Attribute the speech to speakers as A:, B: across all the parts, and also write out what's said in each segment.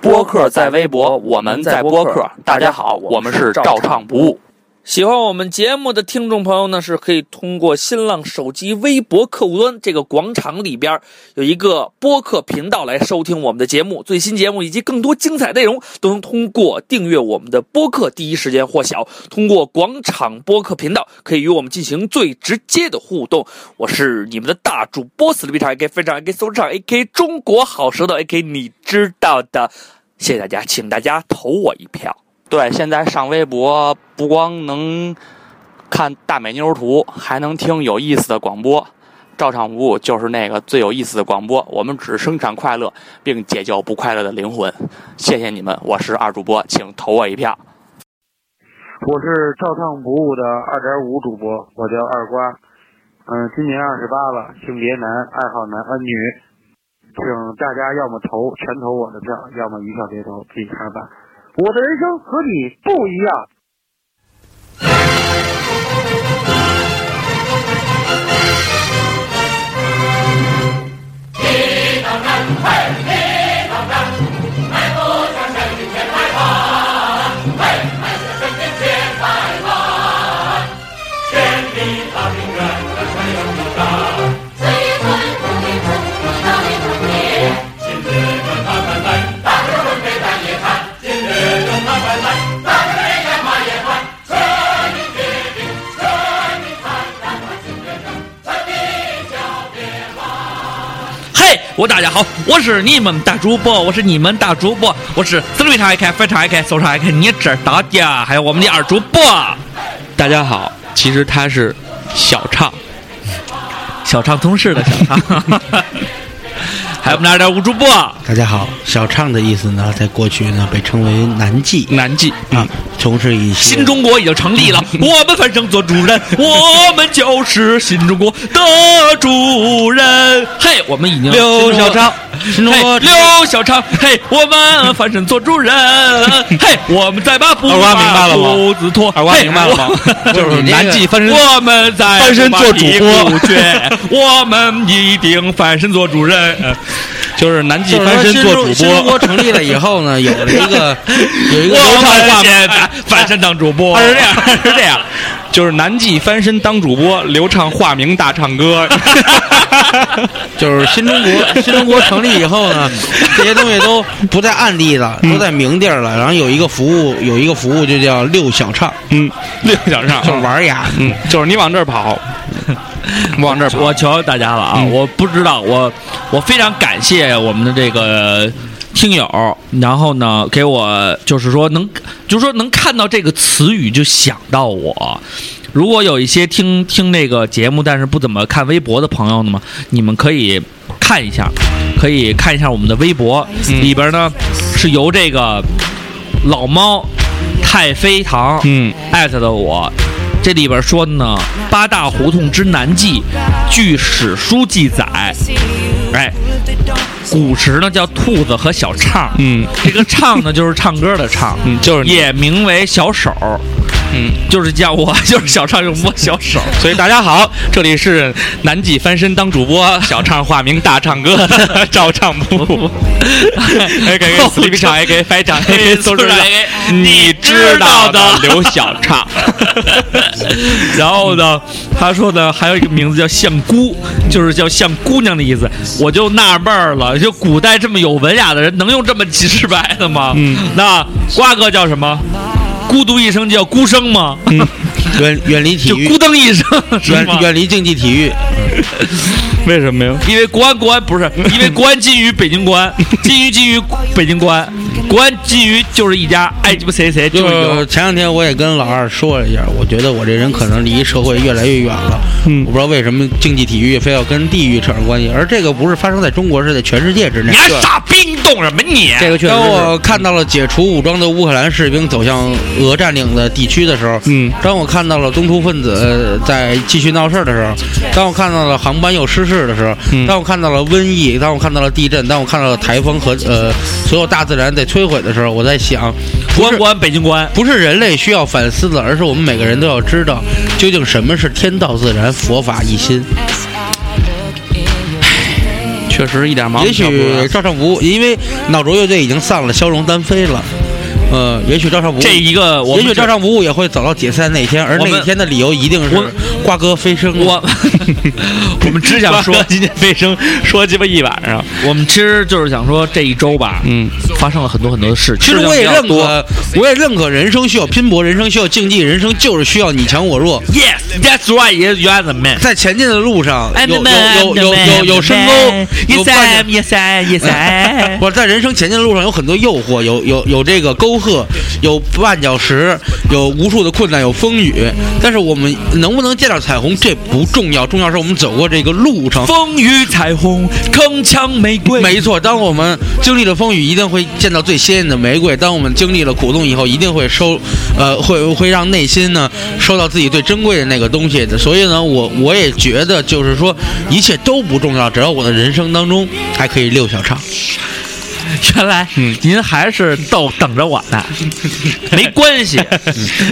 A: 播客在微博，我们在播客。大家好，我们是照唱不误。
B: 喜欢我们节目的听众朋友呢，是可以通过新浪手机微博客户端这个广场里边有一个播客频道来收听我们的节目，最新节目以及更多精彩内容都能通过订阅我们的播客第一时间获晓。通过广场播客频道可以与我们进行最直接的互动。我是你们的大主播死力必场 AK 非常 AK 搜唱 AK 中国好舌头 AK 你知道的，谢谢大家，请大家投我一票。
A: 对，现在上微博不光能看大美妞图，还能听有意思的广播。照常不误就是那个最有意思的广播。我们只生产快乐，并解救不快乐的灵魂。谢谢你们，我是二主播，请投我一票。
C: 我是照唱不误的二点五主播，我叫二瓜，嗯、今年二十八了，性别男，爱好男呃女，请大家要么投全投我的票，要么一票别投，自己看吧。我的人生和你不一样。
B: 嘿，我大家好，我是你们大主播，我是你们大主播，我是四六场爱看，非常爱看，搜场爱看，你这大家，还有我们的二主播
D: 大家好，其实他是小畅，
B: 小畅同事的 小畅，还有我们的二点五主播
E: 大家好，小畅的意思呢，在过去呢被称为男妓
D: 南记
E: 啊，从事一些
B: 新中国已经 成立了，我们翻身做主人，我们就是新中国的主人。嘿，我们已经
D: 刘小畅，
B: 新中国嘿刘小畅，嘿，我们翻身 做主人，嘿，我们再把步
D: 二瓜明白
B: 伐
D: 了吗
B: 步子拖，
D: 二瓜明白了吗
B: 嘿？我
D: 就是南记翻身，
B: 我们在
D: 翻身做主播
B: 决，我们一定翻身做主人。呃
D: 就是南记
E: 就是
D: 翻
E: 说
D: 身
E: 新
D: 做
E: 中
D: 主
E: 新中
D: 播
E: 国。成立了以后呢，有了一 个 有一个
B: 我
E: 流畅
B: 们
E: 化
B: 现在翻身当主播，
D: 他 是这样，他是这 样，就是南记翻身当主播，刘畅化名大唱歌。
E: 就是新中 国新中国成立以后呢，这些东西都不在暗地了，都在明地儿了。然后有一个服务，有一个服务就叫六小畅，
D: 嗯，六小
E: 就是
D: 畅，
E: 玩呀。
D: 嗯，就是你往这儿跑， 往这儿跑。
F: 我求求大家了啊！
D: 嗯
F: 我不知道，我我非常感谢我们的这个听友，然后呢，给我就是说能，就是说能看到这个词语就想到我。如果有一些听听这个节目，但是不怎么看微博的朋友呢嘛，你们可以看一下，可以看一下我们的微博、里边呢，是由这个老猫太妃糖
D: 嗯，
F: 艾特的我。这里边说呢，八大胡同之南记，据史书记载，哎，古时呢叫兔子和小唱，
D: 嗯，
F: 这个唱呢就是唱歌的唱，
D: 嗯，就是你，
F: 也名为小手，
D: 嗯。
F: 就是叫我就是小唱，就摸小手。
D: 所以大家好，这里是南极翻身当主 播，小唱化名大唱歌的照唱不误。A 哎 K A 死力唱 A K 翻
F: 哎
D: 唱哎 A K 搜出来，你知道的刘小唱。
F: 然后呢，他说呢，还有一个名字叫相姑，就是叫像姑娘的意思。我就纳闷儿了，就古代这么有文雅的人，能用这么几十白的吗？
D: 嗯，
F: 那瓜哥叫什么？孤独一生叫孤生吗？
E: 远远离体
F: 就
E: 育
F: 孤，灯一生是
E: 远
F: 吗？
E: 远离竞技体育，
D: 为什么呀？
F: 因为国安国安不是，因为国安金鱼北京国安，金鱼金鱼北京国安，国安金鱼就是一家，爱鸡巴谁谁就
E: 就是
F: 有。
E: 是前两天我也跟老二说了一下，我觉得我这人可能离社会越来越远了。嗯，我不知道为什么竞技体育非要跟地域扯上关系，而这个不是发生在中国，是在全世界之内
F: 你。还傻逼，你懂什么你？
E: 这个确实。当我看到了解除武装的乌克兰士兵走向俄占领的地区的时候，
D: 嗯，
E: 当我看到了中途分子呃在继续闹事儿的时候，当我看到了航班又失事的时候，
D: 嗯
E: 当我看到了瘟疫，当我看到了地震，当我看到了台风和呃所有大自然在摧毁的时候，我在想，不
F: 国
E: 是
F: 安国安北京国安。
E: 不是人类需要反思的，而是我们每个人都要知道，究竟什么是天道自然，佛法一心。
A: 确实一点忙
F: 啊
E: 也
A: 也
E: 许照唱不误，因为脑浊乐队已经散了，消融单飞了。呃，也许照唱不误，
F: 这一个我
E: 也
F: 们
E: 许
F: 就
E: 照唱不误也会走到解散那一天，而
F: 我
E: 那
F: 们
E: 一天的理由一定是
F: 我们
E: 瓜哥飞升。啊
F: 我我们只想说，
A: 今天飞升说鸡巴一晚上，
F: 我们其实就是想说这一周吧，
A: 嗯，
F: 发生了很多很多的事情，
E: 其实
F: 事情
E: 我也
F: 比较
E: 认
F: 多
E: 可，我也认可，人生需要拼搏，人生需要竞技，人生就是需要你强我弱。
F: Yes, that's right. You you are the man.
E: 在前进的路上，
F: I'm the
E: 有有
F: man.
E: 有有有有深沟，
F: Yes, I'm.
E: 有绊脚
F: Yes, I. Yes, I.
E: 不是在人生前进的路上有很多诱惑，有有有这个沟壑，有绊脚石，有无数的困难，有风雨。但是我们能不能见到彩虹，这不重要，重要是我们走过这个路程。
F: 风雨彩虹，铿锵玫瑰。
E: 没错，当我们经历了风雨，一定会见到最鲜艳的玫瑰；当我们经历了苦痛以后，一定会收，呃，会会让内心呢收到自己最珍贵的那个东西的。所以呢，我我也觉得，就是说，一切都不重要，只要我的人生当中还可以溜小唱。
F: 原来，您还是逗等着我呢，嗯 没关 系。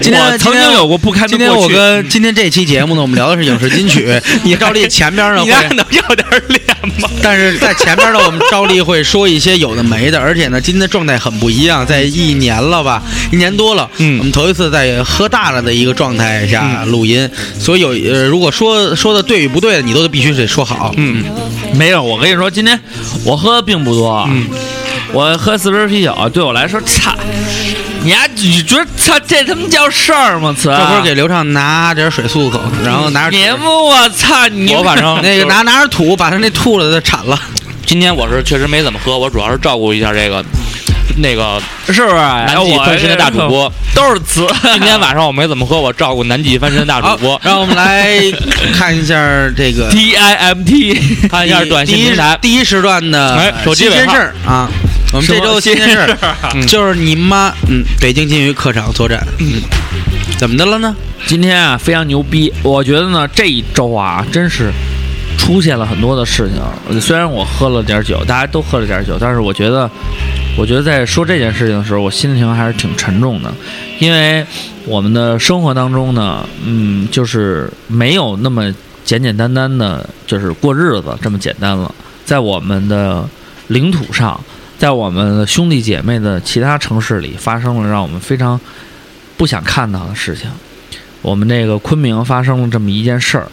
E: 今天
F: 我曾经
E: 今天
F: 有过不堪的
E: 今天
F: 过
E: 我
F: 去。
E: 跟今天这期节目呢，我们聊的是影视金 曲。你照例前边呢
A: 你俩
E: 会，
A: 能要点脸吗？
E: 但是在前边呢，我们照例会说一些有的没的，而且呢，今天的状态很不一样，在一年了吧，一年多了，
A: 嗯
E: 我们头一次在喝大了的一个状态
F: 嗯
E: 下录音，所以有呃，如果说说的对与不对，你都必须得说好。嗯，
F: 没有，我跟你说，今天我喝并不多，我喝四瓶啤酒，对我来说，差。你还你觉得操这他妈叫事儿吗？词，啊
E: 这会儿给刘畅拿点水漱口，然后拿着
F: 你们我操你！
A: 我反 正
E: 那个拿拿着土把他那吐了的铲了。
A: 今天我是确实没怎么喝，我主要是照顾一下这个那个
F: 是不是？
A: 南
F: 哎
A: 极
F: 我
A: 翻身的大主播。
F: 都是词。
A: 今天晚上我没怎么喝，我照顾南极翻身的大
E: 好
A: 主播，，
E: 让我们来看一下这个
F: T I M T，
A: 看一下短信
E: 第
A: 平
E: 一
A: 台。
E: 第一时段的呃
A: 哎手机
E: 新
A: 尾
E: 鲜
A: 号
E: 事儿啊。我们这周新鲜事儿
A: 嗯
E: 就是你妈，嗯，北京金鱼客场作战，嗯，怎么的了呢？
F: 今天啊非常牛逼，我觉得呢这一周啊真是出现了很多的事情。啊虽然我喝了点酒，大家都喝了点酒，但是我觉得，我觉得在说这件事情的时候，我心情还是挺沉重的，因为我们的生活当中呢，嗯，就是没有那么简简单单的，就是过日子这么简单了，在我们的领土上。在我们的兄弟姐妹的其他城市里，发生了让我们非常不想看到的事情。我们这个昆明发生了这么一件事儿，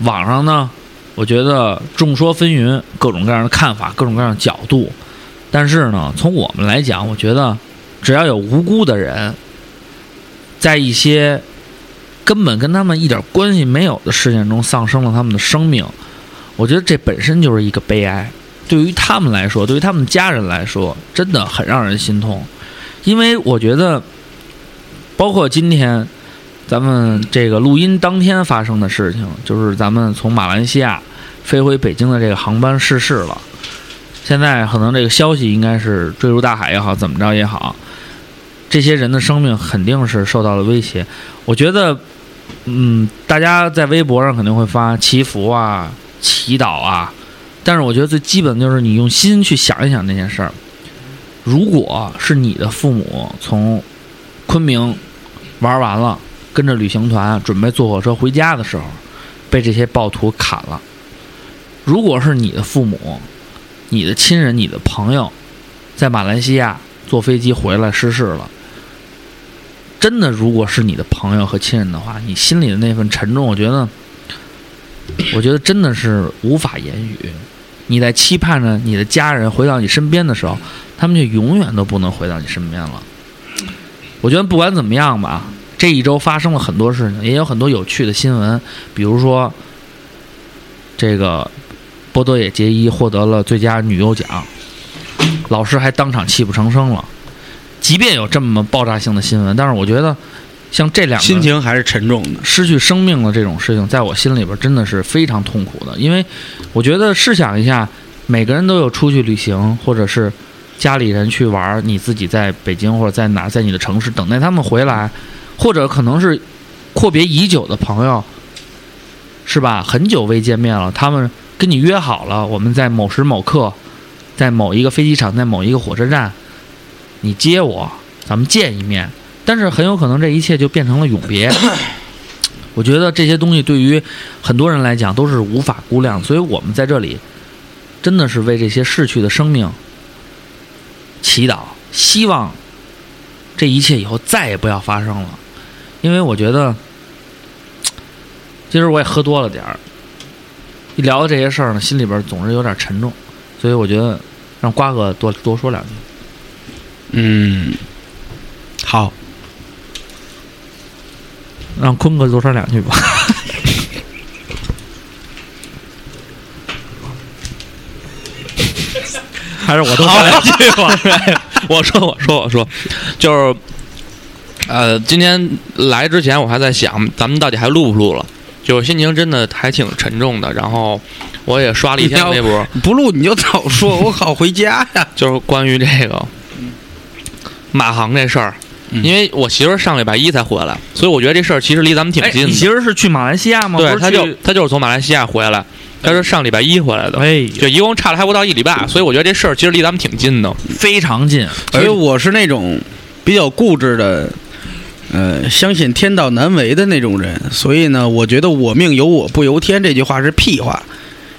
F: 网上呢，我觉得众说纷纭，各种各样的看法，各种各样的角度。但是呢，从我们来讲，我觉得只要有无辜的人，在一些根本跟他们一点关系没有的事件中丧生了他们的生命，我觉得这本身就是一个悲哀。对于他们来说，对于他们家人来说，真的很让人心痛，因为我觉得，包括今天咱们这个录音当天发生的事情，就是咱们从马来西亚飞回北京的这个航班失事了。现在可能这个消息应该是坠入大海也好，怎么着也好，这些人的生命肯定是受到了威胁。我觉得，嗯，大家在微博上肯定会发祈福啊、祈祷啊，但是我觉得最基本就是你用心去想一想这件事儿。如果是你的父母从昆明玩完了，跟着旅行团准备坐火车回家的时候，被这些暴徒砍了。如果是你的父母、你的亲人、你的朋友，在马来西亚坐飞机回来失事了，真的如果是你的朋友和亲人的话，你心里的那份沉重，我觉得，我觉得真的是无法言语。你在期盼着你的家人回到你身边的时候，他们就永远都不能回到你身边了。我觉得不管怎么样吧，这一周发生了很多事情，也有很多有趣的新闻，比如说这个波多野结衣获得了最佳女优奖，老师还当场泣不成声了。即便有这么爆炸性的新闻，但是我觉得像这两个
E: 心情还是沉重的。
F: 失去生命的这种事情，在我心里边真的是非常痛苦的，因为我觉得试想一下，每个人都有出去旅行，或者是家里人去玩儿，你自己在北京或者在哪儿，在你的城市等待他们回来，或者可能是阔别已久的朋友，是吧？很久未见面了，他们跟你约好了，我们在某时某刻，在某一个飞机场，在某一个火车站，你接我，咱们见一面。但是很有可能这一切就变成了永别。我觉得这些东西对于很多人来讲都是无法估量，所以我们在这里真的是为这些逝去的生命祈祷，希望这一切以后再也不要发生了。因为我觉得，今儿我也喝多了点儿，一聊到这些事儿呢，心里边总是有点沉重，所以我觉得让瓜哥多多说两句。
E: 嗯，好，
F: 让坤哥多说两句吧。 还是我多说两句吧。
A: 我说我说我说，就是，呃，今天来之前我还在想，咱们到底还录不录了？就是心情真的还挺沉重的。然后我也刷了一天微博，
E: 不录你就早说，我好回家呀。
A: 就是关于这个
F: 嗯
A: 马航这事儿。
E: 嗯
A: 因为我媳妇儿上礼拜一才回来，所以我觉得这事儿其实离咱们挺
F: 哎，
A: 近
F: 你
A: 的。
F: 媳妇儿是去马来西亚吗？
A: 对，
F: 不是
A: 她就
F: 去
A: 她就是从马来西亚回来，她是上礼拜一回来的，
F: 哎，
A: 就一共差了还不到一礼拜，所以我觉得这事儿其实离咱们挺近的。
F: 非常近。
E: 所以我是那种比较固执的，呃，相信天道难违的那种人。所以呢，我觉得“我命由我不由天”这句话是屁话。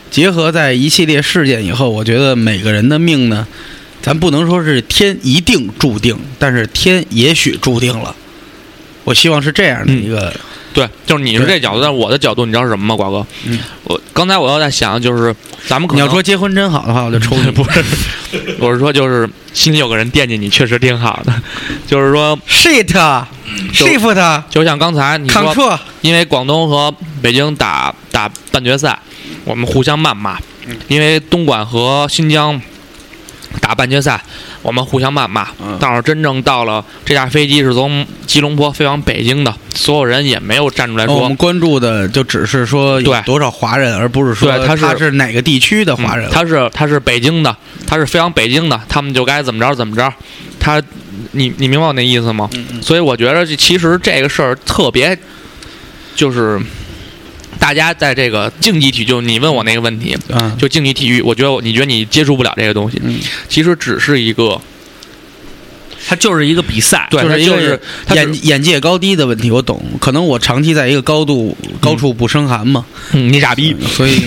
E: 结合在一系列事件以后，我觉得每个人的命呢，咱不能说是天一定注定，但是天也许注定了。我希望是这样的
A: 嗯
E: 一个，
A: 对，就是你是
E: 对
A: 这角度，但是我的角度你知道是什么吗，瓜哥？
E: 嗯
A: 我刚才我要在想，就是咱们可
E: 你
A: 能
E: 要说结婚真好的话，我就抽 你。
A: 不是，我是说就是心里有个人惦记你，确实挺好的。 就是说，
E: shit shift
A: 就像刚才你说，
E: control，
A: 因为广东和北京打打半决赛，我们互相谩骂；
E: 嗯
A: 因为东莞和新疆打半决赛，我们互相谩骂。
E: 嗯
A: 但是真正到了这架飞机是从吉隆坡飞往北京的，所有人也没有站出来
E: 我
A: 说
E: 们。关注的就只是说有
A: 对
E: 多少华人，而不是说
A: 对他是
E: 是哪个地区的
A: 嗯
E: 华人。
A: 他是他是北京的，他是飞往北京的，他们就该怎么着怎么着。他，你你明白我那意思吗？
E: 嗯
A: 所以我觉得这其实这个事儿特别，就是大家在这个竞技体，就你问我那个问题，
E: 嗯，
A: 就竞技体育，我觉得我你觉得你接触不了这个东西，
E: 嗯
A: 其实只是一个，
F: 它就是一个比赛，
A: 对，
E: 就
A: 它
E: 是一
A: 就
E: 个
A: 是它只
E: 眼眼界高低的问题，我懂。可能我长期在一个高度高处不胜寒嘛，
A: 嗯你傻逼，
E: 所以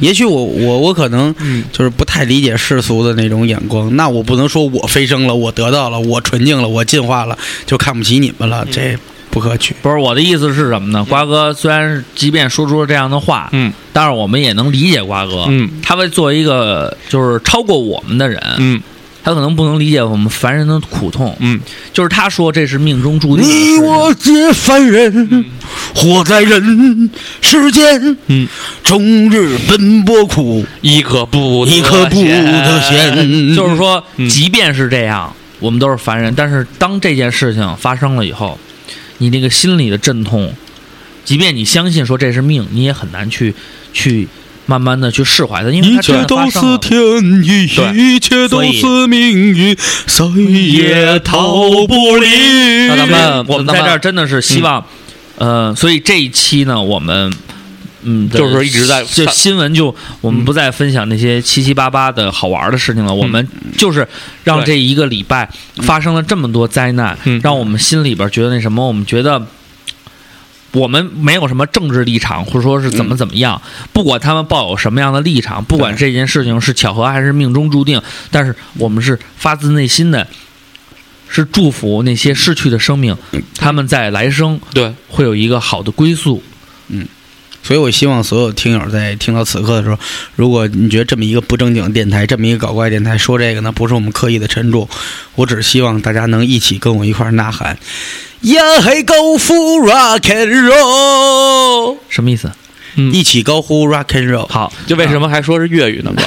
E: 也许我我我可能
A: 嗯
E: 就是不太理解世俗的那种眼光。那我不能说我飞升了，我得到了，我纯净了，我进化了，就看不起你们了，这不可取。
F: 不是我的意思是什么呢？瓜哥虽然是即便说出了这样的话，
A: 嗯
F: 但是我们也能理解瓜哥，
A: 嗯
F: 他会作为一个就是超过我们的人，
A: 嗯
F: 他可能不能理解我们凡人的苦痛，
A: 嗯，
F: 就是他说这是命中注定的事
E: 你
F: 情。
E: 我皆凡人，活在人世间，
A: 嗯，
E: 终日奔波苦，
A: 一可不
E: 一刻不得闲。
F: 就是说
A: 嗯，
F: 即便是这样，我们都是凡人，但是当这件事情发生了以后，你那个心里的阵痛，即便你相信说这是命，你也很难去去慢慢的去释怀它，因为
E: 一
F: 它真
E: 切
F: 的
E: 都
F: 发
E: 是
F: 生了。
E: 天意，一切都是命运，谁也逃不离。
F: 那咱们我们
A: 那
F: 在
A: 咱们
F: 这儿真的是希望，呃，所以这一期呢，我们。嗯，的
A: 就是一直在
F: 就新闻就我们不
A: 嗯
F: 再分享那些七七八八的好玩的事情了，我们就是让这一个礼拜发生了这么多灾难，
A: 嗯
F: 让我们心里边觉得那什么，我们觉得我们没有什么政治立场，或者说是怎
A: 嗯
F: 么怎么样，不管他们抱有什么样的立场，不管这件事情是巧合还是命中注定，但是我们是发自内心的，是祝福那些逝去的生命，
A: 嗯
F: 他们在来生
A: 对，
F: 会有一个好的归宿。
E: 所以我希望所有听友在听到此刻的时候，如果你觉得这么一个不正经的电台，这么一个搞怪电台说这个呢，不是我们刻意的沉重，我只是希望大家能一起跟我一块儿呐喊，呀嘿高呼 rock and roll，
F: 什么意思？
E: 一起高呼 rock and roll。
F: 好，啊
A: 就为什么还说是粤语呢？瓜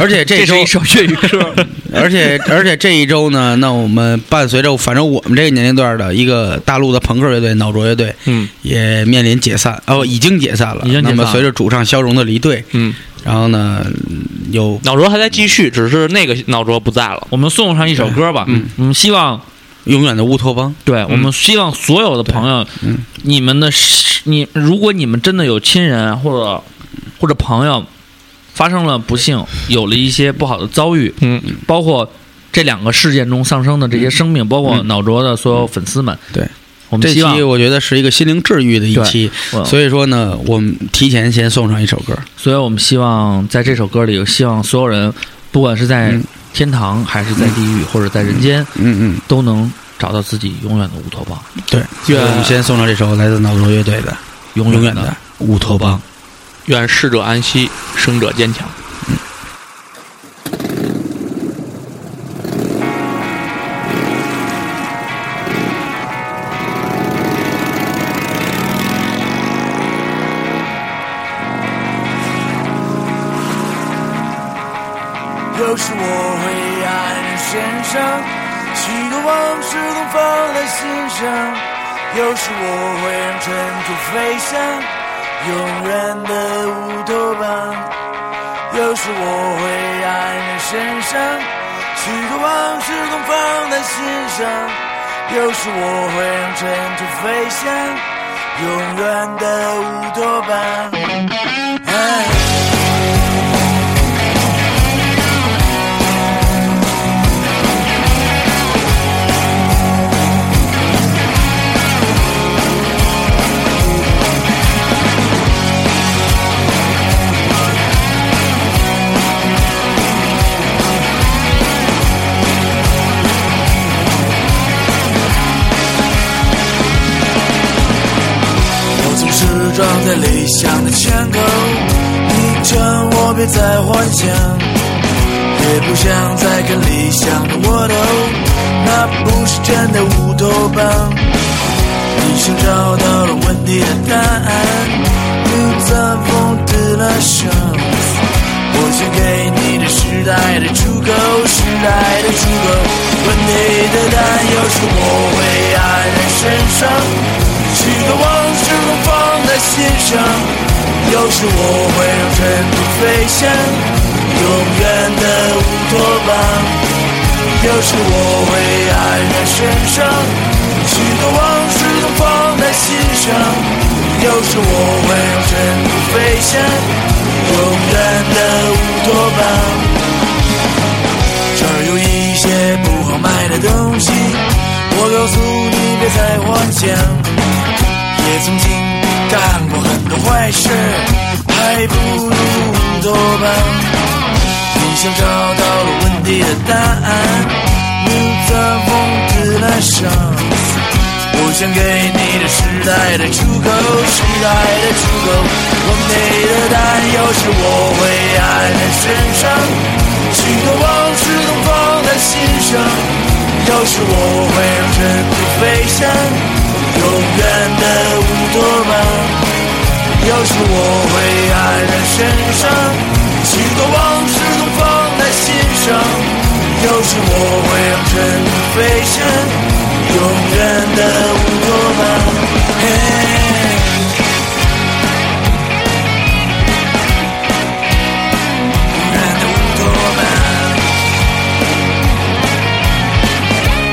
E: 而且这周
F: 是一首粤语歌，
E: 而且而且这一周呢，那我们伴随着反正我们这个年龄段的一个大陆的朋克乐队脑浊乐队
A: 嗯
E: 也面临解散，哦，已经解散了。
F: 已经解散了
E: 那么随着主唱肖荣的离队，
A: 嗯，
E: 然后呢，嗯有
A: 脑浊还在继续，只是那个脑浊不在了。
F: 我们送上一首歌吧。
E: 嗯，
F: 我们希望，
E: 永远的乌托邦。
F: 对我们希望所有的朋友，
E: 嗯
F: 你们的你，如果你们真的有亲人啊或者或者朋友发生了不幸，有了一些不好的遭遇，
A: 嗯，
F: 包括这两个事件中丧生的这些生命，包括脑浊的所有粉丝们，
E: 嗯对，
F: 我们
E: 这
F: 希望
E: 期我觉得是一个心灵治愈的一
F: 对
E: 期，嗯
F: 我
E: 所以说呢，我们提前先送上一首歌。
F: 所以我们希望在这首歌里，希望所有人，不管是在
E: 嗯
F: 天堂还是在地狱，或者在人间，
E: 嗯嗯，
F: 都能找到自己永远的乌托邦，
E: 对，愿我们先送上这首来自脑洞乐队的《
F: 永远
E: 永远
F: 的
E: 的乌托邦》。
G: 愿逝者安息，生者坚强。
C: 又是我灰暗的先生，许多往事都放在心上。又是我会让尘土飞翔，永远的乌托邦。又是我灰暗的身上，许多往事都放在心上。又是我会让尘土飞翔，永远的乌托邦。哎我总是撞在理想的枪口，你劝我别再幻想，也不想再跟理想的我斗，那不是真的乌托邦。你想找到了问题的答案，你怎么得了手？我想给你的时代的出口，时代的出口，问题的答案又是我会爱在身上。许多往事都放在心上，有时我会让尘土飞翔，永远的乌托邦。有时我会黯然神伤，许多往事都放在心上，有时我会让尘土飞翔，永远的乌托邦。这儿有一些不好卖的东西，我告诉你别再幻想。也曾经干过很多坏事，还不如乌托邦。你想找到了问题的答案，你怎么得了伤？我想给你的时代的出口，时代的出口，完美的答案又是我会爱在身上，许多往事都放在心上。要是我会让尘土飞翔，永远的乌托邦。要是我会爱在身上，许多往事都放在心上。要是我会让尘土飞翔，永远的乌托邦。嘿。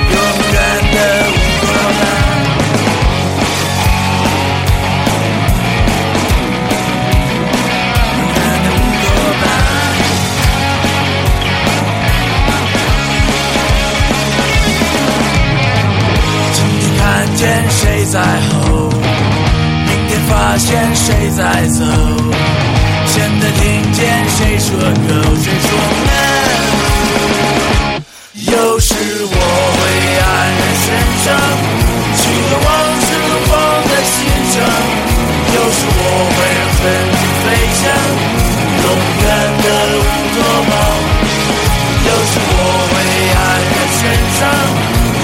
C: 永远的乌托邦，永远的乌托邦。今天看见谁在吼，明天发现谁在走，现在听见谁说 no，谁说 no。有时我会黯然神伤，许多往事都放在心上。有时我会让春天飞翔，永远的乌托邦。有时我会黯然神伤，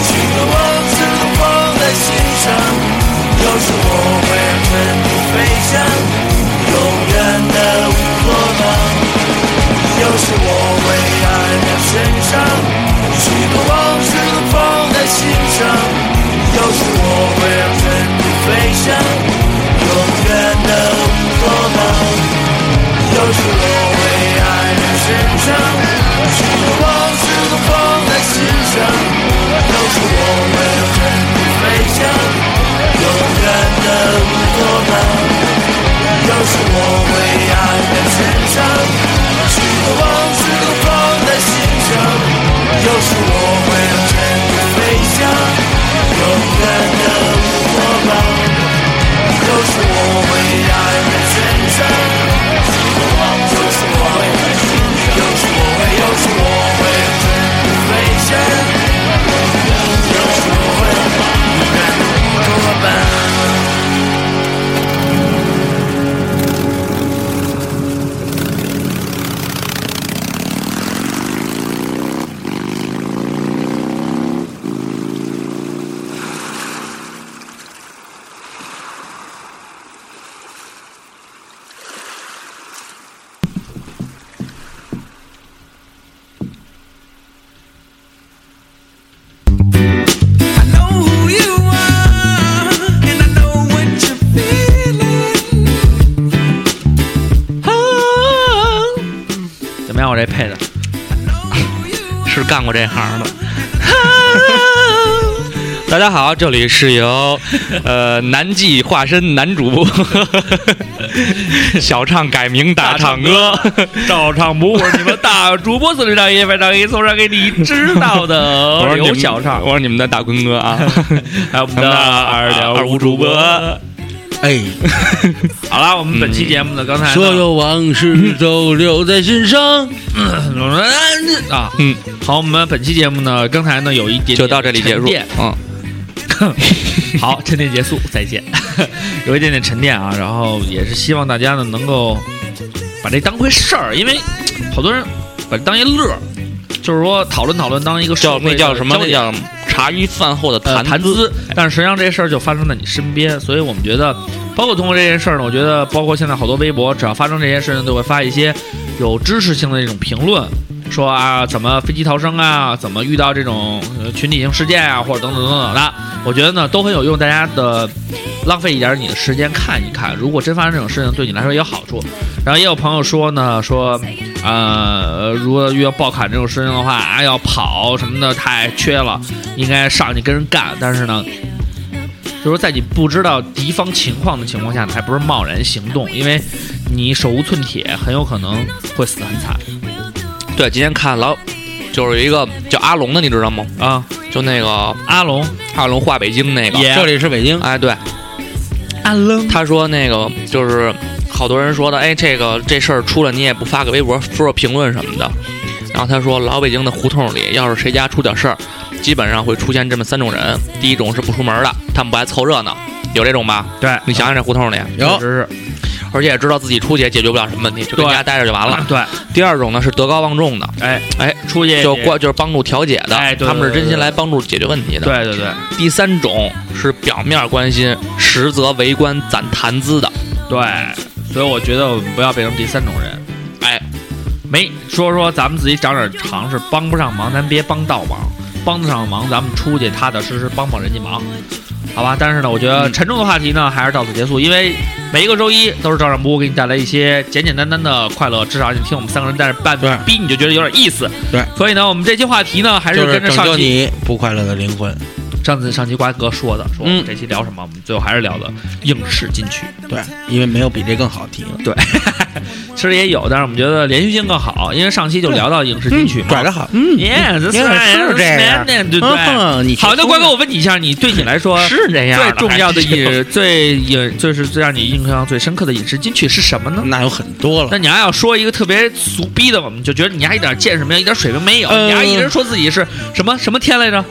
C: 许多往事都放在心上。有时我会让春天飞翔，永远的乌托邦。有时我会黯然神伤，许多往事都放在心上。有时我会让尘土飞翔，永远的乌托邦。有时我会黯然神伤，许多往事都放在心上。有时我会让尘土飞翔，永远的乌托邦。有时我会黯然神伤，许多往事都放在心上。有时我会让尘土飞翔，永远的无。
A: 干过这 行的。大家好，这里是由呃南纪化身男主播 小唱改名大 唱歌，
F: 照唱不误，你们大主播四十张一，非常一送上给你知道
A: 我
F: 的
A: 是你
F: 刘
A: 们
F: 小畅，
A: 我是你们的大坤 哥啊，
F: 还有我们的二
A: 二
F: 点
A: 五
F: 五
A: 主
F: 主
A: 播
F: 播。
E: 哎，
F: 好了，我们本期节目呢，刚才呢
E: 所有往事都留在心上。
F: 啊，
A: 嗯，
F: 好，我们本期节目呢，刚才呢有一点点
A: 就到这里结
F: 沉
A: 束
F: 淀，
A: 嗯，
F: 好，沉淀结束，再见。 有一点点沉淀啊，然后也是希望大家呢能够把这当回事儿，因为好多人把这当一乐儿，就是说讨论讨论，当一个
A: 叫
F: 社会
A: 那
F: 的
A: 叫什么？
F: 焦
A: 那
F: 点
A: 叫茶余饭后的
F: 呃
A: 谈
F: 谈资，但是实际上这事儿就发生在你身边，所以我们觉得，包括通过这件事儿呢，我觉得包括现在好多微博，只要发生这些事情，都会发一些有知识性的这种评论，说啊怎么飞机逃生啊，怎么遇到这种呃群体性事件啊，或者等等等等的，我觉得呢都很有用，大家的浪费一点你的时间看一看，如果真发生这种事情，对你来说也有好处。然后也有朋友说呢，说呃，如果遇到爆砍这种事情的话，啊，要跑什么的太缺了，应该上去跟人干。但是呢，就是说在你不知道敌方情况的情况下，你还不是贸然行动，因为你手无寸铁，很有可能会死得很惨
A: 对，今天看老就是有一个叫阿龙的，你知道吗？
F: 啊。
A: 就那个
F: 阿龙，
A: 阿龙画北京那个，
F: Yeah
E: 这里是北京，
A: 哎，对，
F: 阿龙，
A: 他说那个就是好多人说的，哎，这个这事儿出了你也不发个微博，说说评论什么的。然后他说，老北京的胡同里，要是谁家出点事儿，基本上会出现这么三种人：第一种是不出门的，他们不爱凑热闹，有这种吧？
F: 对，哦
A: 你想想这胡同里，
E: 有
F: 确实
A: 而且也知道自己出去也解决不了什么问题，就跟
F: 对
A: 家待着就完
F: 是
A: 了。
F: 对，
A: 第二种呢是德高望重的，
F: 哎
A: 哎，
F: 出去
A: 就关就是帮助调解的，
F: 哎对对
A: 他们是真
F: 对
A: 心
F: 对
A: 来帮助解决问题的。
F: 对对对
A: 第三种是表面关心，实则为官攒谈资的。
F: 对，所以我觉得我们不要变成第三种人，
A: 哎，
F: 没说说咱们自己长点常识，帮不上忙咱别帮倒忙，帮得上忙咱们出去踏踏实实帮帮人家忙，好吧？但是呢，我觉得
E: 嗯
F: 沉重的话题呢还是到此结束，因为每一个周一都是照常播给你带来一些简简单单的快乐，至少你听我们三个人在这半
E: 对
F: 逼你就觉得有点意思。
E: 对，
F: 所以呢，我们这期话题呢还是
E: 就
F: 跟
E: 是
F: 着
E: 拯
F: 上
E: 救
F: 期
E: 你不快乐的灵魂。
F: 上次上期瓜哥说的，说我们
A: 嗯
F: 这期聊什么，我们最后还是聊的应试进取。
E: 对，因为没有比这更好听了，
F: 其实也有，但是我们觉得连续性更好，因为上期就聊到影视进取嘛。
E: 拽得好。嗯
F: Yeah, that's
E: 也
F: right,
E: 是
F: that's
E: 这样
F: man, 对不对？
E: 嗯你
F: 好，那瓜哥，
E: 我
F: 我问你一下，你对你来说
A: 是这样
F: 最
A: 的
F: 重要的
A: 还是
F: 影，最影，就是最让你印象最深刻的影视金曲是什么呢？
E: 那有很多
F: 那
E: 了。
F: 你要要说一个特别俗逼的，我们就觉得你还一点见识没有，一点水平没有，
E: 呃
F: 你还一直说自己是什么什么天来着？
E: 什么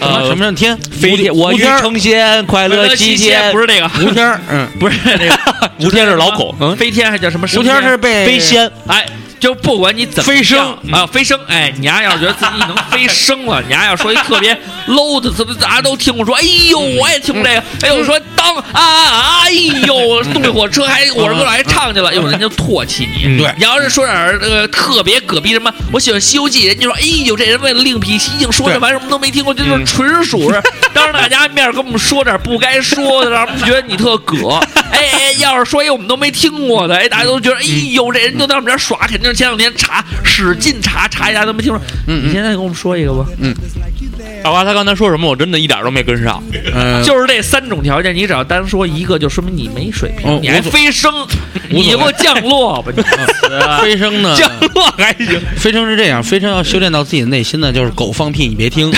A: 嗯呃
E: 什么叫天？
A: 飞天，我欲成仙，快乐西天。
F: 不是
A: 是
F: 那个，
E: 吴天儿，嗯，
F: 不是那个，
A: 吴天是老狗，嗯，
F: 飞天还叫什么？
E: 吴天儿是被
A: 飞仙。
F: 哎，就不管你怎么
E: 飞升
F: 样啊，飞升，哎，你丫要是觉得自己能飞升了，你丫要说一特别 low 的，特别大家都听我说，哎呦，我也听过这个，哎呦，说当啊，哎呦，动力火车还我是过来唱去了，哎呦，人家就唾弃你。
E: 对
F: 你要是说点儿呃特别葛逼什么，我喜欢《西游记》，人家说，哎呦，这人为了另辟蹊径，说这
E: 对嗯
F: 玩意儿什么都没听过，这就是纯属是当着大家面儿跟我们说点儿不该说的，让我们觉得你特葛。哎哎，要是说一我们都没听过的，哎，大家都觉得，哎
E: 嗯
F: 呦，这人就在我们这儿耍，肯定是前两天查，使劲查查一下都没听说。
E: 嗯
F: 你现在给我们说一个吧，
A: 宝宝，他刚才说什么？我真的一点都没跟上。
E: 嗯，
F: 就是这三种条件，你只要单说一个，就说明你没水
E: 哦
F: 平，你还
E: 无所
F: 飞升，你给我降落吧，你
E: 嗯呃飞升 呢？
F: 降落还行。
E: 飞升是这样，飞升要修炼到自己的内心呢，就是狗放屁你别 听。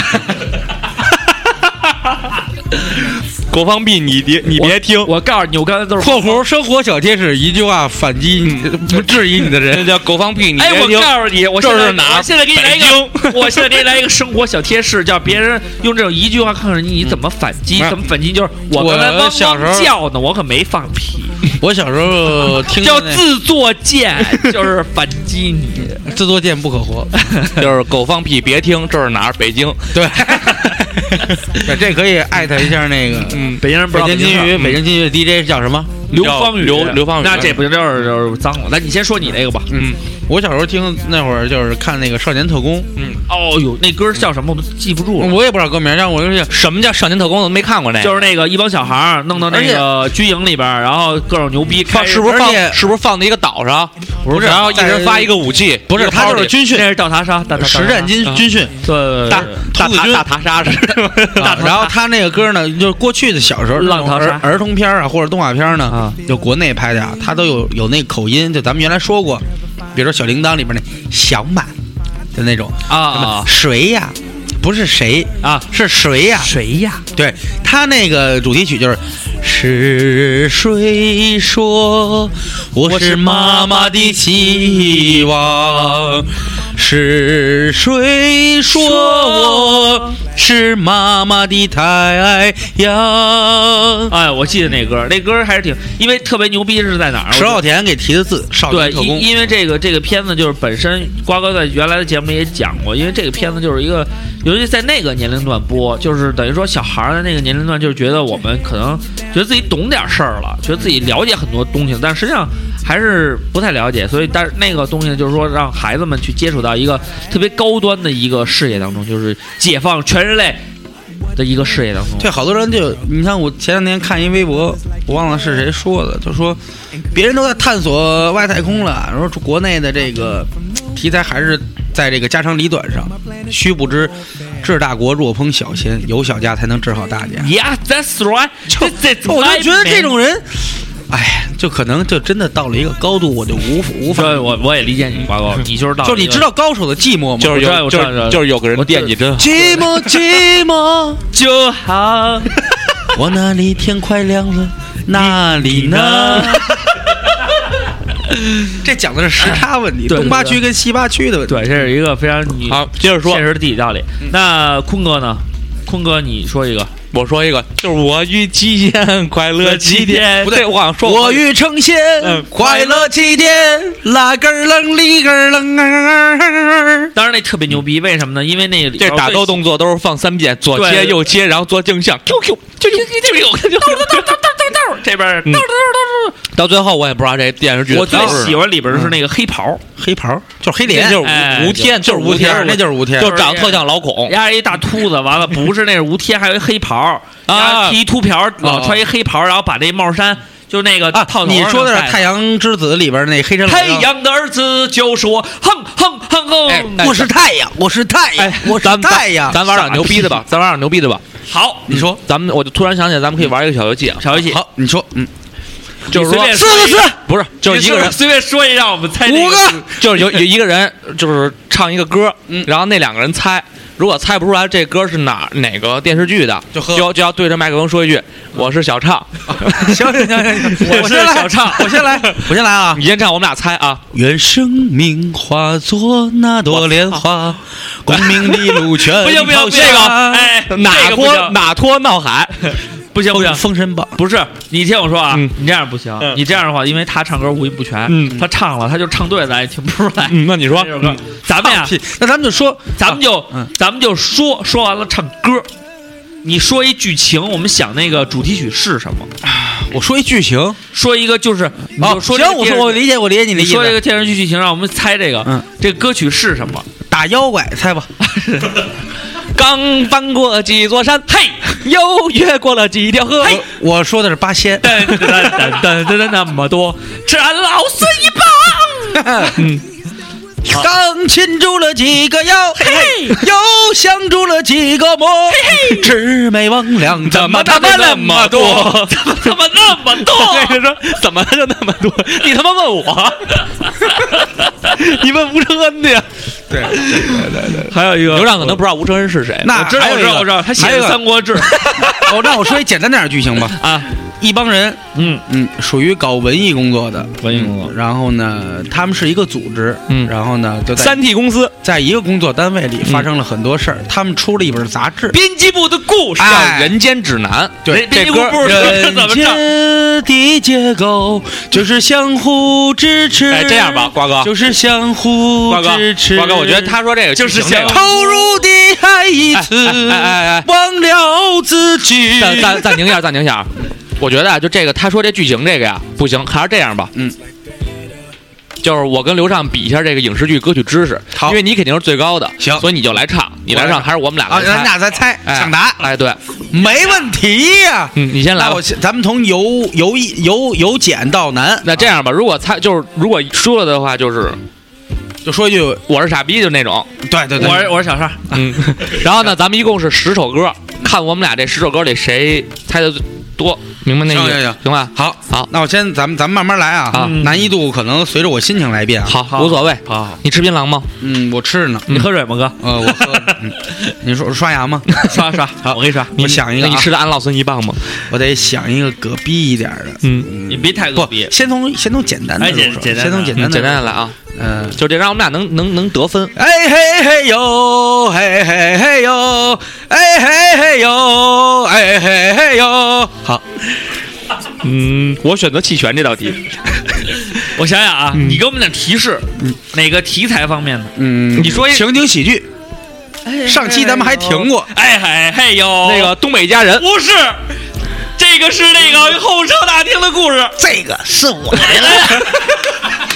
A: 狗放屁，你别你别听，
F: 我告诉你，我刚才都是
E: 括弧生活小贴士，一句话反击你
F: 嗯
E: 不质疑你 的
A: 那
E: 人。
A: 叫狗放屁，你
F: 哎，
A: 别
F: 我
A: 听。
F: 告诉你，我现
A: 这
F: 在
A: 是哪儿
F: 我现在给你来一
A: 北
F: 个， 我现在给你来一个生活小贴士，叫别人用这种一句话看看你你怎么反击，
E: 嗯
F: 怎么反击就是我刚才
E: 我
F: 汪
E: 小时
F: 汪
E: 候嗯
F: 叫呢，我可没放屁，
E: 我小 时候听
F: 叫
E: 的那
F: 自作贱，就是反击 你。
E: 自作贱不 可活。
A: 就是狗放屁，别听，这是哪儿？北京。
E: 对，对这可以艾特一下那个。
A: 嗯，
F: 北京人不嗯知
E: 北
F: 道
E: 京金嗯
F: 事儿
E: 鱼，北京金鱼的 DJ 叫什么？
F: 刘芳雨，
A: 刘刘芳雨
F: 那
E: 嗯
F: 这不就是就是脏了？来，你先说你那个吧。
A: 嗯
E: 我小时候听那会儿就是看那个《少年特工
A: 嗯，
F: 哦呦，那歌叫什么我都记不》，住了，
E: 我也不知道歌名，但我就是
A: 什么叫少年特工？我都没看过那个，
F: 就是那个一帮小孩儿弄到那个军营里边儿，然后各种牛逼，
A: 放
F: 开
A: 是不是
E: 而
A: 放
E: 且
A: 是不是放在一个岛上？
E: 不是
A: 然后一人发一
E: 个
A: 个武器，
E: 不是
A: 一个
E: 他就是
A: party
E: 军训
F: 那是倒茶沙，大
E: 实战军
A: 啊
F: 嗯
E: 军训，
F: 对
A: 大大
E: 兔子军
A: 大大塔莎是吗？
E: 啊然后他那个歌呢，就是过去的小时候那
F: 浪
E: 种
F: 淘沙
E: 儿儿童片儿啊，或者动画片儿呢，
F: 啊
E: 就国内拍的啊，他都有有那口音，就咱们原来说过，比如说小铃铛里边那响满的那种
F: 啊
E: 谁呀？不是谁
F: 啊，
E: 是谁呀？
F: 谁呀？
E: 对他那个主题曲就是是谁说我是妈妈的希望？是谁说我是妈妈的太阳？
F: 哎，我记得那歌，那歌还是挺，因为特别牛逼是在哪儿？
E: 石浩田给提的字，少
F: 对，
E: 年特
F: 因
E: 工。
F: 因为这个这个片子就是本身瓜哥在原来的节目里也讲过，因为这个片子就是一个，尤其在那个年龄段播，就是等于说小孩儿的那个年龄段，就是觉得我们可能觉得自己懂点事儿了，觉得自己了解很多东西，但实际上还是不太了解，所以但是那个东西就是说让孩子们去接触到一个特别高端的一个事业当中，就是解放全人类的一个事业当中。
E: 对，好多人就你看，我前两天看一微博，我忘了是谁说的，就说别人都在探索外太空了，然后国内的这个题材还是在这个家长里短上。须不知，治大国若烹小 鲜，有小家才能治好大家。
F: Yeah, that's right.
E: 就
F: 这这，
E: 我就觉得这种人，哎，就可能就真的到了一个高度，我就无无法，
F: 对，我我也理解你，瓜哥，你就是到
E: 就你
F: 一个
E: 知道高手的寂寞吗？
A: 就是
F: 我知道
A: 有
F: 我
A: 就
F: 知道知道
A: 是就是有个人
F: 我知道
A: 惦记真好，
E: 寂寞寂寞，
F: 就好。
E: 我那里天快亮了，那里呢？这讲的是时差问题，
F: 对对
E: 东八区跟西八区的问 题。
F: 对，这是一个非常你
A: 好，接着说
F: 现，实的地理道理。那坤哥呢？坤哥，你说一个，
A: 我说一个，就是我欲期间快乐
F: 七
A: 几
F: 天
A: 天，不对，我好像说过
E: 我欲成仙
A: 嗯，
E: 快乐七天，啦根儿楞里根儿楞啊儿。
F: 当然那特别牛逼，为什么呢？因为那里
A: 这
F: 边
A: 打
F: 最
A: 斗动作都是放三遍，左
F: 对
A: 切右切，然后做镜像，QQ 就就就有就
F: 这边
A: 嗯到最后我也不知道这电视剧
F: 我最喜
A: 欢
F: 欢里边是那个黑袍，
E: 黑袍就是黑
A: 那
E: 脸，
A: 就是
F: 哎
A: 吴吴天，就是
E: 吴天，那
A: 就
E: 就是吴天。
A: 就长得特像老孔，
F: 压着一大秃子，完了不是那是吴天，还有一黑 袍，
A: 啊
F: 丫剃一秃瓢，老穿一黑袍，然后把那帽衫就那个
E: 啊
F: 套，头
E: 你
F: 上
E: 说的是
F: 戴
E: 《太阳之子》里边那黑山老
F: 太阳的儿子就是我，哼哼哼
A: 哎
F: 哼，
E: 我是太阳，我是太阳，我是
A: 咱
E: 太阳。
A: 咱玩点牛逼的吧，咱玩点牛逼的吧。
F: 好，
A: 你说，咱们我就突然想起来，咱们可以玩一个小游戏啊，
F: 小游戏，
E: 好，你说，嗯，
A: 就是
F: 你随
A: 说
F: 便
E: 四个字，
A: 不是，就是一个人，
F: 随便说一，让我们猜这
E: 五个，
A: 就是有有一个人就是唱一个歌，然后那两个人猜，如果猜不出来这歌是哪哪个电视剧的，
E: 就
A: 就
E: 喝
A: 要就要对着麦克风说一句我是小畅，
E: 行行行行，我先来，
A: 小畅
E: 我先来，我先来啊！
A: 你先唱，我们俩猜啊，
E: 愿生命化作那朵莲花，功名利禄全
F: 不行不行，
E: 抛啊
F: 不行
E: 下
F: 这个哎，
A: 哪
F: 这个不
A: 脱
F: 行，
A: 哪脱闹海，
F: 不行不行
E: 封，封神榜。
F: 不是你听我说啊
A: 嗯，
F: 你这样不行，你这样的话，因为他唱歌五音不全，
A: 嗯
F: 他唱了他就唱对了，咱也听不出来。
A: 嗯，那你说
F: 这，首歌，咱们呀，
E: 屁那咱们就说，
F: 咱们就
E: 嗯
F: 咱们就说说完了唱歌，你说一剧情，我们想那个主题曲是什么？
E: 我说一剧情
F: 说一个就是，你
E: 哦，
F: 就
E: 行
F: 说这，个
E: 我
F: 电
E: 说
F: 视
E: 我理解，我理解你的
F: 你
E: 意
F: 说一
E: 思。
F: 个电视剧剧情，让我们猜这
E: 嗯
F: 个这个歌曲是什么？
E: 打妖怪，猜吧。
A: 刚翻过几座山，嘿，又越过了几条河，
E: 我我说的是八仙，
F: 噔噔噔噔噔噔，那么多，斩老孙一棒。
E: 刚擒住了几个妖，嘿 嘿，又降住了几个魔，嘿嘿，魑魅魍魉怎么他妈那么多？？
F: 怎么他妈那么
A: 我
F: 多？
A: 跟你说，怎么就那么多？你他妈问我，你问吴承恩的呀？
F: 还有一个
A: 刘畅可能不知道吴承恩是谁，
E: 那
F: 我知道，
E: 还有
F: 我知
E: 一
F: 道，
E: 个
F: 我知道，他写
E: 还有一
F: 的
E: 个
F: 《三国志》
E: 哦，那我说一简单点的剧情吧。
F: 啊，
E: 一帮人，
F: 嗯，
E: 嗯，属于搞文艺工作的，
F: 文艺工作
E: 嗯然后呢，他们是一个组织，
A: 嗯
E: 然后呢，就在
A: 三嗯 T 公司
E: 在一个工作单位里发生了很多事儿。他们出了一本杂志，
F: 编辑部的故事
A: 叫
E: 哎
A: 《人间指南》，
E: 对
A: 这
F: 编辑部
A: 歌
F: 不知道
E: 人
F: 怎么唱。
E: 间的结构就是相互支持。
A: 哎，这样吧，，瓜哥，
E: 就是相互
A: 瓜哥
E: 支持。，
A: 瓜哥，我觉得他说这个
F: 就是
A: 这
F: 想。
A: 个
E: 投入的爱一次，
A: 哎哎哎哎哎
E: 忘了自己。
A: 暂暂暂停一下，暂停一下啊！我觉得啊，就这个他说这剧情这个呀不行，还是这样吧，
E: 嗯，
A: 就是我跟刘畅比一下这个影视剧歌曲知识，
E: 好
A: 因为你肯定是最高的，
E: 行
A: 所以你就来唱，你来
E: 我来
A: 唱
E: 唱
A: 还是我们俩
E: 啊，
A: 来
E: 咱
A: 猜？
E: 俩再猜
A: 哎
E: 抢答，
A: 哎，对，
E: 没问题呀、
A: 嗯，你先来
E: 那
A: 吧
E: 我。先咱们从由由易由由简到难，
A: 那这样吧，如果猜就是如果输了的话，就是
E: 就说一句，
A: 我是傻逼，就那种。
E: 对对对，
F: 我是我是小尚，
A: 嗯，然后呢，咱们一共是十首歌，看我们俩这十首歌里谁猜的最多，明白那
E: 行
A: 意
E: 行
A: 思
E: 行
A: 行吧？
E: 好，
A: 好，
E: 那我先咱们咱们慢慢来啊，
A: 啊
E: 难易度可能随着我心情来变啊。
A: 好，无所谓。
F: 好，
A: 你吃槟榔吗？
E: 嗯，我吃着呢，
F: 你喝水吗，哥？
E: 呃，我喝，嗯你说我刷牙吗？
F: 刷刷，好，我给你刷。
E: 我想一个
A: 那你
E: 啊，
A: 吃的安酪孙一棒吗？
E: 我得想一个隔壁一点儿的，
A: 嗯，
F: 你别太
E: 不，先从先从简单的
F: 哎
E: 入
F: 简
E: 手，
F: 简单
E: 先从
F: 的
E: 简单的，
A: 简单的，来啊，
E: 嗯。
A: 就这，让我们俩能能能得分。
E: 哎嘿嘿呦，嘿嘿嘿呦，哎嘿嘿呦，哎嘿嘿呦。好，
A: 嗯，我选择弃权这道题。
F: 我想想啊，你给我们点提示，哪个题材方面的？
E: 嗯，
A: 你说一
E: 情景喜剧，上期咱们还停过，
F: 哎嗨嘿哟，
A: 那个东北一家人，
F: 不是，这个是那个候车大厅的故事。
E: 这个是我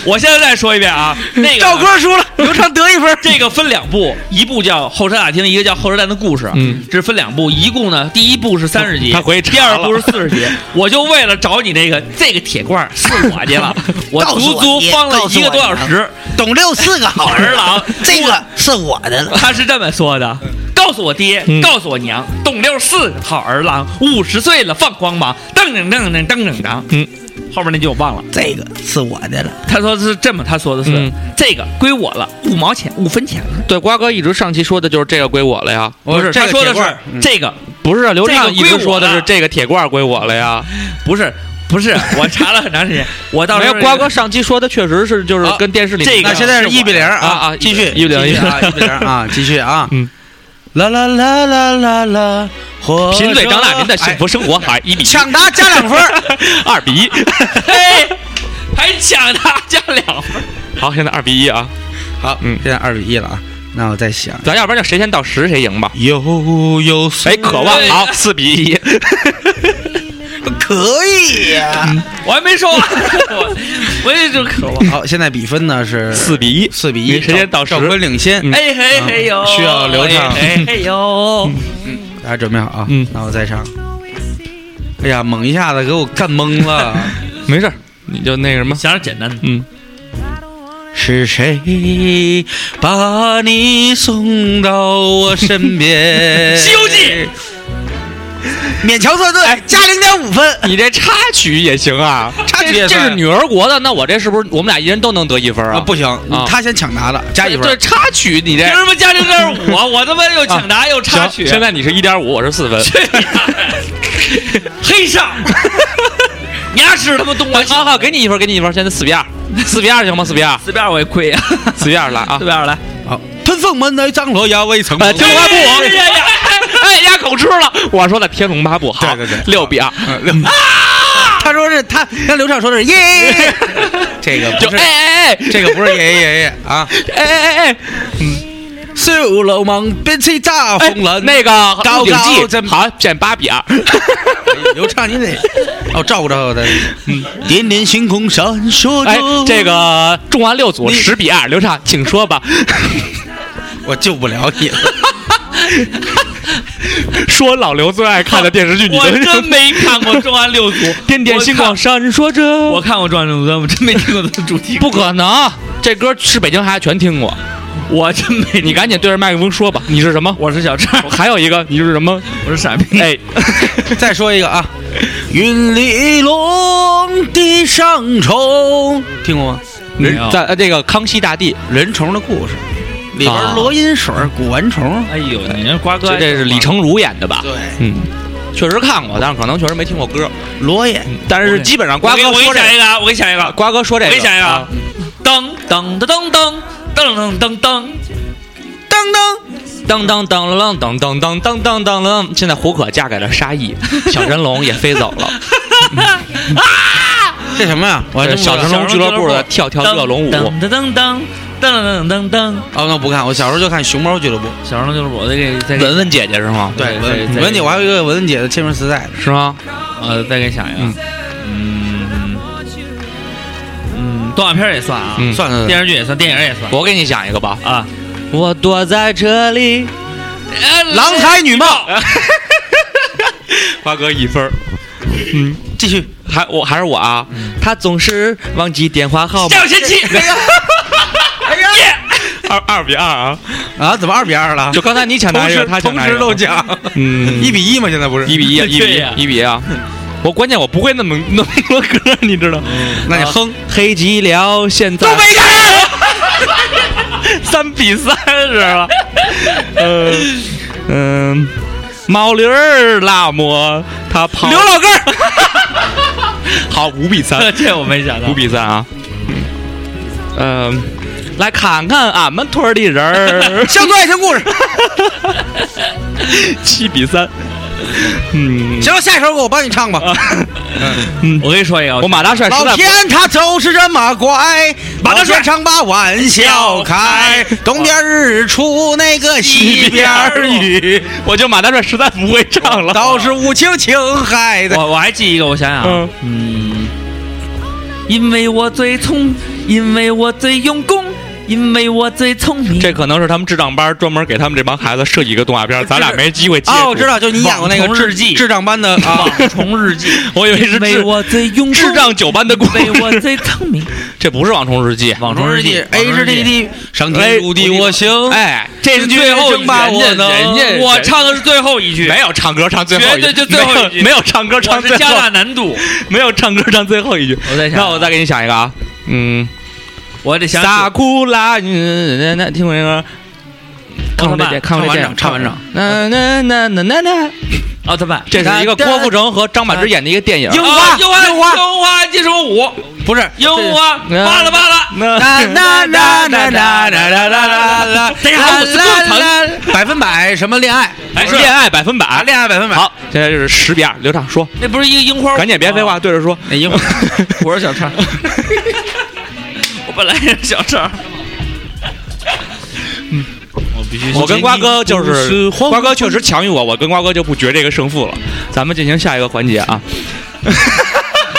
F: 我现在再说一遍啊，那个
E: 赵哥输了，刘畅得一 分。
F: 这个分两部，一部叫《候车大厅》，一个叫《候车站的故事》。啊
A: 嗯，
F: 这是分两部，一共呢，第一部是三十集，
A: 他回去
F: 第
A: 查
F: 二
A: 了
F: 部是四十 集。我就为了找你这个这个铁罐儿是我去 了，我足足放了一个多小时。
H: 懂六四个好
F: 儿郎
H: 这个是我的 了。
F: 他是这么说的：
A: 嗯
F: 告诉我爹，告诉我娘，董六四好儿郎，五十岁了放光芒，噔噔噔噔噔噔噔。嗯，后面那句我忘了。
H: 这个是我的了，
F: 他说是这么，他说的是、
A: 嗯
F: 这个归我了，五毛钱，五分钱。
A: 对瓜哥一直上期说的就是这个归我了呀，
E: 不是
F: 他说的是、
E: 嗯
A: 嗯
F: 这个，
A: 不是啊刘畅
F: 这个
A: 一
F: 归
A: 直
F: 我
A: 说的
F: 了
A: 是这个铁罐归我了呀。
F: 不是不 是，我查了很长时间，我到
A: 没
F: 时
A: 有
F: 候
A: 瓜哥上期说的确实是就是
F: 啊
A: 跟电视里
F: 这个
E: 那现在是一比零啊
A: 啊啊
E: 继续
A: 一比零
E: 继续啊，一比零 啊，继续啊。
A: 嗯
E: 啦啦啦啦啦啦，火
A: 贫嘴张大民的
E: 车
A: 幸福生活，还一比
E: 哎
A: 一
E: 抢答加两分儿。
A: 二比一。
F: 嘿，还抢他加两分，
A: 好，现在二比一啊，
E: 好，
A: 嗯
E: 现在二比一了啊。那我再想，
A: 咱要不然就谁先到十谁赢吧。
E: 悠悠
A: 哎，渴望好四比一，
H: 可以呀、
F: 我还没说 完，我我也就渴望。
E: 好，现在比分呢是
A: 四比一。
E: 四比一，
A: 时间到
E: 赵
A: 时
E: 坤领先。
A: 嗯
F: 哎嘿嘿呦，
E: 需
A: 哦
E: 要流畅
F: 哎嘿嘿呦，
E: 大家准备好啊？
A: 嗯
E: 那我再唱。哎呀，猛一下子给我干懵了。
A: 没事儿，你就那个什么，
F: 想点简单的。
A: 嗯，
E: 是谁把你送到我身
F: 《
E: 边？
F: 西游记》
E: 勉强算对，加零点五分。
A: 你这插曲也行啊，
E: 插曲也
A: 这这
E: 算
A: 是女儿国的，那我这是不是我们俩一人都能得一分
E: 啊，
A: 啊？
E: 不行
A: 啊，
E: 他先抢答了，加一
A: 对
E: 分。
A: 插曲你这
F: 凭什么加零点 五啊？我他妈又抢答又插
A: 行
F: 曲，
A: 现在你是一点五，我是四分。
F: 黑 哨，你丫是他妈东莞小
A: 好好，给你一分，给你一分，现在四比二，四比二行吗？四比二，
F: 四边我也亏啊，
A: 四比二来啊
F: 四！边来，
E: 好，啊喷凤门的张罗牙未曾
A: 呃，
E: 谋。
A: 天龙八部， 哎，压口吃了。我说的天龙八部，好，
E: 对对对
A: 六比二，
E: 啊他说是他，让刘畅说的是耶，这个
A: 就
E: 不是
A: 哎，哎哎，
E: 这个不是爷爷爷爷啊。
A: 哎哎哎，
E: 绣楼梦，边起大
A: 哎
E: 红蓝。
A: 那个《
E: 高
A: 鹿鼎
E: 高
A: 记》
E: 枕
A: 好，现八比二，
E: 刘畅，你得哦照顾照顾他。嗯点点星空闪烁
A: 哎，
E: 着。
A: 这个中完六组十比二，刘畅，请说吧，
E: 我救不了你了。
A: 说老刘最爱看的电视剧，你
F: 我
A: 都，
F: 真没看过《重案六组》
A: 点点星光闪烁着，
F: 我看过《重案六组》，但我真没听过他的主题，
A: 不可能，这歌是北京孩子全听过，
F: 我真没。
A: 你赶紧对着麦克风说吧，你是什么？
F: 我是小张，
A: 还有一个你是什 么？
F: 我是傻逼。
A: 哎，
E: 再说一个啊，云里笼地上虫，听过吗？
F: 没
A: 人
F: 有
A: 在呃这个康熙大帝，
E: 人虫的故事里
A: 啊
E: 边罗阴水、古玩虫。
F: 哎呦，你那瓜哥，哎
A: 这这是李成儒演的吧？
E: 对，
A: 嗯，确实看过，但是可能确实没听过歌。
E: 罗爷
A: 但是基本上瓜
F: 我给
A: 哥
F: 我给你
A: 说这
F: 想一个啊，我给你想一个，
A: 瓜哥说这
F: 我
A: 个，
F: 给你想一个
A: 啊
F: 啊，噔噔噔噔噔噔噔噔噔，
A: 当当当啷当当当当当当啷，现在胡可嫁给了沙溢，小神龙也飞走了。
E: 这什么呀？我还真不知道
A: 啊小神龙俱乐部的跳跳热龙舞，
F: 噔噔噔噔噔噔噔噔，
E: 哦，那不看，我小时候就看熊猫俱乐部。
F: 小张就是我的这这
A: 文文姐姐是吗？
E: 对，
F: 对
E: 文
F: 对
E: 文姐，我还有一个文文姐的签名磁带呢，
A: 是吗？
F: 呃，再给想一个，嗯嗯，动画片也算啊，
A: 嗯
E: 算了，
F: 电视剧也算，电影也算
A: 我给你想一个吧，
F: 啊。
A: 我躲在这里，
E: 郎才女貌，
A: 瓜哥一分儿。
E: 继续。
A: 还我还是我啊，他总是忘记电话号码
F: 下。有仙妻，
A: 二二比二啊！
E: 啊，怎么二比二了？
A: 就刚才你抢
E: 同
A: 哪一个，
E: 时
A: 他抢
E: 同
A: 哪一
E: 时
A: 个
E: 都讲，
A: 嗯，
E: 一比一嘛，现在不是
A: 一比一，一比
F: 对呀
A: 一，一比一啊！我关键我不会那么那么多歌，你知道？
E: 那
A: 啊
E: 你哼，
A: 黑吉辽现在 三比三是吧？嗯嗯，毛驴儿拉磨他跑刘老根儿，好五比
E: 呃
A: 三，
F: 这我没想到
A: 五。比三啊！嗯、呃，来看看俺们屯儿的人 儿，
E: 乡村爱情故事。
A: 七比三。嗯，
E: 行了，下一首歌我帮你唱吧。
F: 我跟你说一个，
A: 我马大帅实
E: 老
A: 在不
E: 天他就是这么乖，把他常把玩笑开，东边日出那个西边雨，
A: 我就马大帅实在不会唱了。
E: 倒是无情情海的。
F: 我我还记一个，我想想啊，嗯，因为我最聪，因为我最用功，因为我最聪明。
A: 这可能是他们智障班专门给他们这帮孩子设计一个动画片，咱俩没机会接触。
E: 哦，我知道，就你演过那个
F: 网
E: 智
F: 红日记
E: 智障班的啊，
F: 虫日 记，
A: 我以为是
F: 因为
A: 智
F: 我最用功，
A: 智障九班的故事
F: 因为我最聪 明。
A: 这不是《网虫日记》，
F: 网虫日记
E: ，A
F: 网虫
E: H
F: 日
E: D
F: 记
E: D，上天入地我行。
A: 哎，这是
E: 最后一把我能
A: 人家
F: 我唱的是最后一句，
A: 没有唱歌唱最后
F: 绝
A: 一句，
F: 对就最后一句
A: 没有没有唱歌唱
F: 我
A: 最
F: 是加
A: 后
F: 大，难度。
A: 没有唱歌唱最后一句。
F: 我在想，
A: 那我再给你想一个啊，嗯，
F: 我得想
A: 萨库拉，那那听过这歌？看过这电，看过这电影，
E: 唱完整唱。
A: 那那那那那那，
F: 奥特曼，
A: 这是一个郭富城和张柏芝演的一个电影。
E: 樱
F: 啊
E: 花，
F: 樱花，
E: 樱花，
F: 樱花，这什么舞？
E: 不是
F: 樱花，
A: 嗯
F: 巴拉巴拉，
A: 那
E: 啦啦啦啦啦啦啦啦啦啦！
F: 等一下我是不是疼
E: 百分百什么恋爱？
A: 哎恋爱百分
E: 啊，
A: 百，
E: 恋爱百分百。
A: 好，现在就是十比二，刘畅说，
F: 那不是一个樱花舞？
A: 赶紧别废
F: 啊
A: 话，，对着说。
E: 那樱花，我是想唱。
F: 我本来也是想唱。
E: 嗯
A: 我跟瓜哥就是瓜哥确实强于我，我跟瓜哥就不决这个胜负了。咱们进行下一个环节啊！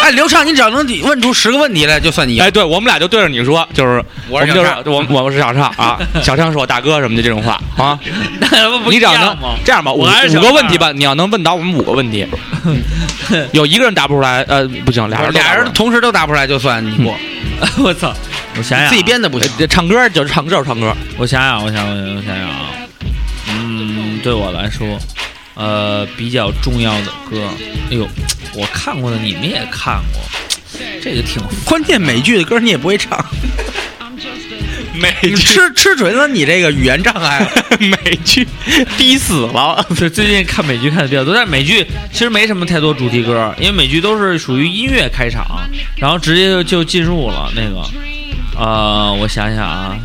E: 哎，刘畅，你只要能问出十个问题来，就算你赢。
A: 哎，对，我们俩就对着你说，就是我
E: 我
A: 们
E: 是
A: 就
E: 小
A: 是
E: 畅
A: 我们我们是小畅 啊，小畅是我大哥什么的这种话啊。
F: 那不不
A: 你
F: 一
A: 只要
F: 样吗
A: 能？这样吧，五
F: 我还是
A: 五
F: 小
A: 个
F: 畅
A: 问题吧，你要能问到我们五个 问题，有一个人答不出来，呃，不行，俩人都答不出来
E: 俩人同时都答不出来，就算你过。
F: 我操！我想想啊，
E: 自己编的不行。
A: 呃唱歌就是唱歌就是唱歌，
F: 我想想，我想想，我想想啊，嗯，对我来说，呃，比较重要的歌，哎呦，我看过的你们也看过，这个挺
E: 关键美剧的歌你也不 会唱，
A: 美
E: 你吃吃准了你这个语言障碍了。
A: 美 剧逼死了，
F: 对，最近看美剧看的比较多，但美剧其实没什么太多主题歌，因为美剧都是属于音乐开场，然后直接就就进入了那个，呃，我想想啊，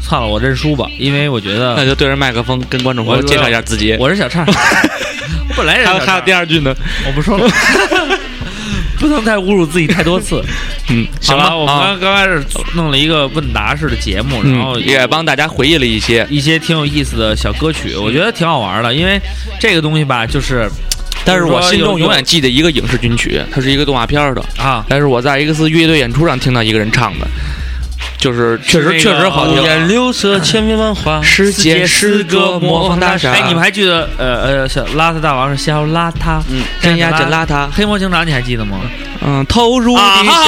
F: 算了，我认输吧，因为我觉
A: 那
F: 得
A: 就对着麦克风跟观众朋友
F: 我
A: 介绍一下自己。
F: 我是小畅， 我本来也是
A: 还有
F: 小
A: 还有
F: 畅
A: 第，二句呢，
F: 我不说了。不能再侮辱自己太多次。
A: 嗯，
F: 好
A: 行吧
F: 了，我们
A: 啊
F: 刚刚开始弄了一个问答式的节目，然后
A: 嗯，也帮大家回忆了一些，
F: 一些挺有意思的小歌曲，我觉得挺好玩的。因为这个东西吧，就是
A: 但是我心中永
F: 有
A: 远记得一个影视军曲，它是一个动画片儿的，
F: 啊，
A: 但是我在一次乐队演出上听到一个人唱的，就是确实
F: 是那
A: 确
F: 个
A: 实好听。
E: 六色，千变万化
A: 世界是个魔方大厦，
F: 哎，你们还记得呃呃，小邋遢大王是小邋遢，嗯，
A: 真呀真邋遢，
F: 黑猫警长你还记得吗？
A: 嗯，投入
F: 啊
A: 的
F: 哈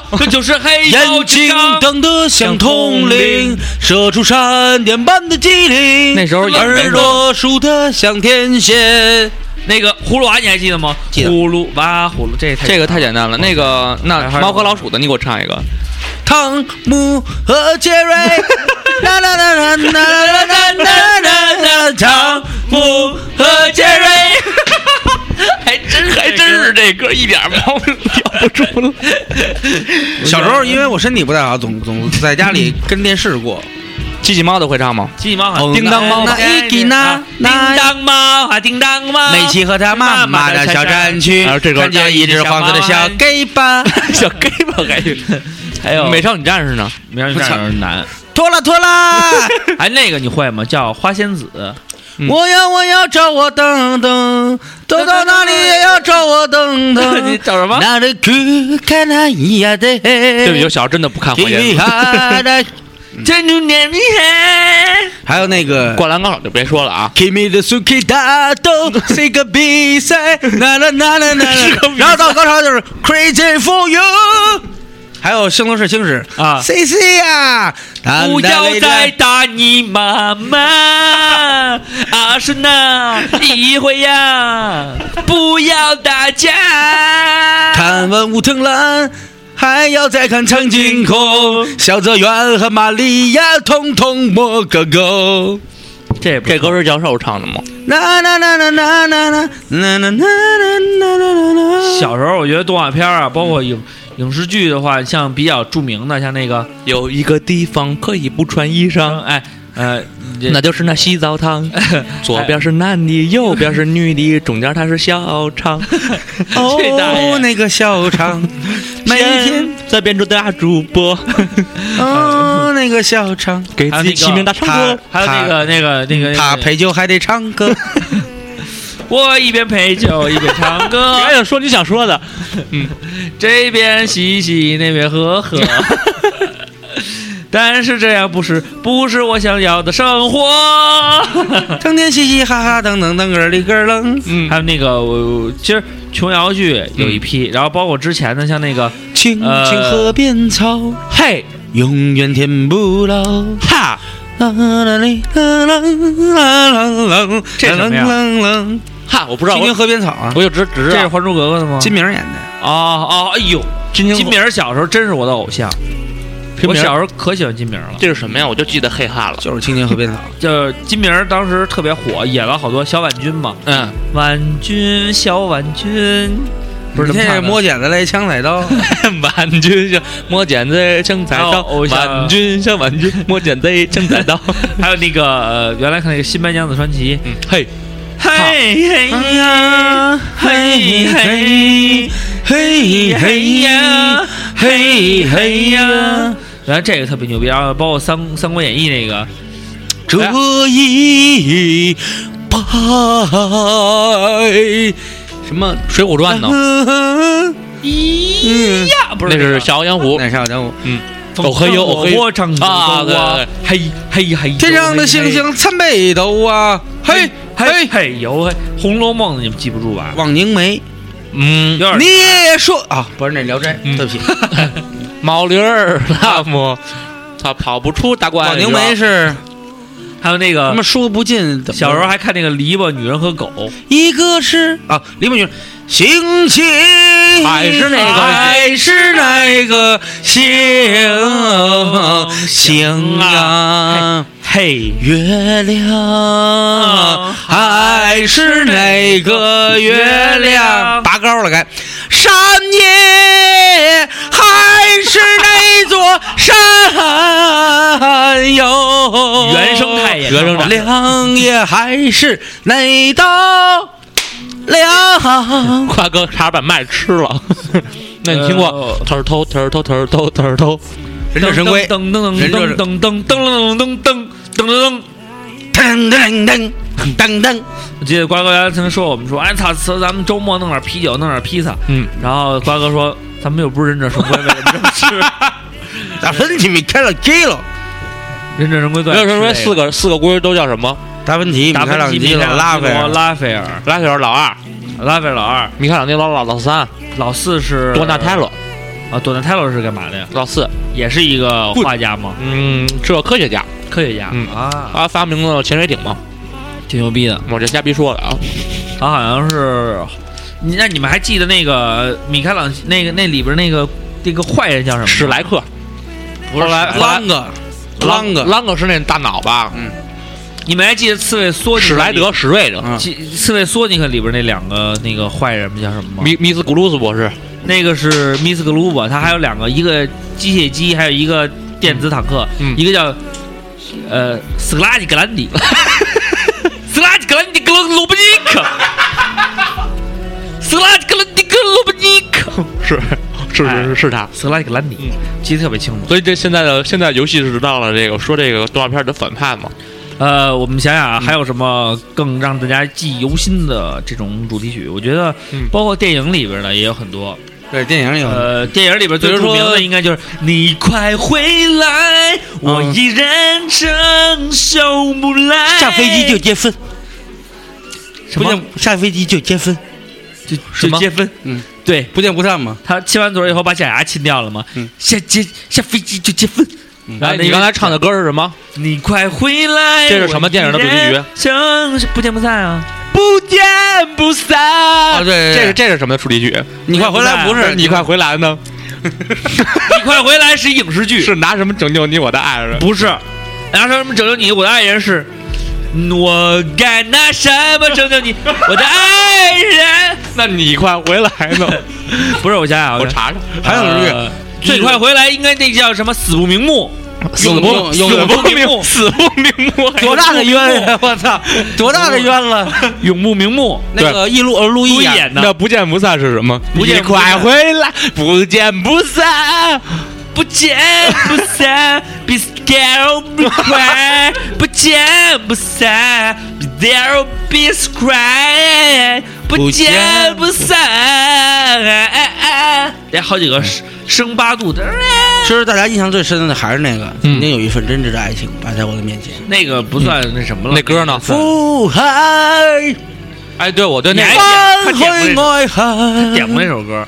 A: 笑，
F: 这就是黑猫
E: 眼
F: 警
E: 睛
F: 长。
E: 瞪得像铜铃，射出闪电般的机灵。
A: 那时候也没
E: 耳朵竖得像天线。
F: 那个葫芦娃你还记得吗？
E: 记得
F: 葫芦娃，葫芦这太
A: 这个太简单了。那个那
F: 还是
A: 猫和老鼠的，你给我唱一个。
E: 汤姆和杰 瑞，啦啦啦啦啦啦啦啦啦啦，汤姆和杰瑞。
F: 还真还真是这歌一点毛病不出了。
E: 小时候因为我身体不太好，总总在家里跟电视过。
A: 机器猫的会唱吗？
F: 机器猫好像，
A: 叮当猫
E: 那一吉那
F: 啊叮当猫啊，叮当猫，
E: 美琪和他妈妈的小战区，
A: 啊这个
E: 看见一只黄色的小 gay 吧，
A: 小 gay 吧，还有
F: 还有
A: 美少女战士呢？
F: 美少女战士难。
E: 脱了脱了，
F: 哎，那个你会吗？叫花仙子，
A: 嗯
E: 我要我要找我等等，走到哪里也要找我等
F: 你
E: 等。
F: 叫什么？
E: 哪里去看那咿呀的？
A: 对不起，我小时候真的
F: 啊
A: 不看火焰
E: 咿呀的
F: 珍珠点厉害，
E: 还有那个
F: 嗯
A: 灌篮高手就别说了啊，
E: Kimi 的 Suki 大豆是个比赛，啦啦啦 啦啦啦，然后到高潮就是 Crazy for you，还有《圣斗士星矢》
F: 啊
E: ，C C 啊呀，
F: 不要再打你妈妈，阿顺呐，一回呀，不要打架。
E: 看完武藤兰，还要再看长津湖，
F: 嗯
E: 小泽圆和玛利亚统统摸个够。
F: 这
A: 这歌是教授唱的吗？
E: 啦啦啦啦啦啦啦啦啦啦啦啦啦。
F: 小时候我觉得动画片啊，包括影影视剧的话，像比较著名的，像那个，
A: 有一个地方可以不穿衣裳，
F: 哎，呃，这
A: 那就是那洗澡 堂，左边是男的，右边是女的，中间它是小 肠。
F: 这大爷
E: 哦，那个小肠， 每天
A: 在变出大主播，
E: 哦，那个小肠。
A: 给
F: 还有
A: 自
F: 那
A: 己起名
F: 个
A: 大唱歌。
F: 还有那个那个那个，
E: 他
F: 那个
E: 陪酒还得唱 歌，
F: 我一边陪酒一边唱 歌，嗯
A: 还有哎说你想 说的，
F: 这边洗洗，那边喝 喝。但是这样不是不是我想要的生活。
E: 整天嘻嘻哈哈，噔噔噔个里个楞。
A: 嗯
F: 还，有那个，我其实琼瑶剧有一
A: 嗯
F: 批，然后包括之前的像那个，
E: 青
F: 呃
E: 青河边草，
F: 嘿
E: 永远填不老。
F: 哈，
E: 啦啦哩啦啦啦啦啦，
F: 这什么呀
E: 啦啦啦
A: 哈，我不知道，
E: 青青
A: 我
E: 河边草啊，
A: 我就只
F: 这
A: 只知
F: 是《
A: 道
F: 还珠格格》的吗？
E: 金明演的。
F: 哦哦，哎呦，
E: 金
F: 金明儿小时候真是我的偶像，
A: 明
F: 我
A: 儿
F: 小时候可喜欢金明儿了。
A: 这是什么呀？我就记得嘿哈了。
E: 就是青青河边草。
F: 就是金明儿当时特别火，演了好多小婉君嘛，
A: 嗯，
F: 婉君小婉君，不是
E: 你
F: 这么
E: 这
F: 唱的
E: 摸剪子来枪宰刀，
A: 婉君像摸剪子像宰刀，
F: 哦偶像
A: 婉君像婉君摸剪子像宰刀。
F: 还有那个、呃、原来看那个《新白娘子传奇》，
A: 嗯，嘿，
F: 嘿嘿呀，嘿嘿
E: 嘿
F: 嘿
E: 嘿
F: 呀
E: 呀，，
F: 嘿嘿呀。原来这个特别牛逼，然后包括三《三国演义》那个，
E: 这一拜什么
A: 《水浒传》呢？
E: 呢？
F: 咿呀，不是
A: 嗯那
F: 个
A: 是《小羊湖》
E: 那啥人物？
F: 嗯
A: 哦嘿呦哦嘿
F: 我唱起
A: 啊，对对
F: 歌
A: 对，
F: 嘿嘿嘿，
E: 天上的星星参北斗啊！嘿
F: 嘿
E: 嘿，
F: 嘿呦嘿，《红楼梦》你们记不住吧？
E: 望凝眉，
A: 嗯，
F: 有点
E: 你也说啊，不是那《聊斋》，
A: 嗯
E: 对不起，
A: 毛驴儿那么，他跑不出大关。
E: 望凝眉
A: 是
E: 是
F: 还有那
E: 什
F: 个
E: 么说不尽。
F: 小时候还看那个篱笆女人和狗，
E: 一个是啊，李梦君，星星
A: 还是那个
E: 还是那个星星啊。
F: 嘿，啊
E: 月亮还是那个月亮，拔高了该。山也还是那座山哟，
F: 原生态也
E: 原生态。梁也还是那道梁。
A: 瓜哥差点把麦吃了。那你听过
F: 呃
A: “头头头头头头头头
E: 忍者神龟，
F: 噔噔噔噔噔噔噔噔噔噔噔噔噔。
E: 噔噔噔噔噔，
F: 我记得瓜哥原来曾经说我们说，哎操，咱们周末弄点啤酒，弄点披萨。
A: 嗯，
F: 然后瓜哥说，咱们又不是忍者神龟，为什么这么吃？
E: 咋问题没开了 g 了？
F: 忍者神龟”？对，
A: 没有人说四
F: 个
A: 个四个龟都叫什么？
E: 达芬奇、米
F: 达
E: 开
F: 芬
E: 朗
F: 奇、
E: 基
F: 米开
E: 罗、拉
F: 朗基
E: 斐
F: 罗
E: 尔、
F: 拉斐尔、
A: 拉斐尔老二，
F: 拉斐尔老二，
A: 米开朗基罗老老三，
F: 老四是
A: 多纳泰勒
F: 啊，多纳泰勒是干嘛的呀？
A: 老四。
F: 也是一个画家吗？
A: 嗯，是个科学家，
F: 科学家
A: 嗯
F: 啊，
A: 他发明了潜水艇嘛。
F: 挺牛逼的。
A: 我这瞎逼说的啊。
F: 他好像是，你那你们还记得那个米开朗那个那里边那个那个坏人叫什么？
A: 史莱克，
F: 不是
A: 后来
E: 啷个啷个
A: 啷个是那大脑吧？
F: 你们还记得刺猬索尼克
A: 史莱德，史瑞德，
E: 嗯
F: 记刺猬索尼克里边那两个那个坏人们叫什么吗？
A: 米米斯古鲁斯博士。
F: 那个是米斯克鲁伯，他还有两个，一个机械姬，还有一个电子坦克，
A: 嗯
F: 一个叫呃斯克拉吉格兰迪， 斯克拉吉格兰迪格罗布尼克，斯克拉吉格兰迪格罗布尼克，
A: 是是
F: 哎
A: 是是是他。嗯
F: 斯克拉吉格兰迪，记得特别清楚。
A: 所以这现在的现在游戏是知道了这个说这个动画片的反派嘛，
F: 呃，我们想想啊，还有什么更让大家记忆犹新的这种主题曲？我觉得
A: 嗯，
F: 包括电影里边呢也有很多。
E: 对，电影里有。
F: 呃，电影里边最
E: 比如
F: 出
E: 说
F: 名的应该就是“你快回来，我依然承受不来”。
H: 下飞机就接分，
F: 什么
E: 不
H: 下飞机就接分，
F: 就
E: 什
F: 就
E: 么
F: 接分？
E: 嗯，
F: 对
E: 不见不散嘛。
F: 他亲完嘴以后把假牙亲掉了嘛，
E: 嗯
F: 下接下飞机就接分。然
A: 来，
F: 后那
A: 哎你
F: 个
A: 刚才唱的歌是什么？
F: 你快回来！
A: 这是什么电影的主题曲
F: 生是不见不散啊！哦不见不
E: 啊，
F: 散，
E: 对，
A: 这是
E: 是
A: 这是什么主题曲？
E: 你快回来，不是
A: 你快回来呢？
F: 你快回来是影视 剧，
A: 是拿什么拯救你我的爱人？
F: 不是？然后说什么拯救你，我的爱人是，我该拿什么拯救你，我的爱人？
A: 那你快回来 呢？
F: 不是，我想想啊，
A: 我查查。
E: 还有
F: 呃
E: 那个
F: 最快回来应该那叫什么？死不瞑目，
E: 死不
F: 永
E: 永
F: 不瞑目，
A: 死不瞑目，
E: 多大
F: 哎
E: 的冤呀！我操，多大的冤了！
F: 永不瞑目，
E: 那个一路呃陆
F: 不
E: 毅
F: 演的
A: 那不见不散是什么？
F: 不见
A: 你
F: 不散
A: 快回来，不见不散。
F: 不见不散，be scared be cry，不见不散，be there be cry，不见不散。连好几个升升八度的，
E: 其实大家印象最深的还是那个，
A: 嗯
E: 曾经有一份真挚的爱情摆在我的面前。
F: 那个不算那什么了。
A: 那歌呢？
E: 不海，
A: 哎，对，我对那
F: 你
A: 个
F: 还
E: 返
F: 点他点
E: 回爱海，
F: 点过那首歌，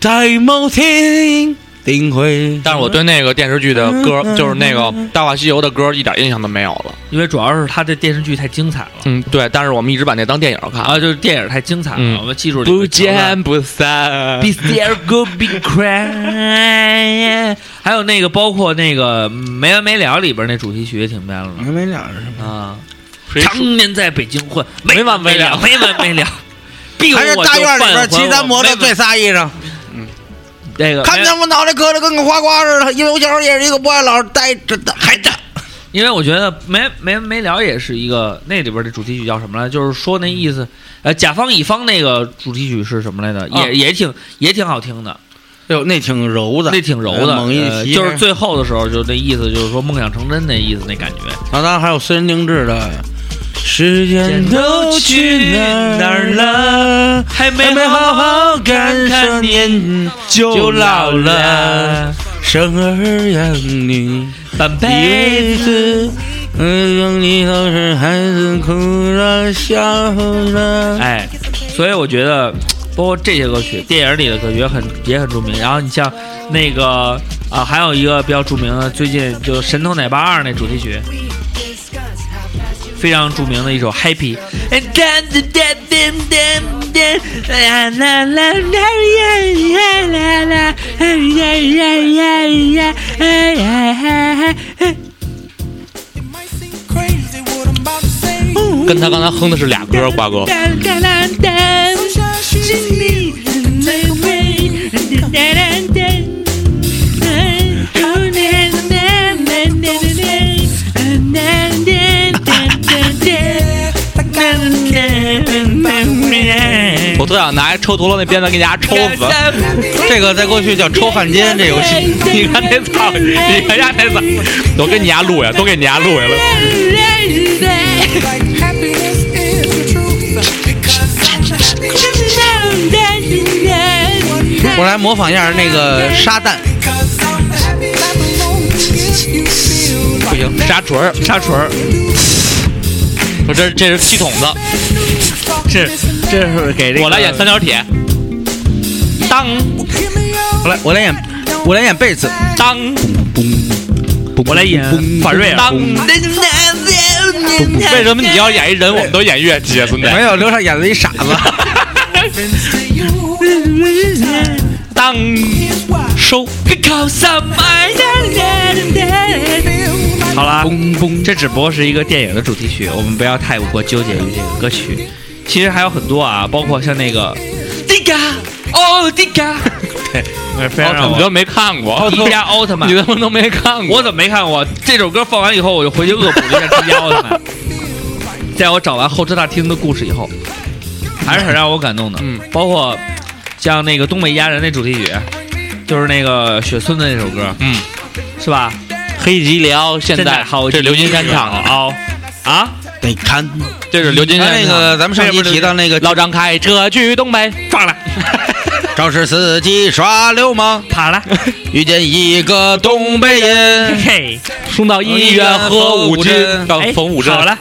E: 在某天定会。
A: 但是我对那个电视剧的歌，就是那个《大话西游》的歌，一点印象都没有了。
F: 因为主要是他的电视剧太精彩了
A: 嗯，对，但是我们一直把那当电影看。
F: 啊，就是电影太精彩
A: 嗯
F: 了，我们记住里面
A: 不
F: 桥段
A: 见不散
F: Be there, go be cry。还有那个，包括那个没完没了里边那主题曲也挺妙
E: 没没俩人，
F: 的啊。
A: 谁
F: 常年在北京混，没完没了，没完没 了。必有
E: 还是
F: 我
E: 大
F: 就
E: 院里
F: 犯
E: 边骑
F: 浑
E: 咱
F: 我
E: 摩托
F: 没完
E: 最仨衣裳，
F: 那个，
E: 看
F: 没
E: 见我脑袋磕的跟个花瓜似的，因为我小时候也是一个不爱老实待着的孩子。
F: 因为我觉得没没没聊也是一个那里边的主题曲叫什么来，就是说那意思，呃，甲方乙方那个主题曲是什么来着？
E: 啊
F: 也也挺也挺好听的，
E: 哟，哎那挺柔的，
F: 那挺柔的，
E: 猛一
F: 呃
E: 提，哎
F: 就是最后的时候就那意思，就是说梦想成真那意思那感觉。
E: 然后当然还有私人定制的，时间都去哪儿了？
F: 还没
E: 还没好好感受年就老了，，生儿养女
F: 半
E: 一次，嗯，让你都是孩子哭了笑了。
F: 哎，所以我觉得，包括这些歌曲，电影里的歌曲也很也很著名。然后你像那个啊，还有一个比较著名的，最近就《神偷奶爸二》那主题曲。非常著名的一首 Happy，
A: 跟他刚才哼的是俩歌，瓜哥。我特想拿一抽陀螺那鞭子给大家抽死。
E: 这个在过去叫抽汉奸这游 戏，
A: 你看那操，你看家那操，都给你家录下，都给你家录下了。
E: 我来模仿一下那个沙旦，
A: 不行，沙锤儿，沙锤儿。我这这是系统的，
F: 是这是给这个
A: 我来演三角铁。当
E: 我来我来演我来演贝斯，
A: 当，
F: 我来演法瑞尔，
A: 当为什么你要演一人，我们都演乐器啊，孙子？
E: 没有刘畅演了一傻子，
A: 当收。
F: 好啦，这只不过是一个电影的主题曲，我们不要太过纠结于这个歌曲。其实还有很多啊，包括像那个迪迦，哦迪迦， 对，非
A: 奥
F: 常
A: 特
F: 让我
A: 曼哦都没看过，
F: 迪迦奥特曼
A: 你，他妈都没看过。
F: 我怎么没看过？这首歌放完以后，我就回去恶补了一下迪迦奥特曼。 在我找完候车大厅的故事以后，还是很让我感动的。
A: 嗯，
F: 包括像那个东北一家人那主题曲，就是那个雪村的那首歌，
A: 嗯，
F: 是吧？
A: 黑吉辽》现
F: 现在
A: 在
F: 好
A: 这是
F: 几
A: 牛金山
F: 个
A: 唱的，
F: 哦啊，
E: 得看。
A: 这是牛金山
E: 他
F: 哎
E: 那
A: 唱
E: 个
A: 的哎
E: 咱们上期提到那个
A: 老张开车去东北，撞 了，
E: 肇事司机耍流氓，
F: 跑了，
E: 遇见一个东北人，
F: 嘿，
A: 送到医院喝五针，到
F: 哎
A: 缝五针，啊
F: 好了，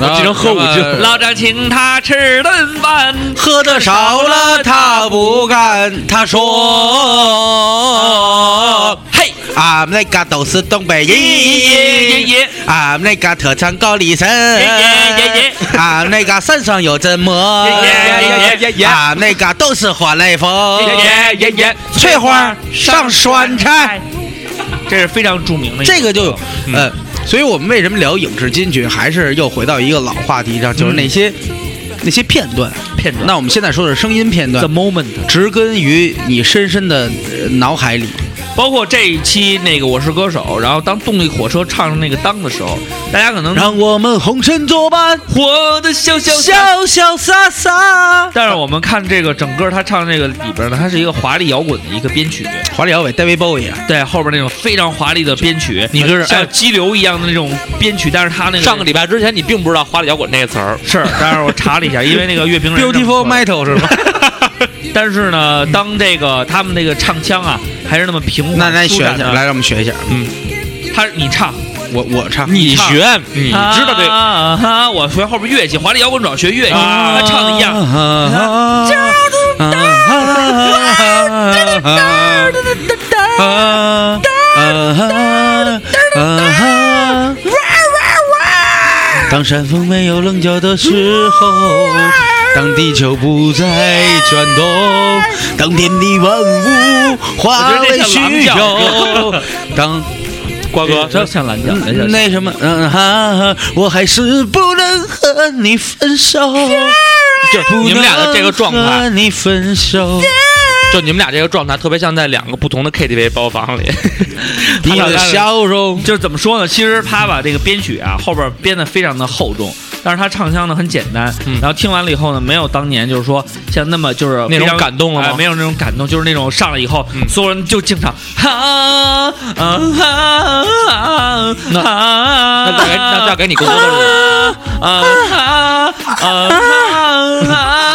E: 然后
A: 记成喝五
E: 什么
A: 斤
F: 老张请他吃顿饭，
E: 喝的少了他不干，他说：“嘿，俺啊们那嘎都是东北
F: 耶耶
E: 人，
F: 耶，
E: 俺们那嘎特产高丽参，
F: 耶耶耶
E: 俺们那嘎山上有榛蘑，
F: 耶耶耶耶耶耶
E: 俺们那嘎都是花来风，
F: 耶耶耶，
E: 翠花上酸菜。”，
F: 这是非常著名的一
E: 这个就
F: 歌
E: 呃，所以我们为什么聊影视金曲，还是又回到一个老话题上，就是那些、那些片段。
F: 嗯片段
E: 那我们现在说的是声音片
F: The
E: 段，
F: Moment。
E: 植根于你深深的呃脑海里。
F: 包括这一期那个《我是歌手》，然后当动力火车唱上那个《当》的时候，大家可能
E: 让我们红尘作伴，
F: 活的潇潇洒。
E: 潇潇洒洒。
F: 但是我们看这个整个他唱这个里边呢，它是一个华丽摇滚的一个编曲，
E: 华丽摇滚，David Bowie 啊，
F: 对后边那种非常华丽的编曲，
A: 你是
F: 像激流一样的那种编曲，但是他那个
A: 上个礼拜之前你并不知道“华丽摇滚”这个词儿，
F: 是，但是我查了一下，因为嗯那个乐评人这么说
E: ，Beautiful
F: 的
E: Metal 是吧？
F: 但是呢，当这个他们那个唱腔啊，还是那么平缓
E: 那来学
F: 舒
E: 一
F: 展
E: 下，
F: 的
E: 来让我们学一下。
F: 他你唱，
E: 我我唱，
A: 你
F: 唱
A: 学，你
F: 你
A: 知道这个
F: 啊哈，我学后边乐器，华丽摇滚转学乐器，
E: 啊
F: 他唱的一样。
E: 当山峰没有棱角的时候，当地球不再转动，当天地万物化为虚有，当
A: 瓜哥，
F: 这像蓝调，
E: 嗯那什么，嗯哈，我还是不能和你分手。
A: 就你们俩的这个状态，，
E: 你分手，
A: 就你们俩这个状态，特别像在两个不同的 KTV 包房 里。
E: 你的笑容。
F: 就是怎么说呢？其实他把这个编曲啊后边编的非常的厚重，但是他唱腔呢很简单，
A: 嗯
F: 然后听完了以后呢，没有当年就是说像那么就是
A: 那种
F: 非常
A: 感动了吗
F: 哎没有那种感动，就是那种上来以后，
A: 嗯
F: 所有人就经常啊啊啊啊，
A: 那那带给那带给你更多的 是
F: 啊啊啊啊！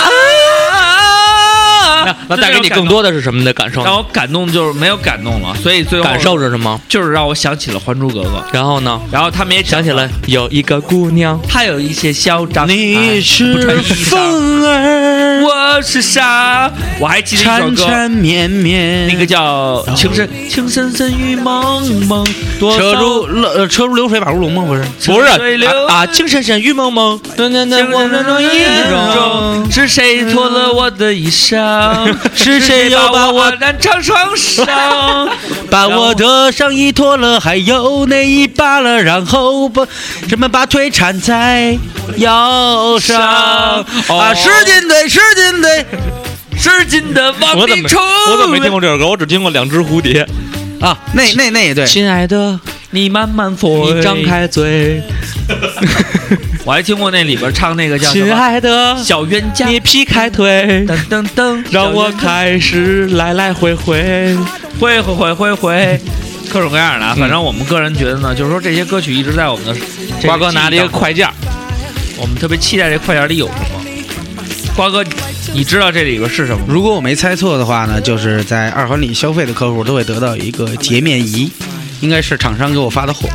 A: 那那带给你更多的是什么的感受呢？
F: 让我感动就是没有感动了，所以最后
A: 感受是什么？
F: 就是让我想起了《还珠格格》，
A: 然后呢？
F: 然后他们也
A: 想起
F: 了。
A: 来有一个姑娘，
F: 他有一些嚣张。
E: 你
F: 哎不穿
E: 是
F: 衣裳，
E: 风儿，
F: 我是沙。我还记得一首
E: 缠
F: 歌，
E: 缠绵绵。
F: 那个叫《情深情深深雨蒙蒙》，多
E: 车
F: 少
E: 如呃车如流水，马如龙吗？不是，
A: 不是
F: 水流
A: 啊，啊情深深雨蒙蒙，那那那
F: 情深深雨蒙蒙，是谁脱了我的衣 裳？
E: 是谁又把
F: 把我
E: 我
F: 染成双裳？
E: 把我的上衣脱了，还有内衣扒了，然后把什么把腿缠在腰上
F: 哦
E: 啊，使劲怼，使劲怼。
F: 使劲的往
A: 我怎
F: 里
A: 么
F: 冲！
A: 我怎么没听过这首歌？我只听过《两只蝴蝶》。
E: 啊，那那那也对，
A: 亲爱的，
F: 你慢慢 飞，
A: 你张。开嘴，
F: 我还听过那里边唱那个叫什
A: 亲
F: 么
A: 爱的，
F: 《小冤家
A: 你》。劈开腿，
F: 噔噔噔，
A: 让我
F: 看。
A: 开始来来回回。
F: 会会会会会，各种各样的啊。反正我们个人觉得呢，就是说这些歌曲一直在我们的这
A: 瓜哥拿 了一个
F: 快件，我们特别期待这快件里有什么。瓜哥，你知道这里边是什么吗？
E: 如果我没猜错的话呢，就是在二环里消费的客户都会得到一个洁面仪，应该是厂商给我发的货。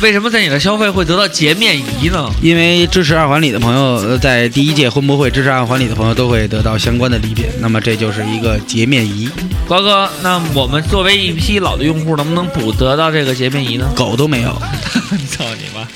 F: 为什么在你的消费会得到洁面仪呢？
E: 因为支持二环里的朋友，呃在第一届婚博会支持二环里的朋友都会得到相关的礼品，那么这就是一个洁面仪，
F: 瓜哥，那我们作为一批老的用户，能不能补得到这个洁面仪呢？
E: 狗都没有。
F: 操你妈！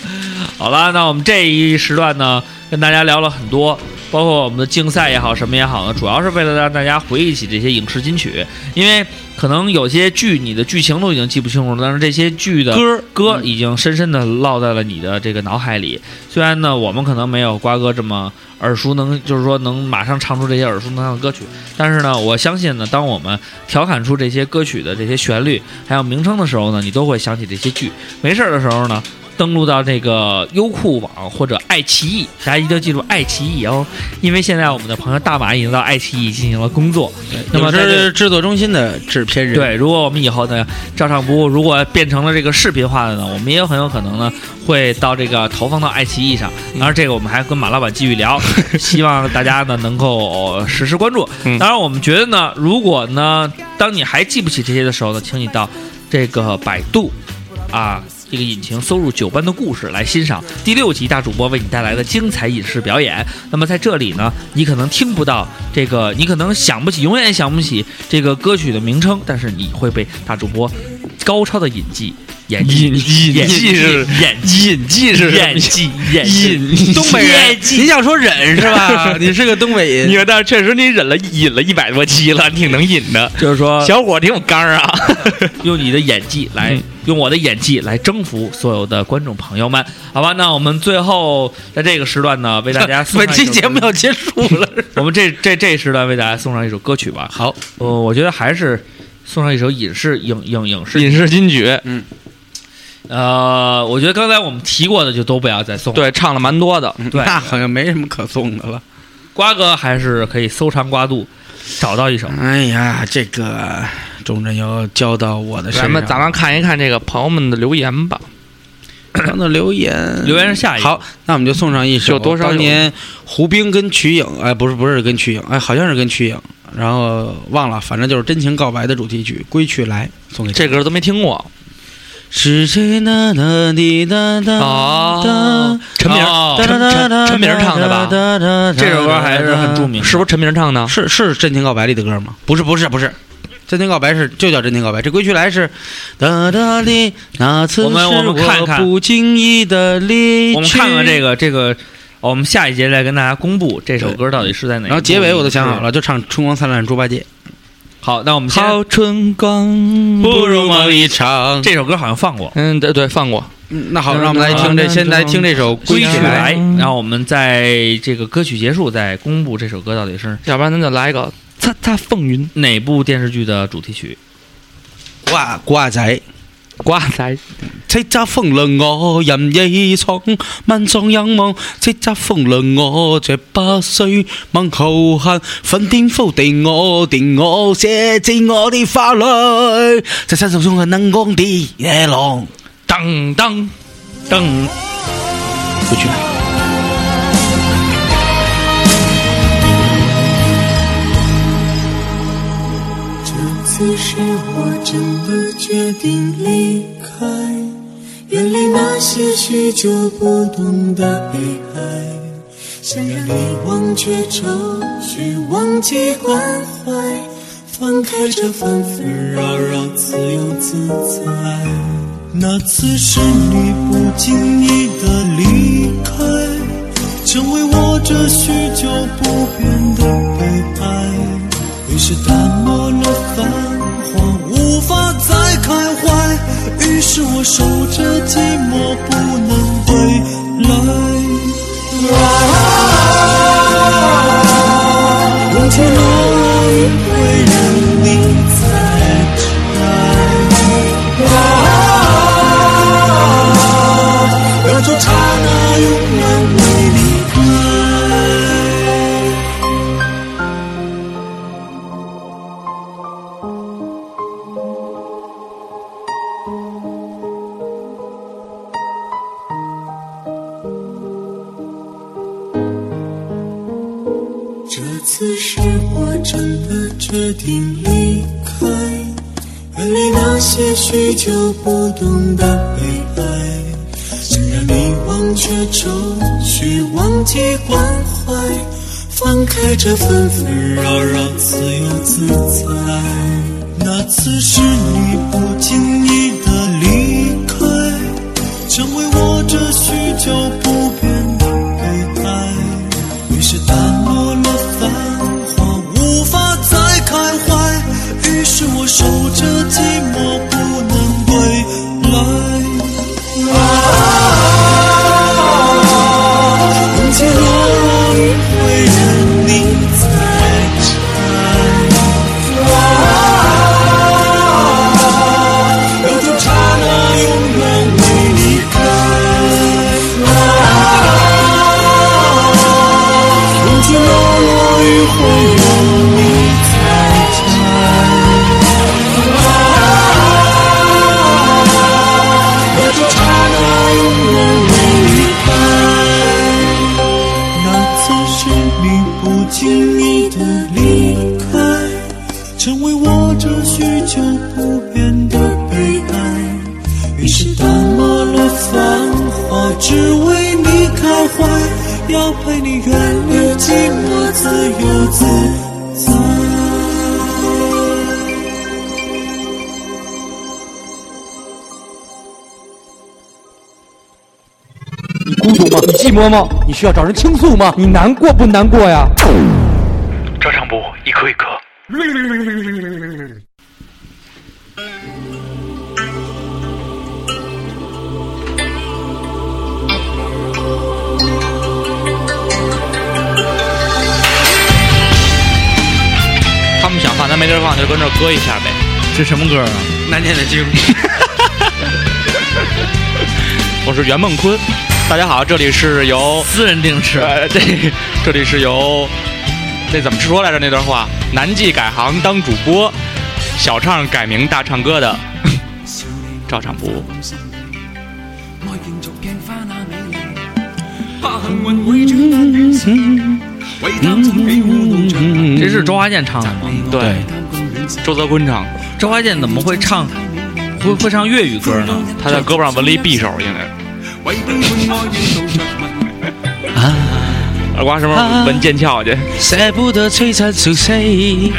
F: 好了，那我们这一时段呢，跟大家聊了很多，包括我们的竞赛也好，什么也好呢，主要是为了让大家回忆起这些影视金曲，因为可能有些剧你的剧情都已经记不清楚了，但是这些剧
A: 呃
F: 的
E: 歌
F: 歌已经深深的烙在了你的这个脑海里。虽然呢，我们可能没有瓜哥这么耳熟能，就是说能马上唱出这些耳熟能详的歌曲，但是呢，我相信呢，当我们调侃出这些歌曲的这些旋律还有名称的时候呢，你都会想起这些剧。没事儿的时候呢，登录到这个优酷网或者爱奇艺，大家一定要记住爱奇艺哦，因为现在我们的朋友大马已经到爱奇艺进行了工作。
A: 呃
F: 那么
E: 我
F: 在这
E: 是制作中心的制片人，，
F: 对，如果我们以后呢，照唱不误如果变成了这个视频化的呢，我们也很有可能呢会到这个投放到爱奇艺上。当然，这个我们还跟马老板继续聊，希望大家呢能够呃实时关注。
A: 嗯
F: 当然，我们觉得呢，如果呢，当你还记不起这些的时候呢，请你到这个百度啊。这个引擎搜入九班的故事来欣赏第六集大主播为你带来的精彩影视表演。那么在这里呢，你可能听不到这个，你可能想不起，永远想不起这个歌曲的名称，但是你会被大主播高超的演技、演技、
A: 引
F: 演技、演技、
A: 引技是什么
F: 演
A: 意思
F: 技、演
A: 引
F: 技，东北人。
E: 你想说忍是吧？你是个东北人
A: 你，但是确实你忍了引了一百多期了，挺能引的。
F: 就是说，
A: 小伙挺有刚儿啊！
F: 用你的演技来，
A: 嗯
F: 用我的演技来征服所有的观众朋友们，好吧？那我们最后在这个时段呢，为大家送
E: 本
F: 上一
E: 期
F: 首
E: 节目
F: 歌
E: 要结束 了，
F: 我们这这这时段为大家送上一首歌曲吧。
E: 好，
F: 呃，我觉得还是送上一首影视影影影视
A: 影视金曲，
F: 呃，我觉得刚才我们提过的就都不要再送了。
A: 对，嗯唱了蛮多的。
F: 对
E: 那好像没什么可送的了。
F: 瓜哥还是可以搜肠刮肚找到一首。
E: 哎呀，这个钟镇瑶交到我的
A: 咱
E: 身上，
A: 们
F: 啊
A: 咱们看一看这个朋友们的留言吧。
E: 咱的 留言，
F: 留言是下一个
E: 好，那我们就送上一首
A: 有多少有
E: 当年胡兵跟瞿颖，哎，不是不是跟瞿颖，哎，好像是跟瞿颖，然后忘了，反正就是《真情告白》的主题曲《归去来》，送给
A: 这
E: 个
A: 歌都没听过
E: 是谁哒哒滴哒哒
A: 哦，陈明
F: 哦
A: 陈陈陈明唱的吧？
E: 吧
F: 这首歌还是很著名的，
A: 是不是陈明唱的？
E: 是是《真情告白》里的歌吗？不是，不是，不是，《真情告白是》就叫《真情告白》，这《归去来》是哒哒的那次
F: 我们
E: 是
F: 我们看看
E: 不经意的离去。
F: 我们看看这，个这个，哦我们下一节再跟大家公布这首歌到底是在
A: 嗯
F: 哪。
E: 然后结尾我都想好。了，就唱《春光灿烂猪八戒
F: 好，那我们先
A: 好春光》，
E: 不如梦一场。
F: 这首歌好像放过。
A: 嗯，对对，放过。
E: 嗯那好，让我们来听这，先来听这首《
F: 归
E: 归
F: 去
E: 去来
F: 来，
A: 嗯
F: 然后我们在这个歌曲结束再公布这首歌到底是
A: 要不然咱就来一个擦擦风云
F: 哪部电视剧的主题曲。》。
E: 瓜瓜仔，
A: 瓜仔，
E: 叱咤風涼我任意闖，萬狀仰望，叱咤風涼我這不需問豪恨，憤天覆地我定我寫進我的花裏，這身手中係能光的野狼。
A: 当当当，
E: 回去了。
I: 这次是我真的决定离开，远离那些许久不懂的悲哀。想让你忘却愁绪，忘记关怀，放开这纷纷扰扰，自由自在。那次是你不经意的离开，成为我这许久不变的悲哀。于是淡漠了繁华，无法再开怀。于是我守着寂寞，不能回来。啊，忘却落叶会让你再摘。啊，那种刹那永远未离开。这次是我真的决定离开，远离那些许久不懂的悲哀。想让你忘却愁绪，忘记关怀，放开这纷纷扰扰，自由自在。那次是你不经意的离开，成为我这许久不变的悲哀。于是淡漠了繁华，无法再开怀。于是我守着寂寞，不能归来。啊，红旗落日会让你再摘。啊，有种刹那永远没离开。
C: 你不经意的离开，成为我这许久不变的悲哀。于是淡漠了繁华，只为你开怀。要陪你远离寂寞，自由自在。
J: 你孤独吗？你寂寞吗？你需要找人倾诉吗？你难过不难过呀？
K: 照常不误，一颗一颗。
A: 他们想放，咱没地儿放，就跟这儿搁一下呗。
F: 这什么歌啊？
E: 难念的经。
A: 我是袁梦坤，大家好，这里是由
F: 私人定制。
A: 呃 这这里是由那怎么说来着那段话？南纪改行当主播，小唱改名大唱歌的 照常不误。
F: 这是周华健唱的吗？
A: 对，周泽坤唱，
F: 周华健怎么会唱会会唱粤语歌呢？
A: 他在胳膊上纹了一匕首，应该。啊二瓜什么时候纹剑鞘去？
H: 舍不得摧残熟悉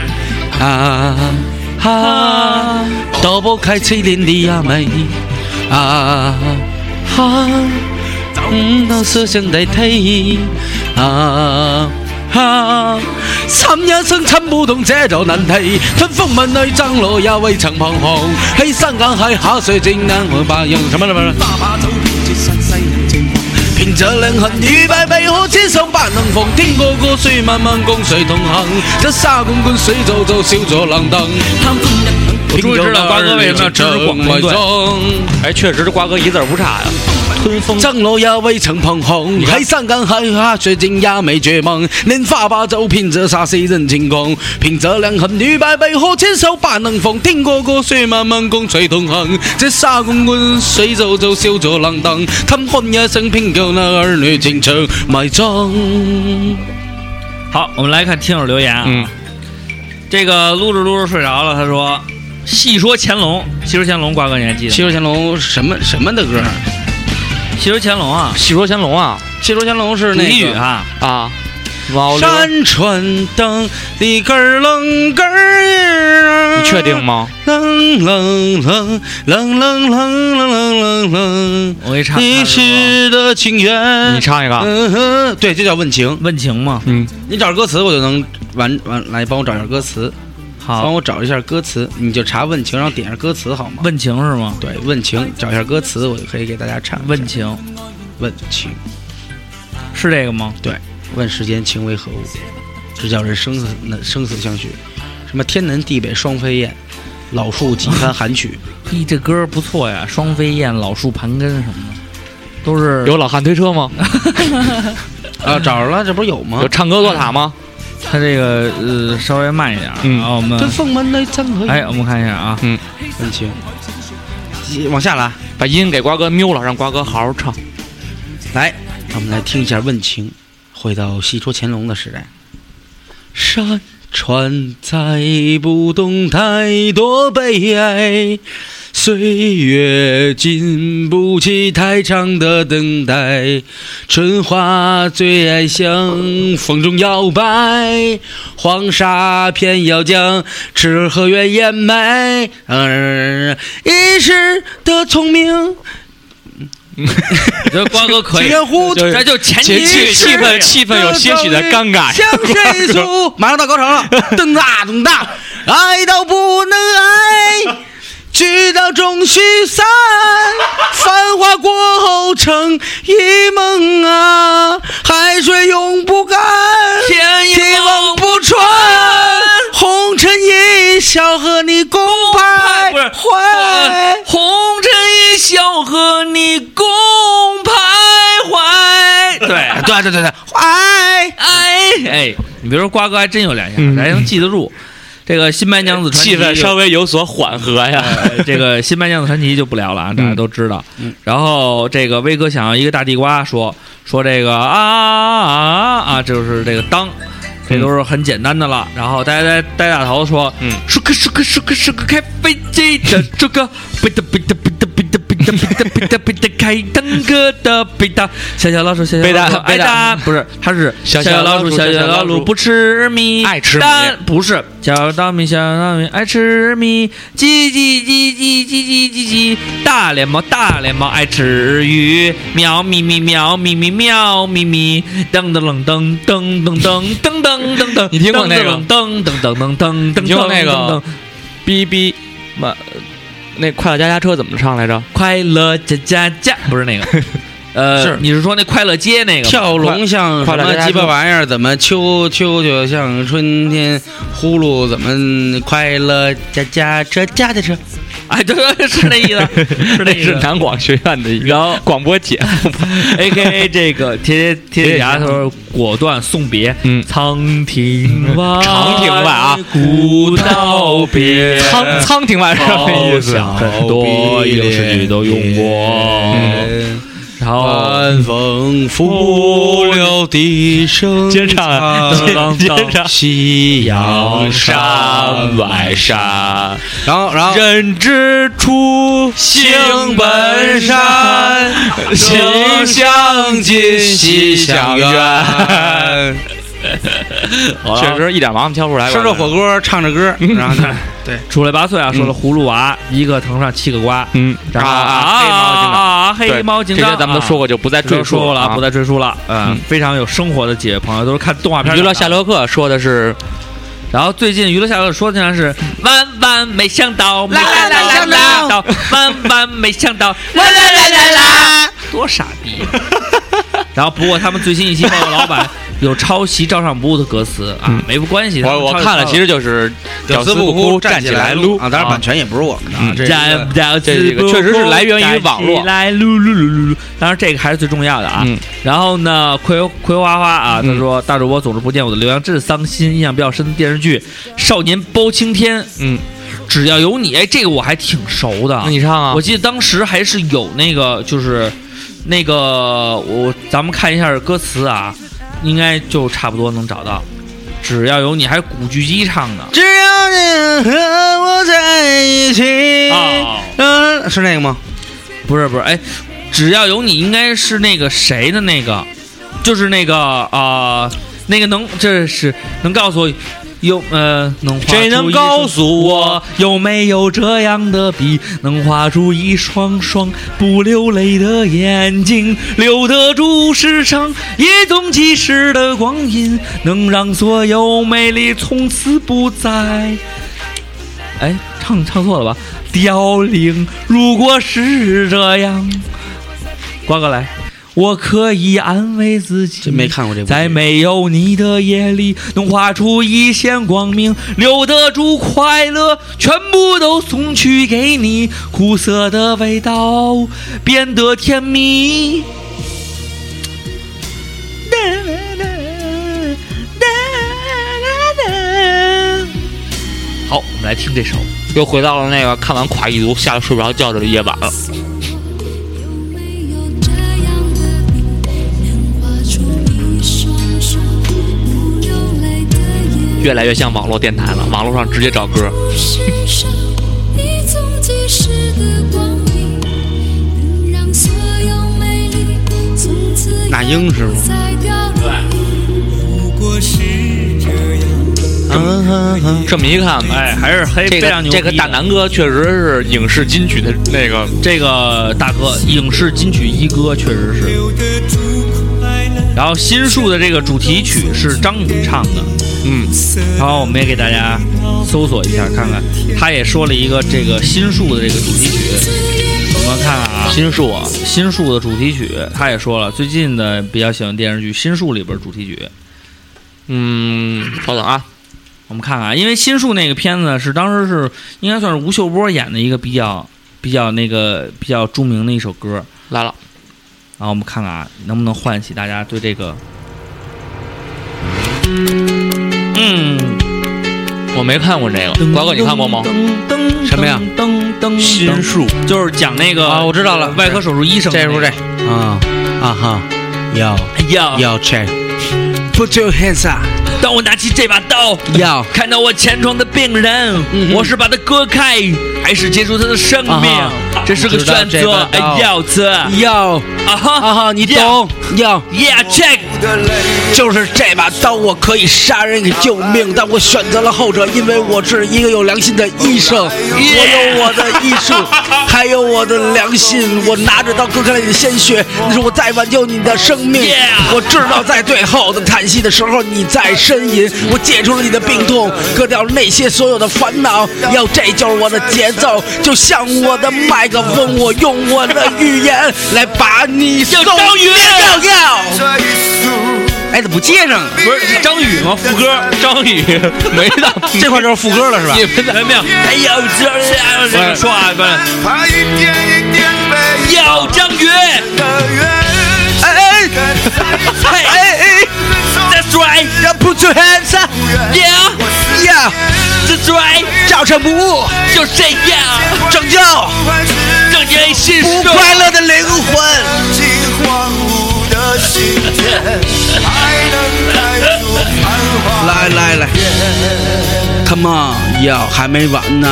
H: 啊哈，躲不开淬炼的压美啊哈，等到思想代替啊。哈！三一生亲不懂这座难题，春风吻雨争路也未曾彷徨，欺山赶海下水正眼看白杨什么什么什么。凭着灵魂与百臂可千上百能逢天高高水慢慢共谁同行？这沙滚滚水皱皱，小坐冷凳。我
F: 终于知道瓜哥为什么要支持广东队
A: 哎，确实，瓜哥一字儿不差呀。吞风
H: 曾老也未曾彷
E: 嗯
H: 徨，喺山间喺下水井也未绝望。拈花把酒，偏折煞世人情狂。凭着良恨与百臂可千手，百能防。天过过水慢慢共谁同行？这沙滚滚，水皱皱，笑作冷淡。贪欢一生，偏教那儿女情长埋葬。
F: 好，我们来看听友留言啊。
A: 嗯
F: 这个撸着撸着睡着了，他说：“细说乾隆，细说乾隆，瓜哥你还记得
E: 戏
F: 吗？
E: 说乾隆什么什么的歌？
F: 细说乾隆啊，
A: 戏说乾隆啊
E: 戏说乾隆是那
F: 俚语
E: 个
F: 啊，
A: 啊！老刘，
E: 山川灯里咯儿楞咯儿。
A: 你确定？吗？
E: 冷冷冷冷冷冷冷冷冷
F: 我给你唱。
E: 你是的情缘。
A: 你唱一个。
E: 嗯哼，对，这叫问情。
F: 问情吗？
A: 嗯，
E: 你找着歌词，我就能完完来帮我找一下歌词，帮
F: 好，
E: 我找一下歌词，你就查问情，然后点上歌词好吗？
F: 问情是吗？
E: 对，问情，找一下歌词，我就可以给大家唱一下。
F: 问情
E: 问情，
F: 是这个吗？
E: 问世间情为何物，直叫人生死那生死相许。什么天南地北双飞燕，老树几番寒曲。
F: 嘿，这歌不错呀，双飞燕、老树盘根什么的，都是
A: 有老汉推车吗？
E: 啊，找着了，这不是有吗
A: 有？唱歌做塔吗？
F: 他这个呃稍微慢一点啊。
A: 嗯
F: 然后我们
E: 这风门内张开。
F: 哎，我们看一下啊，
E: 问情，往下拉，
A: 把音给瓜哥瞄了，让瓜哥好好唱。
E: 来，让我们来听一下《问情》，回到戏说乾隆的时代。山川载不动太多悲哀，岁月经不起太长的等待。春花最爱向风中摇摆，黄沙偏要将池河源掩埋。而一时的聪明，
F: 我觉得嗯瓜哥可以，
E: 江湖
A: 就是
F: 这就前
A: 节
F: 期
A: 气气氛气氛有些许的尴尬。
E: 向谁诉？马上到高潮了，噔大噔大，爱到不能爱，直到终须散。繁华过后成一梦啊，海水永不干，天一望不穿。红尘一笑和你共徘
F: 不是
E: 徊，
F: 红尘一笑和你共徘徊。对，
E: 对对对对，怀。
F: 哎哎，你别说瓜哥还真有良心，咱能记得住。这个新白娘子传奇
A: 气氛稍微有所缓和呀。
F: 呃这个新白娘子传奇就不聊了啊，大家都知道。然后这个威哥想要一个大地瓜说，说这个啊啊啊啊，就是这个当。这都是很简单的了，然后呆呆呆大头说，
A: 嗯
F: 舒克舒克舒克舒克开飞机的舒克，贝的贝的贝的贝的贝的贝的贝的贝的开腾格的贝达，小小老鼠小小
A: 贝达
F: 老鼠
A: 贝
F: 爱
A: 达
F: 达，不是，它是
A: 小
F: 小
A: 小
F: 老
A: 老鼠
F: 小
A: 小
F: 小
A: 小
F: 老
A: 老
F: 鼠
A: 鼠
F: 不吃米，
A: 爱吃米
F: 但不是小稻米小稻米爱吃米，叽叽叽叽叽叽叽叽，大脸猫大脸猫爱吃鱼，喵咪咪喵咪咪喵咪咪，噔噔噔噔噔噔噔噔噔噔噔，
A: 你听过那个
F: 噔噔噔噔噔噔，
A: 你听过那个哔哔，嘛，那快乐家家车怎么唱来着？
F: 快乐加加加，不是 那个，呃，
E: 是
F: 你是说那快乐街那个吗？
E: 跳龙像什
A: 快快乐
E: 么
A: 家
E: 鸡巴
A: 族
E: 玩意儿？怎么秋秋秋像春天？呼噜怎么快乐加加车加加车？
F: 哎，对，对是那意 思，是那
A: 那
F: 意思
A: 是。南广学院的一
F: 然后
A: 个广播节目吧
F: A K A 这个铁铁铁侠，他说果断送别，
A: 嗯
F: 苍亭外，
A: 长亭外啊
F: 古道边，
A: 苍苍亭外是什么意
F: 好
A: 思？
F: 像很多影视剧都用过。然后
E: 晚风拂柳笛声
A: 接着唱啊，
E: 长
A: 接接着唱。
E: 夕阳
F: 阳
E: 山
F: 山
E: 外
F: 外
E: 山，然后然后
A: 人之初，
E: 性本善，
A: 性
E: 性相近，习相
A: 相
E: 远
A: 远。确实一点毛病挑不出来。
E: 吃着火锅，唱着歌，然后就
F: 出来八岁啊，说了葫芦娃，一个藤上七个瓜，
A: 嗯
F: 然后
A: 啊啊黑猫警长
F: 啊，黑
A: 对
F: 猫警
A: 这
F: 长，
A: 些咱们都
F: 啊
A: 说过，就不再
F: 都
A: 赘
F: 说
A: 述啊
F: 过了，不
A: 再。
F: 再赘述了。嗯
A: 嗯，
F: 非常有生活的几位朋友都是看动画片
A: 娱
F: 长
A: 乐
F: 大
A: 夏洛克说的是
F: 然后最近娱乐下头说的竟然 是万万没想到，没想到，没想到，万万没想 到，啦啦啦啦啦，多傻逼！然后不过他们最新一期《报告老板》有抄袭照上不误的歌词啊
A: 嗯，
F: 没关系。他们
A: 我我
F: 抄袭
A: 看了，
F: 抄
A: 其实就是屌丝不哭，站起来撸
E: 啊！当然版权也不是我们的啊，
A: 嗯
E: 这是一
F: 咱
E: 个
F: 咱
A: 这个确实是来源于网络啊
F: 来噜噜噜噜噜。当然，这个还是最重要的啊。
A: 嗯
F: 然后呢，葵葵花花啊，他
A: 嗯
F: 说：“大主播总是不见我的留言，真是伤心。印象比较深的电视剧《少年包青天》，
A: 嗯，
F: 只要有你，哎，这个我还挺熟的。
A: 那你唱啊
F: 我，记得当时还是有那个，就是那个我，咱们看一下歌词啊，应该就差不多能找到。只要有你，还是古巨基唱的。”
E: 只要你和我在一起。
A: 啊
F: 哦
E: 嗯，是那个吗？
F: 不是不是，哎，只要有你，应该是那个谁的那个，就是那个啊、那个能，这是能告诉我有呃能画出
A: 谁能告
F: 诉我有没有这样的笔，能画出一双双不流泪的眼睛，留得住世上一纵即逝的光阴，能让所有美丽从此不再。哎，唱唱错了吧？凋零，如果是这样，瓜哥来，我可以安慰自己，
E: 真没看过这部剧
F: 在没有你的夜里，能画出一线光明，留得住快乐，全部都送去给你，苦涩的味道变得甜蜜。哒啦啦哒啦啦好，我们来听这首。
A: 又回到了那个看完《跨一族》吓得睡不着觉的夜晚了。
I: 有没有这样的你，能画出一双双不流泪的眼？
A: 越来越像网络电台了，网络上直接找歌。
I: 世上一纵即逝的光明，能让所有美丽从此
E: 那英是吗？
I: 再凋零。
E: 嗯，
A: 这么一看，哎，还是黑这
F: 非常
A: 个
F: 牛逼
A: 这个大南哥确实是影视金曲的那个
F: 这个大哥，影视金曲一哥确实是。然后新树的这个主题曲是张宇唱的，嗯，然后我们也给大家搜索一下看看，他也说了一个这个新树的这个主题曲，我们看看啊，
A: 新树啊，
F: 新树的主题曲他也说了，最近的比较喜欢电视剧《新树》里边主题曲，
A: 嗯，稍等啊，
F: 我们看看啊，因为新树那个片子是当时是应该算是吴秀波演的一个比较比较那个比较著名的一首歌，
A: 来了，
F: 然后我们看看啊，能不能唤起大家对这个，嗯，
A: 我没看过这个，瓜哥你看过吗？
E: 什么呀？
F: 噔噔
E: 心术
F: 就是讲那个
E: 啊，我知道了，
F: 外科手术医生
E: 这
F: 的
E: 是
F: 那
E: 不
F: 个。
E: 是这？啊啊哈，要
A: 啊
F: 要
E: 要 check。Put your hands up！
F: 当我拿起这把刀，
E: 要
F: 看到我前床的病人，
E: 嗯哼
F: 我是把他割开，还是结束他的生命？
E: 啊哈
F: 这是个选
E: 知道
F: 择
E: 这把刀，
F: 要子啊
E: 要啊
F: 哈
E: 哈！你懂？要
F: Yeah check，
E: 就是这把刀，我可以杀人给救命，但我选择了后者，因为我是一个有良心的医生，我有我的医 术，还有我的良心。我拿着刀割开了你的鲜血，你说我在挽救你的生命。
F: Yeah
E: 我知道在最后的叹息的时候，你在呻吟。我解除了你的病痛，割掉那些所有的烦恼。要这就是我的节奏，就像我的麦克风，我用我的语言来把你送掉。
F: 章鱼
E: 要哎，怎么不接上啊？
F: 不是张宇吗？副歌张宇，
A: 没的，
E: 这块就是副歌了，是吧？
A: 你们的
F: 没有，哎要这这说啊，不是要张宇
E: 哎哎哎哎
F: ，That's right，
E: 要 put your hands up，
F: yeah，
E: 呀，
F: that's right，
E: 照常不误，
F: 就这样，
E: 拯救
F: 正经心
E: 不
F: 说。
E: 快乐的灵魂。来来来，Come on，要还没完呢。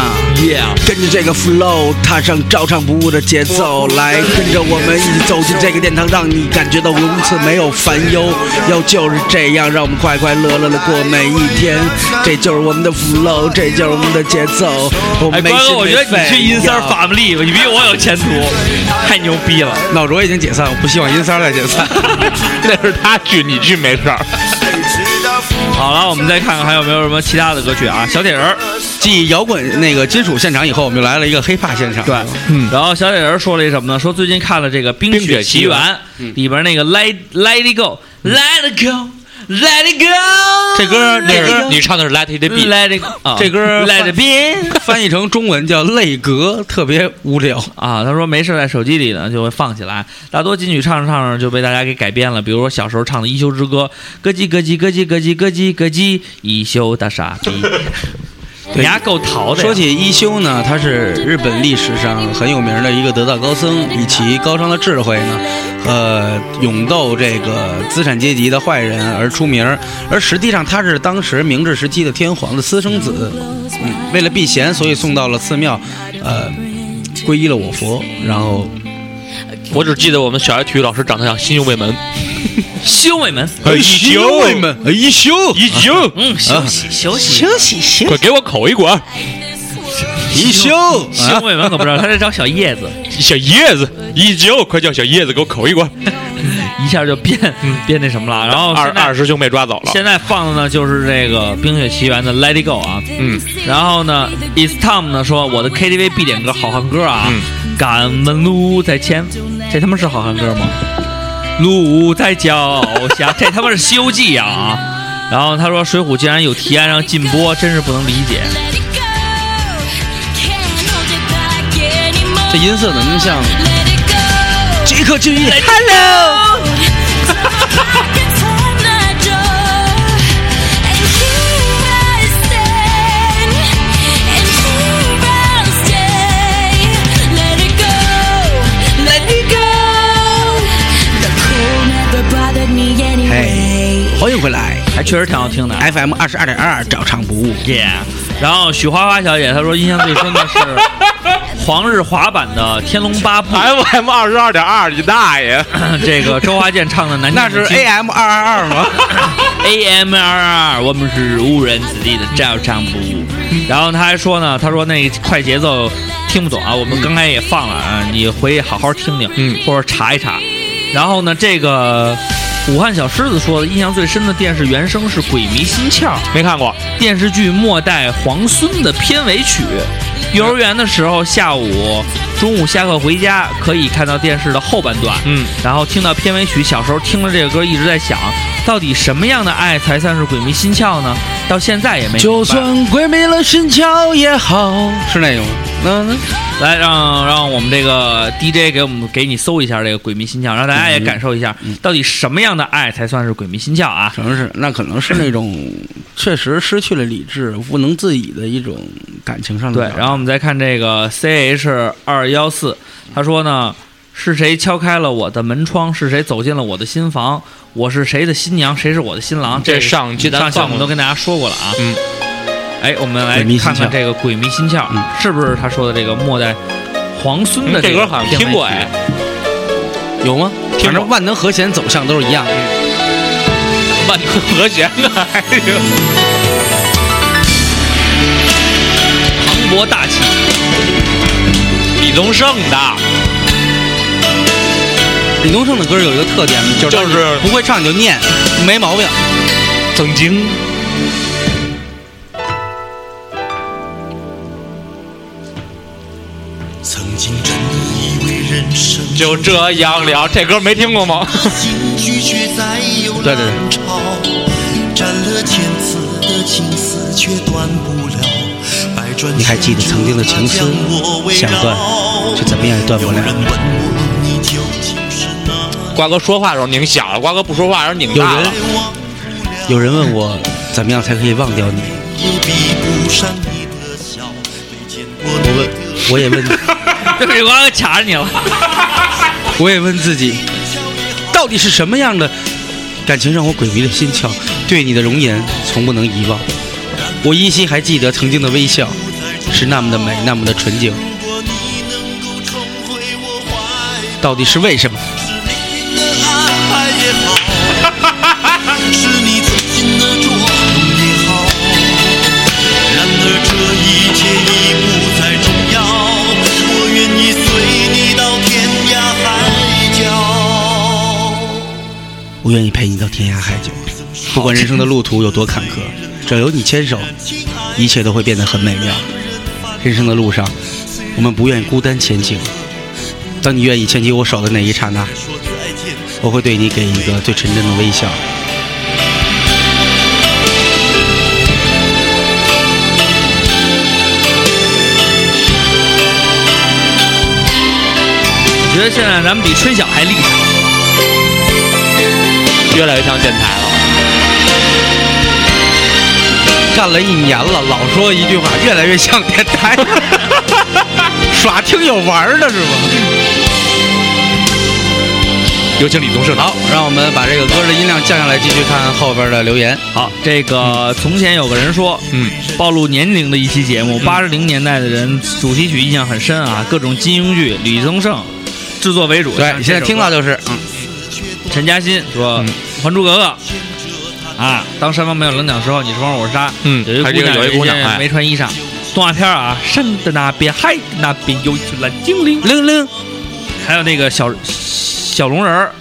E: 跟着这个 flow，踏上照唱不误的节奏，来跟着我们一起走进这个殿堂，让你感觉到从此没有烦忧。要就是这样，让我们快快乐乐的过每一天。这就是我们的 flow，这就是我们的节奏。我
F: 哎，
E: 们没
F: 关
E: 心
F: 哥，我
E: 没
F: 觉得你
E: 肺
F: 去银三
E: 要
F: 法力吧，你比我有前途，太牛逼了。
E: 脑浊已经解散，我不希望银三儿再解 散。
A: 那是他去，你去没事儿。
F: 好啊了，我们再哎看看还有没有什么其他的歌曲啊？小铁人儿，
E: 继摇滚那个金属现场以后，我们又来了一个黑怕现场。
F: 对，
A: 嗯
F: 然后小铁人儿说了一什么呢？说最近看了这个《冰
A: 冰雪
F: 奇
A: 奇缘
F: 缘》里边那个 Let Let It Go，Let It Go，Let It Go，
E: 这歌那
A: 那
E: 歌
A: 是你唱的是《Let It Be》，
F: Let It Go，啊
E: 这歌
F: Let It Be
E: 翻译成中文叫泪格，特别无聊。
F: 啊，他说没事在手机里呢就会放起来，大多金曲唱着唱着就被大家给改编了，比如说小时候唱的《一休之歌》，咯叽咯叽咯叽咯叽咯叽咯叽，一休大傻逼，你丫够淘的呀。
E: 说起一休呢，他是日本历史上很有名的一个得道高僧，以其高尚的智慧呢，呃，勇斗这个资产阶级的坏人而出名儿。而实际上，他是当时明治时期的天皇的私生子，嗯，为了避嫌，所以送到了寺庙，呃，皈依了我佛，然后
A: 我只记得我们小学体育老师长得像新右卫 门。
F: 修卫门，
A: 哎呦
E: 哎们，一休，
A: 一休，
F: 嗯，休息休息。
E: 息休
A: 快给我口一管，
E: 一哎休
F: 修卫门可不知道，他在找小叶子，
A: 小叶子，一休，快叫小叶子给我口一管。
F: 一下就变变那什么了。然后
A: 嗯二
F: 哦现在
A: 二师兄被抓走了。
F: 现在放的呢就是这个《冰雪奇缘》的《Let It Go》啊，
A: 嗯，
F: 然后呢，It's Time 呢说我的 KTV 必点歌好汉歌啊，敢问路在前，这他妈是好汉歌吗？路在脚下， 这他妈是《西游记》啊！然后他说《水浒》竟然有提案让禁播，真是不能理解。
E: 这音色怎么像
H: 即刻进入
F: Hello，
E: 欢迎回来
F: 还确实挺好听的。
E: ，FM 二十二点二，照唱不误。
F: 耶！然后许花花小姐她说印象最深的是黄日华版的《天龙八部》，
A: FM 二十二点二，你大爷！ 哎
F: 这个周华健唱的《南京
E: 那是
F: 的青
E: AM 二二二吗？
F: AM 二二，我们是误人子弟的照常不误。然后他还说呢，他说那快节奏听不懂啊，我们刚才也放了啊，你回去好好听听，
A: 嗯
F: 或者查一查。然后呢，这个武汉小狮子说的，印象最深的电视原声是《鬼迷心窍》
A: 没看过，
F: 电视剧《末代皇孙》的片尾曲。幼儿园的时候，下午、中午下课回家，可以看到电视的后半段。
A: 嗯，
F: 然后听到片尾曲，小时候听了这个歌，一直在想，到底什么样的爱才算是鬼迷心窍呢？到现在也没
E: 就
F: 明白
E: 算鬼迷了心窍也好，是那个吗？嗯，
F: 来，让让我们这个 DJ 给我们给你搜一下这个鬼迷心窍，让大家
E: 嗯
F: 也感受一下，到底什么样的爱才算是鬼迷心窍啊？
E: 可能是那可能是那种确实失去了理智、无能自已的一种感情
A: 嗯
E: 上的
F: 对，
E: 表达。
F: 然后我们再看这个 CH 二幺四，他说呢，是谁敲开了我的门窗？是谁走进了我的新房？我是谁的新娘？谁是我的新郎？
A: 这
F: 个
A: 上期咱
F: 上期我
A: 放
F: 们
A: 过
F: 都跟大家说过了啊。
A: 嗯，
F: 哎，我们来
E: 鬼迷心
F: 看看
E: 窍嗯
F: 这个鬼迷心窍、是不是他说的这个末代皇孙的
A: 嗯这
F: 个
A: 歌好像听过哎，
E: 有吗？
A: 听
E: 反
A: 过
E: 正万能和弦走向都是一样的。
A: 万能 和弦啊，还是
F: 磅礴 大气。
A: 李宗盛的。
E: 李宗盛的歌有一个特点，就是
A: 就是
E: 当你不会唱你就念，没毛病。
A: 曾经，
C: 曾经真的以为人生
A: 就这样了，这歌没听过吗？
C: 经拒绝再有
E: 对
C: 浪
E: 对
C: 潮，斩了千次的情丝却断不了。百转
E: 你还记得曾经的情丝
C: 千折它将我围绕
E: 想断却怎么样也断不了
C: 有人问我你究竟是哪
A: 瓜哥说话的时候拧小了，瓜哥不说话的时候拧大
E: 有
A: 了
E: 人。
C: 里忘不了
E: 有人问我怎么样才可以忘掉你，
C: 也比不上你的笑，没见过你
E: 我问
C: 的，
E: 我也问，
F: 对不起，我刚才卡着你了。
E: 我也问自己，到底是什么样的感情让我鬼迷了心窍？对你的容颜从不能遗忘，我依稀还记得曾经的微笑，是那么的美，那么的纯净。到底是为什么？
C: 的安排也好，是你曾经的捉弄也好。然而这一切已不再重要，我愿意随你到天涯海角。
E: 我愿意陪你到天涯海角，不管人生的路途有多坎坷，只要有你牵手，一切都会变得很美妙。人生的路上，我们不愿孤单前行。当你愿意牵起我手的那一刹那，
C: 说再见，
E: 我会对你给一个最纯真的微笑。
F: 我觉得现在咱们比春晓还厉害。
A: 越来越像电台了。
E: 干了一年了，老说一句话，越来越像电台， 耍听友玩儿的是吗？
A: 有请李宗盛。
E: 好，让我们把这个歌的音量降下来，继续看后边的留言。
F: 好，这个从前有个人说，
A: 嗯，
F: 暴露年龄的一期节
E: 嗯
F: 目，八十零年代的人主题曲印象很深啊，各种金庸剧，李宗盛制作为主。
E: 对，
F: 像
E: 现在
F: 这首
E: 听到
F: 歌
E: 就是，嗯，
F: 陈嘉欣说
A: 嗯
F: 《还珠格格》啊，当山峰没有棱角的时候，你是风儿我是沙。
A: 嗯
F: 有一
A: 还有一个有一
F: 姑
A: 姑娘
F: 人家
A: 哎
F: 没穿衣裳。动画片啊，山的那边，海的那边有一只蓝精灵，
E: 铃铃。
F: 还有那个小小龙人儿。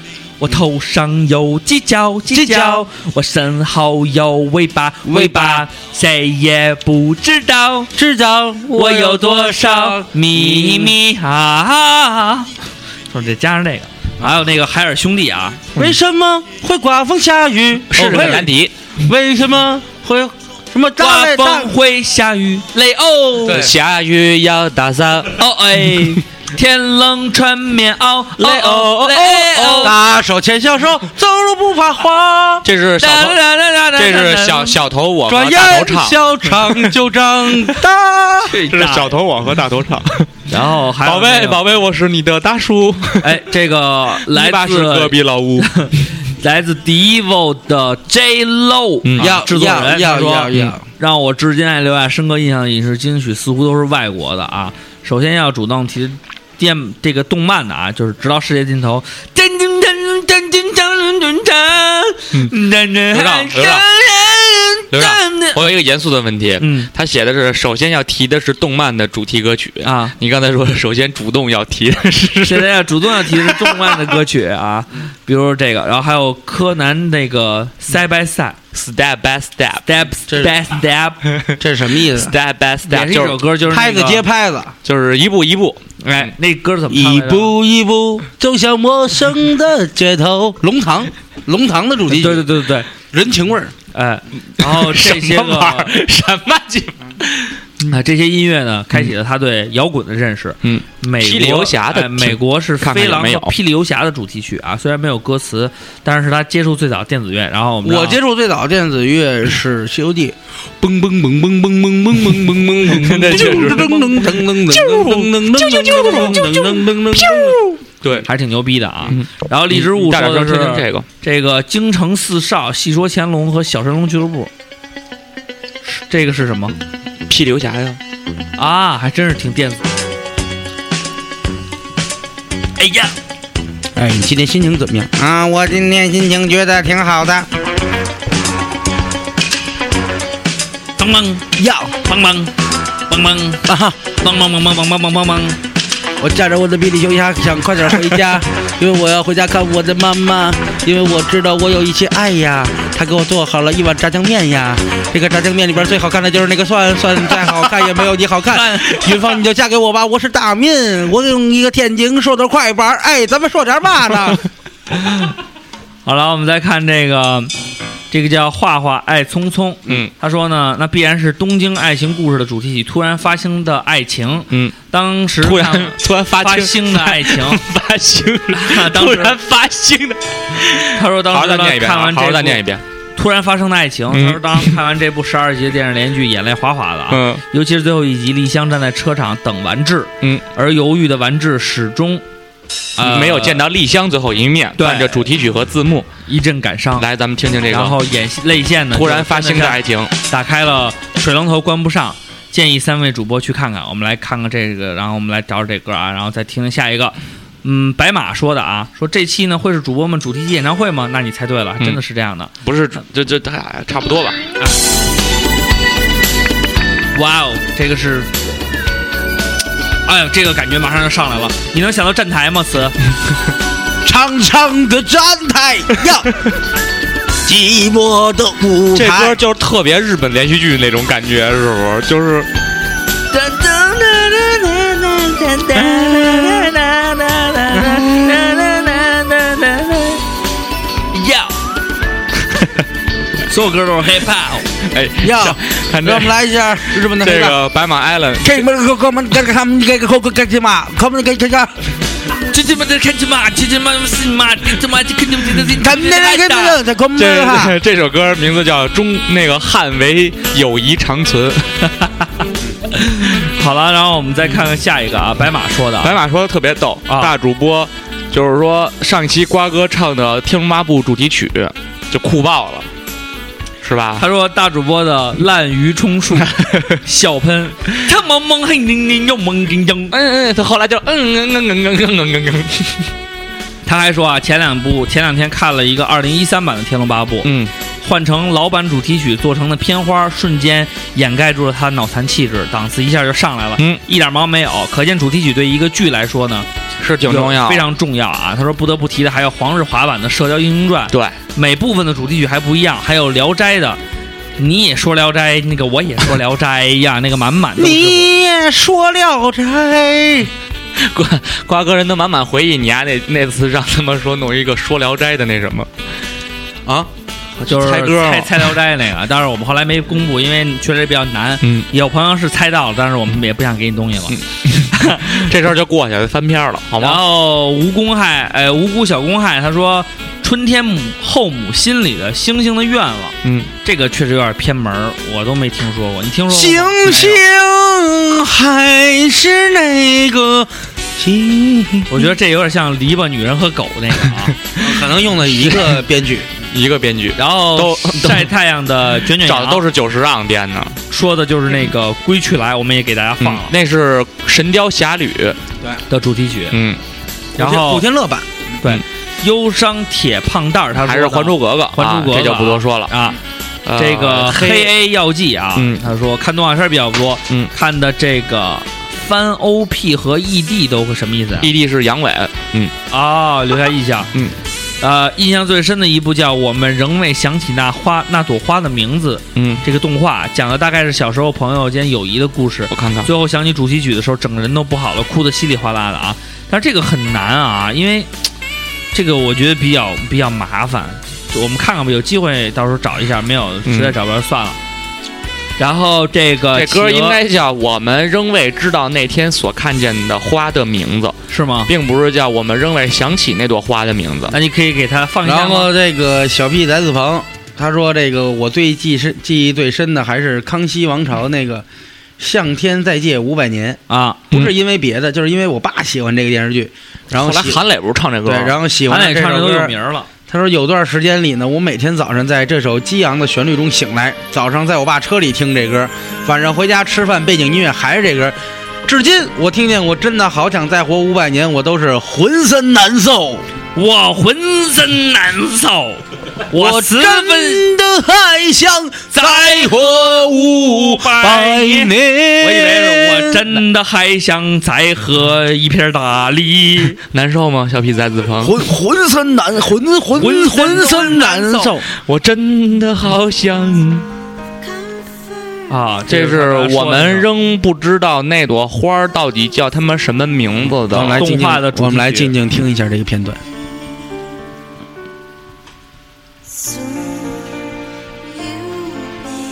F: 我头上有犄角，犄角；我身后有尾巴，尾巴。谁也不知道，知道我有多少秘密啊！说这加上这个，还有那个海尔兄弟啊，
E: 为什么会刮风下雨？
F: 是
E: 哦
F: 个难
E: 题。为什么会什
F: 刮
E: 么扎雷大
F: 风会下雨，雷哦欧。
A: 下雨要打伞，
F: 哦哎，天冷穿棉袄，
E: 雷
F: 雷
A: 哦
E: 欧
F: 欧雷哦欧。
E: 大手牵小手，走路不怕滑。
A: 这是小头，这是小小头我和
E: 转
A: 大头
E: 眼
A: 唱，
E: 小肠就长大。
A: 这是小头我和大头唱。
F: 然后还
A: 宝贝，宝贝，我是你的大 叔，
F: 哎，这 个来
A: 你爸是隔
F: 自
A: 壁老屋。
F: 来自 Devo 的 J Lo
A: 嗯
F: 啊
E: 要
F: 制作人
E: 要
F: 他说
E: 要要
F: 嗯让我至今还留下深刻印象的影视金曲似乎都是外国的啊。首先要主动提电这个动漫的啊，就是直到世界尽头。噔噔噔噔噔噔噔噔噔噔，
A: 刘畅刘畅刘畅
F: 噔
A: 我有一个严肃的问题，
F: 嗯
A: 他写的是首先要提的是动漫的主题歌曲。
F: 啊，
A: 你刚才说首先主动要提的
F: 现
A: 是
F: 在要主动要提的是动漫的歌曲啊，比如说这个，然后还有柯南那个 Side by Side。
A: step by step
F: Step
E: 这
F: by step，
E: 这是什么意思？
A: step by
F: 也
A: step，
F: 是一首
A: 就是
F: 歌，就是那
E: 拍子
F: 个
E: 接拍子，
A: 就是一步一步。
F: 哎，那歌怎么唱
E: 一
F: 来着？
E: 步一步走向陌生的街头。龙堂，龙堂的主题曲，
F: 对对对对对，
E: 人情味儿。
F: 哎， 然后这些
A: 呃什么玩 意
F: 个
A: 儿什么鸡
F: 啊，这些音乐呢，开启了他对摇滚的认识。
A: 嗯，
F: 美国
A: 霹雳游侠的
F: 哎美国是
A: 看看
F: 飞
A: 有
F: 狼和
A: 没有
F: 霹雳游侠的主题曲啊，虽然没有歌词，但是他接触最早电子乐。然后我们
E: 我接触最早电子乐是《西游记》，嘣嘣嘣嘣嘣嘣嘣嘣嘣嘣嘣，噔 噔噔噔噔噔噔噔噔噔噔噔噔噔，
A: 对，
F: 还是挺牛逼的啊。然后荔枝雾
A: 嗯大
F: 说
A: 点
F: 的
A: 声，
F: 是
A: 听听这个，
F: 这个京城四少、戏说乾隆和小神龙俱乐部，是这个是什么
A: 霹雳游侠呀，
F: 啊？还真是挺电子。哎呀，
E: 哎，你今天心情怎么样啊？我今天心情觉得挺好的。
F: 噔噔
E: 哟，
F: 噔噔噔噔
E: 啊哈，
F: 噔噔噔噔噔噔噔噔。
E: 我驾着我的霹雳游侠，想快点回家，因为我要回家看我的妈妈，因为我知道我有一些爱呀。她给我做好了一碗炸酱面呀，这个炸酱面里边最好看的就是那个蒜，蒜再好看也没有你好看。云芳，你就嫁给我吧，我是大民，我用一个天津说点快板，哎，咱们说点嘛呢？
F: 好了，我们再看这个，这个叫画画爱匆匆。
A: 嗯，
F: 他说呢，那必然是东京爱情故事的主题曲突然发生的爱情。
A: 嗯，
F: 当时
A: 突
F: 看
A: 然突然发
F: 发
A: 青
F: 星的爱情
A: 发 青
F: 啊
A: 了，
F: 当
A: 突
F: 时
A: 然发青的，
F: 他说当
A: 好好
F: 时
A: 再
F: 呢
A: 念一遍
F: 看
A: 啊，
F: 完
A: 好好再
F: 这
A: 念一
F: 部
A: 遍，
F: 突然发生的爱情，
A: 嗯
F: 他说当时看完这部十二集的电视连续剧，眼泪哗哗的啊。
A: 嗯
F: 尤其是最后一集，丽香站在车场等完治，
A: 嗯，
F: 而犹豫的完治始终，呃，
A: 没有见到丽香最后一面，
F: 对
A: 伴着主题曲和字幕，
F: 一阵感伤。
A: 来，咱们听听这
F: 然
A: 个
F: 后眼线泪腺呢，
A: 突然发青的爱情，
F: 打开了水龙头关不上，建议三位主播去看看。我们来看看这个，然后我们来找找这歌啊，然后再听听下一个。嗯，白马说的啊，说这期呢会是主播们主题演唱会吗？那你猜对了，
A: 嗯
F: 真的是这样的。
A: 不是这这这哎差不多吧？
F: 哇哦，这个是，哎呦，这个感觉马上就上来了。你能想到站台吗？词，
E: 长长的站台 呀，寂寞的舞
A: 这歌就是特别日本连续剧那种感觉，是不是？就是
E: 嗯
F: 所有歌都是 hip hop。
A: 哎
E: 呀
A: 像看
E: 让
A: 这
E: 我们来一下日本的
A: 这个白马 Island，
E: 这门哥哥们，干他们这个哥哥干什么？他们干这个，
F: 这他妈的看什么？这他妈的是嘛？这他妈的看什么？
E: 他们那个这个哥们哈
A: 这， 这首歌名字叫《中那个汉为友谊长存》。
F: 好了，然后我们再看看下一个啊，白马说的啊，
A: 白马说的特别逗，
F: 啊
A: 大主播就是说上一期瓜哥唱的《天龙八部》主题曲就酷爆了，是吧？
F: 他说大主播的滥竽充数，笑喷，他萌萌嘿宁宁又萌叮叮。
A: 嗯嗯，他后来就嗯嗯嗯嗯嗯嗯嗯嗯
F: 他还说啊，前两部前两天看了一个二零一三版的《天龙八部》，
A: 嗯，
F: 换成老版主题曲做成的片花，瞬间掩盖住了他脑残气质，档次一下就上来了，
A: 嗯，
F: 一点毛没有。可见主题曲对一个剧来说呢，
A: 是挺重要，
F: 非常重要啊。他说不得不提的还有黄日华版的《射雕英雄传》，
A: 对，
F: 每部分的主题曲还不一样，还有《聊斋》的，你也说《聊斋》，那个我也说《聊斋》呀，那个满满都是。
E: 你也说聊斋，
A: 瓜瓜哥人都满满回忆你丫、那那次让他们说弄一个说《聊斋》的那什么啊，
F: 就是
A: 猜歌
F: 猜
A: 嘛，
F: 猜《聊斋》那个，当然我们后来没公布，因为确实比较难。
A: 嗯，
F: 有朋友是猜到了，但是我们也不想给你东西了。
A: 嗯 这事儿就过去了，翻篇儿了，好
F: 然
A: 吗？
F: 后无公害，呃，无辜小公害，他说春天母后母心里的星星的愿望，
A: 嗯，
F: 这个确实有点偏门儿，我都没听说过。你听说过吗？
E: 星星还是那个星，
F: 我觉得这有点像篱笆女人和狗那个啊。
E: 可能用了一个编 剧，
A: 一个编剧
F: 然后
A: 都
F: 晒太阳的卷 卷
A: 找的都
F: 是
A: 是九十让编的，
F: 说的就是那个《归去来》，我们也给大家放
A: 嗯
F: 了，
A: 那是《神雕侠侣》，
F: 的主题曲。
A: 嗯，
F: 然
E: 古
F: 后
E: 天乐版，
F: 忧伤铁胖蛋儿，他说
A: 还是《
F: 的
A: 还珠格格》，
F: 还珠格格
A: 啊这就不多说了。
F: 啊，
A: 呃
F: 这个黑 A 药剂啊，
A: 嗯
F: 他说看动画片比较多，
A: 嗯
F: 看的这个翻 OP 和 ED 都什么意思啊？
A: 弟弟是杨伟，嗯，
F: 啊、留下印象，
A: E 嗯。
F: 呃，印象最深的一部叫《我们仍未想起那花那朵花的名字》
A: 嗯，
F: 这个动画，讲的大概是小时候朋友间友谊的故事。
A: 我看看，
F: 最后想起主题曲的时候，整个人都不好了，哭得稀里哗啦的啊。但是这个很难啊，因为这个我觉得比较比较麻烦，我们看看吧，有机会到时候找一下，没有
A: 嗯
F: 实在找不着算了。然后这个
A: 这歌
F: 企鹅
A: 应该叫《我们仍未知道那天所看见的花的名字》，
F: 是吗？
A: 并不是叫《我们仍未想起那朵花的名字》。
F: 那你可以给他放一下
E: 然
F: 吗？
E: 后这个小屁来自鹏，他说这个我最记深记忆最深的还是康熙王朝那个《向天再借五百年》，
F: 啊，
E: 不是因为别的，就是因为我爸喜欢这个电视剧，然后
A: 后来
E: 喜
A: 韩磊不是唱这歌
E: 对
A: 吗？，
E: 然后喜欢
F: 韩磊
E: 这
F: 唱
E: 首
F: 这都有
E: 歌。
F: 名儿了，
E: 他说有段时间里呢，我每天早上在这首激昂的旋律中醒来，早上在我爸车里听这歌，晚上回家吃饭背景音乐还是这歌。至今我听见，我真的好想再活五百年，我都是浑身难受。
F: 我浑身难受，我十分。
E: 真的还想再活五百年。
F: 我以为是我真的还想再喝一瓶大力，
A: 难受吗？小痞子在自鹏，
E: 浑浑身难，浑浑
F: 浑
E: 浑身难受。
A: 我真的好想
F: 啊，
A: 这
F: 是
A: 是我们仍不知道那朵花儿到底叫他们什么名字
E: 我们
A: 的。
E: 嗯来静
F: 动
E: 静
F: 画的主题曲
E: 我们来静静听一下这个片段。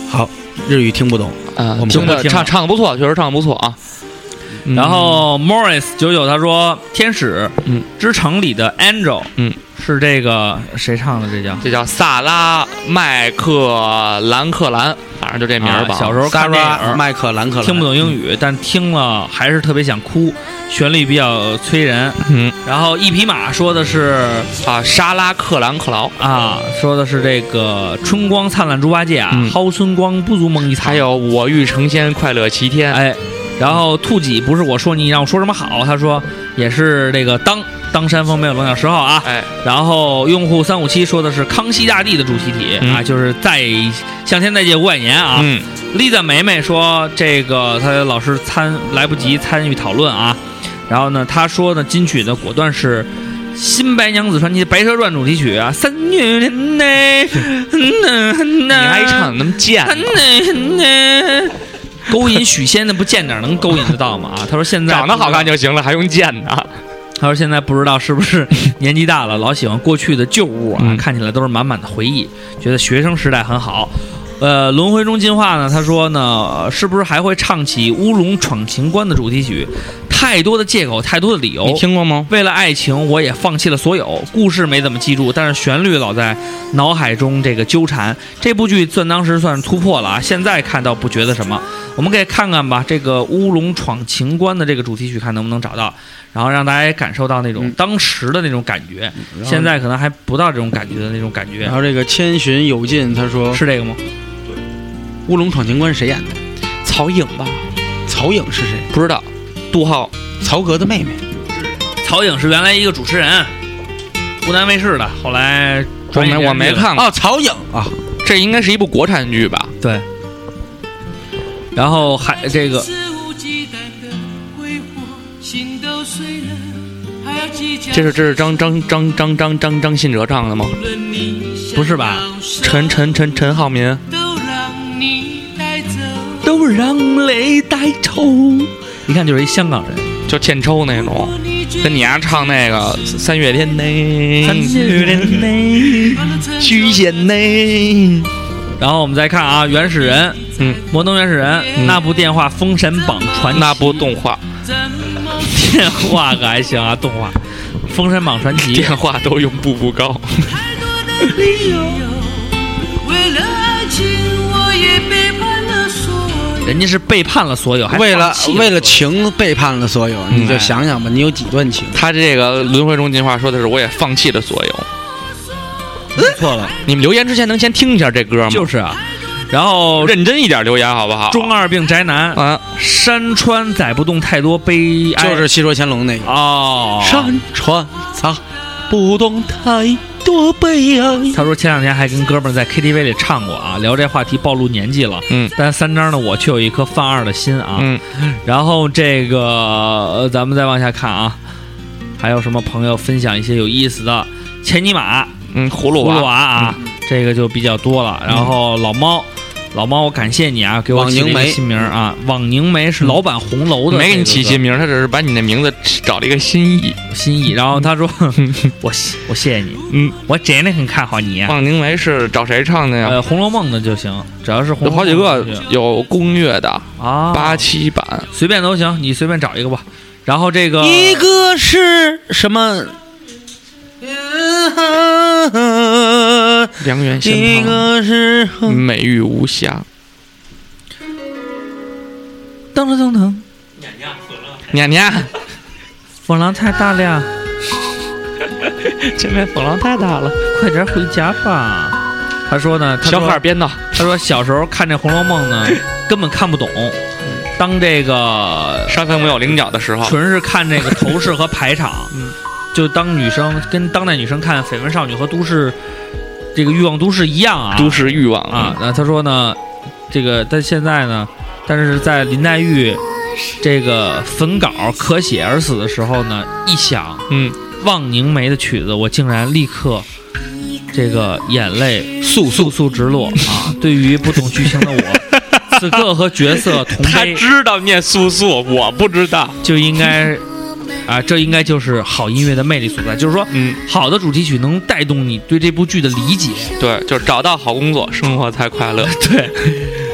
E: 好，日语听不懂，
A: 啊
E: 我们
A: 听
F: 不
A: 的
F: 听
A: 唱唱的不错，确实唱的不错啊。嗯
F: 然后 Morris 九九他说，《天使
A: 嗯
F: 之城》里的 Angel，
A: 嗯，
F: 是这个谁唱的？这叫
A: 这叫萨拉麦克兰克兰，反正就这名儿吧。
F: 啊小时候
E: 萨
F: 看电
E: 拉
F: 影
E: 麦克兰克兰
F: 听不懂英
A: 嗯
F: 语，但听了还是特别想哭，旋律比较催人。
A: 嗯
F: 然后一匹马说的是
A: 啊，沙拉克兰克劳，
F: 啊，说的是这个春光灿烂猪八戒啊，
A: 嗯
F: 蒿春光不如梦一场。
A: 还有我欲成仙，快乐齐天。
F: 哎，然后兔几不是我说你让我说什么好，他说也是这个当当山峰没有棱角石号啊。
A: 哎，
F: 然后用户三五七说的是康熙大帝的主题体、
A: 嗯
F: 啊，就是再向天再借五百年啊。
A: 嗯，
F: Lisa 梅梅说这个她老师参来不及参与讨论啊，然后呢，她说呢金曲呢果断是。新白娘子传奇《白蛇传》主题曲啊，三女人呢，你
A: 你还唱啊那么贱呢，
F: 呢？啊勾引许仙那不见哪儿能勾引得到吗？啊，他说现在
A: 长得好看，就行了，还用贱呢？
F: 他说现在不知道是不 是年纪大了，老喜欢过去的旧物啊，
A: 嗯
F: 看起来都是满满的回忆，觉得学生时代很好。呃，轮回中进化呢，他说呢，呃是不是还会唱起《乌龙闯情关》的主题曲？太多的借口，太多的理由。
A: 你听过吗？
F: 为了爱情，我也放弃了所有。故事没怎么记住，但是旋律老在脑海中这个纠缠。这部剧算当时算是突破了啊，现在看倒不觉得什么。我们可以看看吧，这个《乌龙闯情关》的这个主题曲，看能不能找到，然后让大家也感受到那
A: 嗯
F: 种当时的那种感觉。现在可能还不到这种感觉的那种感觉
E: 然，后这个千寻有尽，他
A: 嗯
E: 说
F: 是这个吗？
E: 乌龙闯情关谁演的？
A: 曹颖吧，
E: 曹颖是谁？
A: 不知道。杜浩，
E: 曹格的妹妹。
F: 曹颖是原来一个主持人，湖南卫视的，后来
A: 我
F: 转
A: 没
F: 眼
A: 我没
F: 电视剧了
A: 看过，
E: 哦，曹颖啊，
A: 这应该是一部国产剧吧？
F: 对。然后还这个
A: 这是这是张张张张张张张信哲唱的吗？
F: 不是吧？
A: 陈陈陈陈浩民，
F: 都让泪带抽。你看，就是一香港人。
A: 就欠抽那种，哦跟你丫唱那个三月天
F: 嗯
E: 嗯
A: 内，
F: 虚线内。然后我们再看啊，原始人，
A: 嗯，
F: 摩登原始人、
E: 嗯
F: 那部电话《封神榜传奇》，
A: 那部动画
F: 电话可还行啊，动画《封神榜传奇》
A: 电话都用步步高，
F: 人家是背叛了所有，还
E: 为了
F: 放弃
E: 为
F: 所有
E: 了
F: 嗯
E: 情背叛了所有，你就想想吧，你有几 段情？
A: 他这个轮回中进化说的是我也放弃了所有。
E: 错了，
A: 你们留言之前能先听一下这歌吗？
F: 就是啊。然后
A: 认真一点留言好不好？
F: 中二病宅男，
A: 啊，
F: 山川载不动太多悲哀，
E: 就是《戏说乾隆》那个。
F: 哦，
E: 山川藏不动太多悲哀。
F: 他说前两天还跟哥们儿在 KTV 里唱过啊，聊这话题暴露年纪了。
A: 嗯，
F: 但三张呢，我却有一颗犯二的心啊。
A: 嗯，
F: 然后这个、呃咱们再往下看啊，还有什么朋友分享一些有意思的？钱尼玛、
A: 嗯，葫
F: 葫
A: 芦
F: 芦
A: 娃，
F: 娃啊，这个就比较多了。然后老猫。嗯老猫，我感谢你啊，给我
E: 网
F: 起了一
E: 凝
F: 个
E: 眉
F: 新名儿啊，网凝眉是老版红楼的，
A: 没给你起新，名，他只是把你那名字找了一个新意。
F: 新 意。然后他说，我谢我谢谢你，
A: 嗯，
F: 我真的很看好你。啊
A: 望凝眉是找谁唱的
F: 呃，《
A: 呀？
F: 红楼梦》的就行，只要是红楼
A: 有好
F: 梦的
A: 几个
F: 就行，
A: 有宫乐的
F: 啊，
A: 八七版，
F: 随便都行，你随便找一个吧。然后这个
E: 一个是什么？啊
A: 良缘
E: 一
A: 仙
E: 个是
A: 葩，美玉无瑕。
F: 噔噔噔噔，
A: 娘娘，
F: 风浪太大了，
A: 这边风浪太大了。
F: 快点回家吧。他说呢，他说
A: 小孩儿编的，
F: 他说小时候看这《红楼梦》 呢，根本看不懂。当这个
A: 山坟没有菱角的时候，
F: 纯是看这个头饰和排 场，
A: 嗯
F: 就当女生跟当代女生看《绯闻少女》和《都市》这个《欲望都市》一样啊，
A: 都市欲望
F: 啊。，那他说呢，这个但现在呢，但是在林黛玉这个焚稿咳血而死的时候呢，一想
A: 嗯，
F: 望凝眉的曲子，我竟然立刻。这个眼泪簌簌簌直落啊！对于不懂剧情的 我，此刻和角色同
A: 他
F: 悲，
A: 知道念素素，我不知道。
F: 就应该啊，这应该就是好音乐的魅力所在。就是说，
A: 嗯，
F: 好的主题曲能带动你对这部剧的理解。
A: 对，就是找到好工作，生活才快乐。
F: 对，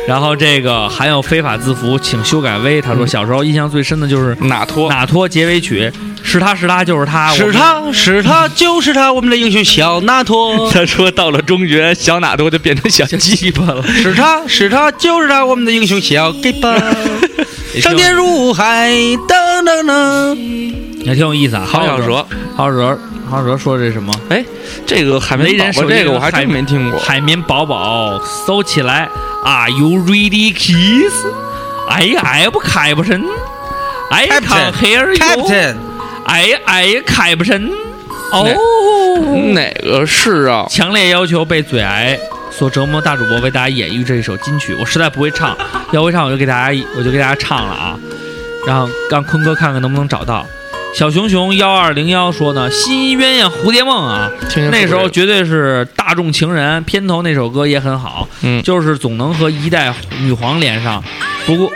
F: 然后这个还有非法字符，请修改微。
A: 嗯
F: 他说小时候印象最深的就是
A: 哪托？
F: 哪托结尾曲，是他是他就是他，我
E: 是
F: 们。
E: 他，是他，就是他，我们的英雄小纳 托。
A: 他说到了中学，小哪托就变成小鸡巴了。
E: 是他，是他，就是他，我们的英雄小 gay 吧，上天入海，噔噔噔。
F: 也挺有意思啊。
A: 好小蛇，
F: 好小蛇，好小蛇说这什么？
A: 哎，这个海
F: 雷
A: 绵
F: 人
A: 宝
F: 手
A: 宝
F: 机
A: 这个我还
F: 海
A: 真没听过。
F: 海绵宝宝搜起来，Are you ready, kiss？哎哎不开不深，哎
E: Captain，
F: 看 here you，
E: Captain，
F: 哎哎开不深，哦。
A: 哪个是啊？
F: 强烈要求被嘴癌所折磨的大主播为大家演绎这一首金曲，我实在不会唱，要会唱我就给大家我就给大家唱了啊，然后让坤哥看看能不能找到。小熊熊幺二零幺说呢，《新鸳鸯蝴蝶梦》啊，
A: 听听
F: 那时
A: 这
F: 候
A: 个
F: 绝对是大众情人，片头那首歌也很好，
A: 嗯
F: 就是总能和一代女皇连上。不过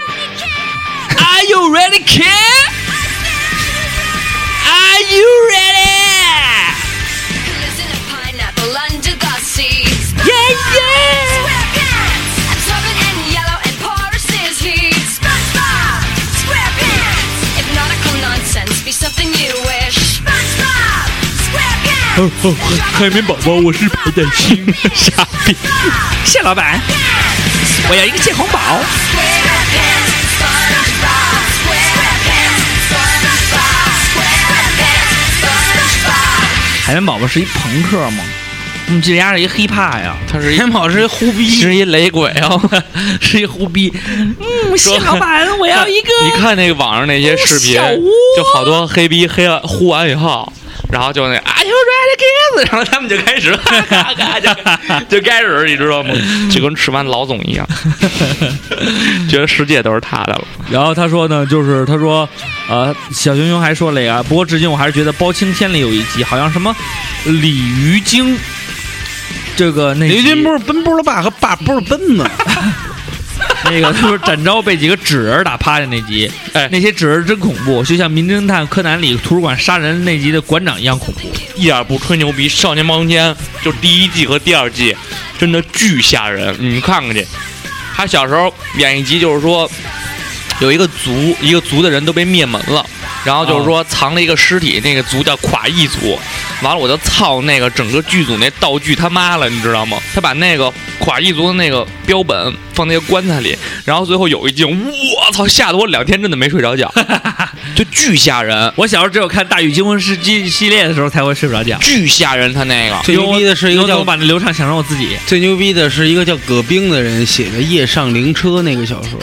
F: ，Are you ready, kid? Are you ready?
I: Something you wish. SpongeBob SquarePants.
F: 哦哦，海绵宝宝，我是白带星，傻逼！谢老板，我要一个蟹红堡。海绵宝宝是一朋克吗？嗯，这家是一黑怕呀，
A: 他 是一
E: 天宝是一 胡逼，
A: 是一雷鬼啊！
F: 是一胡逼。嗯，蟹老 板，我要一个。
A: 你看那个网上那些视频
F: 小屋，
A: 就好多黑逼黑了呼完以后，然后就那哎 Are you ready kids？然后 他们就开始，哈哈哈就就开始，你知道吗？就跟吃完老总一样， 觉得世界都是他的了。
F: 然后他说呢，就是他说，呃，小熊熊还说了一个，不过至今我还是觉得《包青天》里有一集，好像什么鲤鱼精，这个那
E: 李
F: 集
E: 军不是奔波了爸和爸不是奔吗？
F: 那个他说展昭被几个纸人打趴下那集，
A: 哎
F: 那些纸人真恐怖，就像《名侦探柯南》里图书馆杀人那集的馆长一样恐怖。
A: 一点不吹牛逼，《少年包青天》就第一季和第二季，真的巨吓人，你们看看去。他小时候演一集，就是说有一个族，一个族的人都被灭门了，然后就是说藏了一个尸体，那个族叫垮一族。完了，我就操那个整个剧组那道具他妈了，你知道吗？他把那个垮一族的那个标本放那个棺材里，然后最后有一镜，我操，吓得我两天真的没 睡着觉，就巨吓人，
F: 我小时候只有看《大禹惊魂师》系系列的时候才会睡不着觉。
A: 巨吓人，他那个。
E: 最牛逼的是一个
F: 有
E: 叫
F: 我把那流畅想成我自己，
E: 最牛逼的是一个叫葛冰的人写的《夜上灵车》那个小说，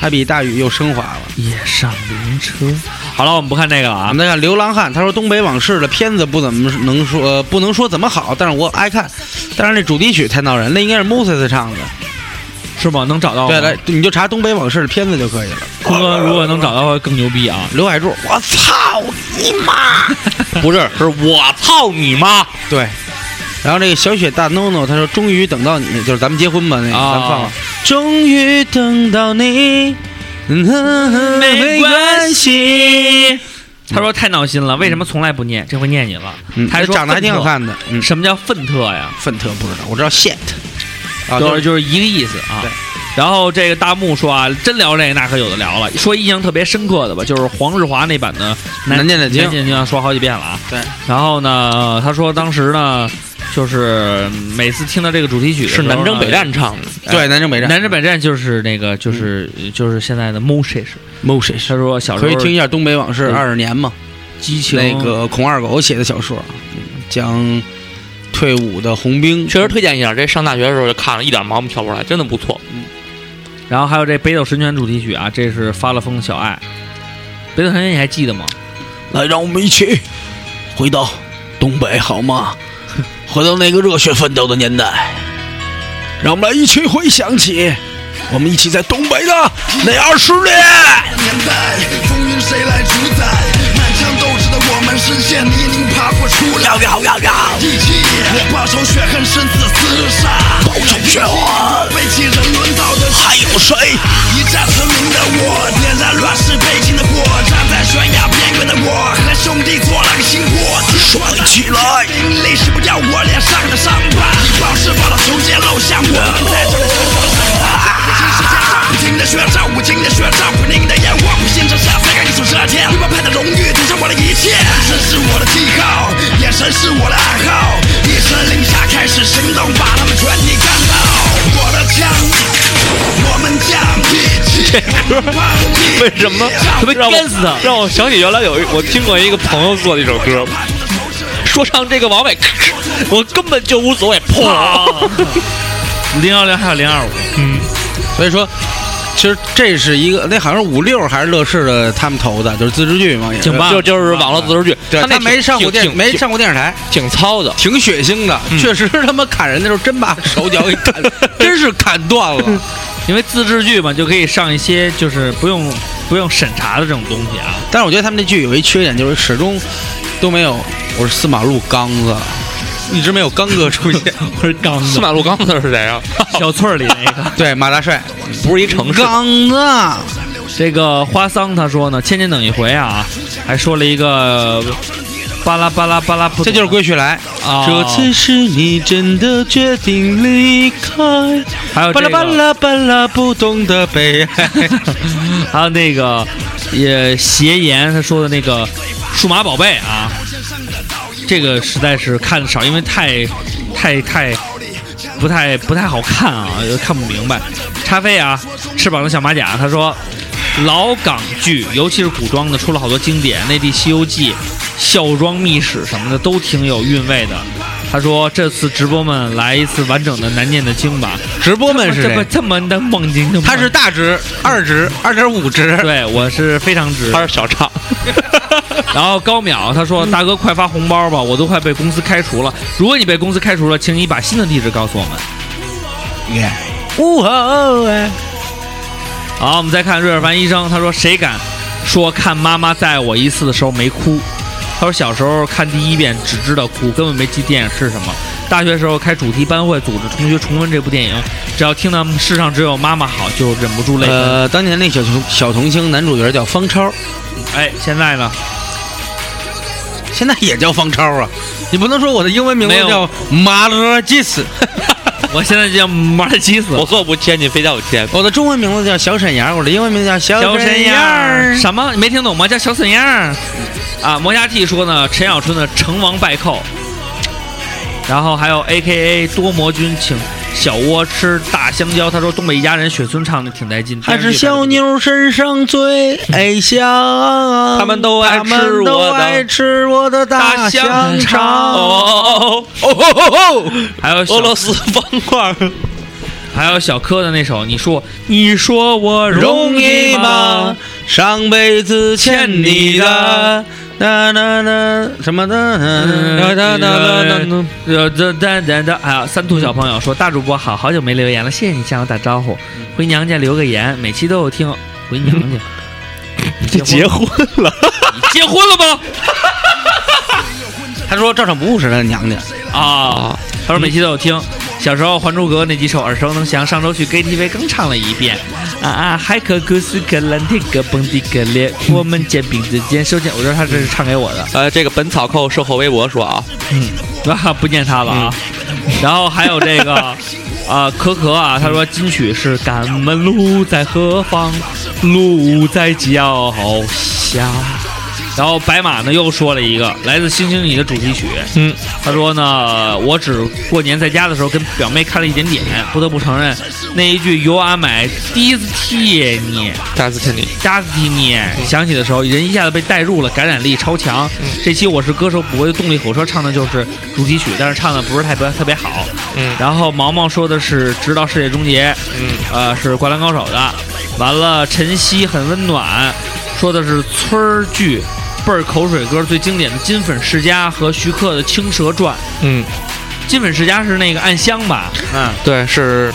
E: 他比大禹又升华了。
F: 夜上灵车。好了，我们不看这个了
E: 我
F: 啊。
E: 们再看《流浪汉》，他说东北往事的片子不怎么能说，呃不能说怎么好，但是我爱看。但是那主题曲太闹人，那应该是 Moses 唱的。
F: 是吗？能找到吗？
E: 对，来，你就查东北往事的片子就可以了。
F: 坤哥，如果能找到会更牛逼啊！
E: 刘海柱，我操你妈！不是，
A: 是我操你妈！
E: 对，然后这个小雪大 no no，他说终于等到你，就是咱们结婚吧，那个、
F: 啊
E: 咱放了，终于等到你，嗯
F: 没关
E: 系。
F: 他说太闹心了，为什么从来不念？这回念你了。
E: 嗯，
F: 他还说
E: 长得还挺好看的，
F: 粪特。
E: 嗯，
F: 什么叫粪特呀？
E: 粪特不知道，我知道 shit，
F: 就
E: 啊，就是是
F: 就是一个意思啊
E: 对。
F: 然后这个大木说啊，真聊这个那可有的聊了。说印象特别深刻的吧，就是黄日华那版的《
E: 难念的经
F: 南，京经》说好几遍了啊。
E: 对。
F: 然后呢，他说当时呢，就是每次听到这个主题曲的时
A: 是
F: 候呢
A: 南征北，战唱的，
E: 对，哎南征北战
F: 南征北战就是那个就是就是现在的 Moses。
E: ，Moses，
F: 他说小时
E: 可
F: 候
E: 以听一下《东北往事
F: 对
E: 二十年》嘛，
F: 激情
E: 那个孔二狗写的小说，讲退伍的红兵，
A: 确实推荐一下。这上大学的时候就看了，一点毛病挑不出来，真的不错。
F: 然后还有这《北斗神拳》主题曲啊，这是发了疯的小爱。北斗神拳你还记得吗？
E: 来，让我们一起回到东北好吗？回到那个热血奋斗的年代，让我们来一起回想起我们一起在东北的那二十年。
C: 年代，风云谁来主宰？满腔斗志的我们，深陷泥泞爬过出来。要要要要！一起，我报仇雪恨，身死厮杀。报仇雪恨，背弃人轮到的还有谁？一战成名的我，点燃乱世背景的火，站在悬崖边缘的我，和兄弟做了个新伙计。帅起来！经历洗不掉我脸上的伤疤，你暴是报了仇街陋巷，我们在这里承受审判。新时间上不停的学着，无尽的学着，不宁的眼光，不信这下再给你手遮天。你们派的荣誉抵上我的一切，这是我的记号，眼神是我的暗号，一声令下开始行动，把他们全体干倒。我的枪，我们将一起
A: 为什么
F: 他妈
A: 让我
F: 干死他
A: 让我想起原来有一我听过一个朋友做的一首歌，说唱这个王伟，咔咔我根本就无所谓，砰！
F: 啊零幺零还有零二五，
E: 所以说，其实这是一个，那好像是五六还是乐视的，他们投的，就是自制剧嘛，也是
F: 警。棒
A: 就就是网络自制剧，
E: 对，
A: 那
E: 他没
A: 挺
E: 上过
A: 挺
E: 电，
A: 挺
E: 没上过电视台，
A: 挺糙 的，
E: 挺血腥的，确实他妈砍人的时候真把手脚给砍，真是砍断了。
F: 因为自制剧嘛，就可以上一些就是不用不用审查的这种东西 啊。
E: 但是我觉得他们这剧有一缺点，就是始终都没有我是司马路刚子，一直没有刚哥出现。
F: 不是刚
A: 司马路刚子是谁 啊？
F: 小翠儿里那个
E: 对，马大帅，
A: 不是一城市，
E: 刚子，
F: 这个花桑他说呢，千年等一回啊，还说了一个巴拉巴拉巴拉不懂，
E: 这就是归去来。
F: 啊。
E: 这次是你真的决定离开，
F: 还有
E: 巴
F: 这
E: 拉巴
F: 个，
E: 拉巴拉，不懂得悲哀。
F: 还有那个也邪言他说的那个数码宝贝啊，这个实在是看的少，因为太太太不太不太好看啊，又看不明白。咖啡啊，翅膀的小马甲，他说老港剧，尤其是古装的，出了好多经典，内地《西游记》《孝庄秘史》什么的都挺有韵味的。他说这次直播们来一次完整的难念的经吧。
E: 直播们是
F: 这么
E: 谁？
F: 这么的梦境，
E: 他是大值、二值、二点五值。
F: 对我是非常直。
A: 他是小畅，
F: 然后高淼他说：“大哥，快发红包吧，我都快被公司开除了。如果你被公司开除了，请你把新的地址告诉我们。
E: 耶，”
F: 哎好，我们再看瑞尔凡医生，他说：“谁敢说看妈妈载我一次的时候没哭？”他说：“小时候看第一遍只知道哭，根本没记电影是什么。大学时候开主题班会，组织同学重温这部电影，只要听到‘世上只有妈妈好’，就忍不住泪奔。
E: 呃，当年那小童小童星男主角叫方超，
F: 哎，现在呢？
E: 现在也叫方超啊。你不能说我的英文名字
F: 没有
E: 叫马勒基 斯，
F: 我现在就要马尔基死。
A: 我坐不谦，你非叫我谦。
E: 我的中文名字叫小沈阳，我的英文名字叫小
F: 小沈
E: 沈
F: 阳儿
E: 阳。
F: 什么？你没听懂吗？叫小沈阳儿啊！磨牙 T 说呢，陈小春的成王败寇，然后还有 A K A 多魔君请小窝吃大香蕉。他说东北一家人雪村唱的挺带劲，
E: 还是小
F: 妞。
E: 妞身上 最香，他
A: 们都爱吃我的
E: 们都爱吃我的大香肠。
A: 哦哦哦哦！
F: 还有小
A: 俄罗斯方块，
F: 还有小柯的那首，你说你说我
E: 容
F: 容
E: 易
F: 易
E: 吗
F: 吗？？
E: 上辈子欠你的，嗯那那那什么的，那那那那
F: 呃，这这这这，还有三兔小朋友说，大主播好，好久没留言了，谢谢你向我打招呼，回娘家留个言，每期都有听，回娘家。你 结婚了？你结婚了吗？
E: 他说照常不误是他娘家，
F: 啊，他说每期都有听。小时候《还珠格格》那几首耳熟能详，上周去 KTV 刚唱了一遍。啊啊，海可可斯可兰蒂可蹦迪可列，我们肩并着肩手牵。我知道他这是唱给我的，
A: 呃，这个本草寇售后微博说啊，
F: 嗯，啊， 不念他了啊。然后还有这个 啊，可可啊，他说金曲是《敢问路在何方，路在脚下》。然后白马呢又说了一个来自《星星你》的主题曲，
A: 嗯，
F: 他说呢，我只过年在家的时候跟表妹看了一点点，不得不承认那一句 “You are my destiny”，
A: 大斯特尼，
F: 扎斯蒂尼想起的时候，人一下子被带入了，感染力超强。
A: 嗯
F: 这期《我是歌手》补位动力火车唱的就是主题曲，但是唱的不是太特别好。
A: 嗯
F: 然后毛毛说的是《直到世界终结》，
A: 嗯，
F: 呃，是《灌篮高手》的。完了，晨曦很温暖，说的是村儿剧，倍儿口水歌最经典的《金粉世家》和徐克的《青蛇传
A: 嗯，》。
F: 《金粉世家》是那个暗香吧？嗯。
A: 对，是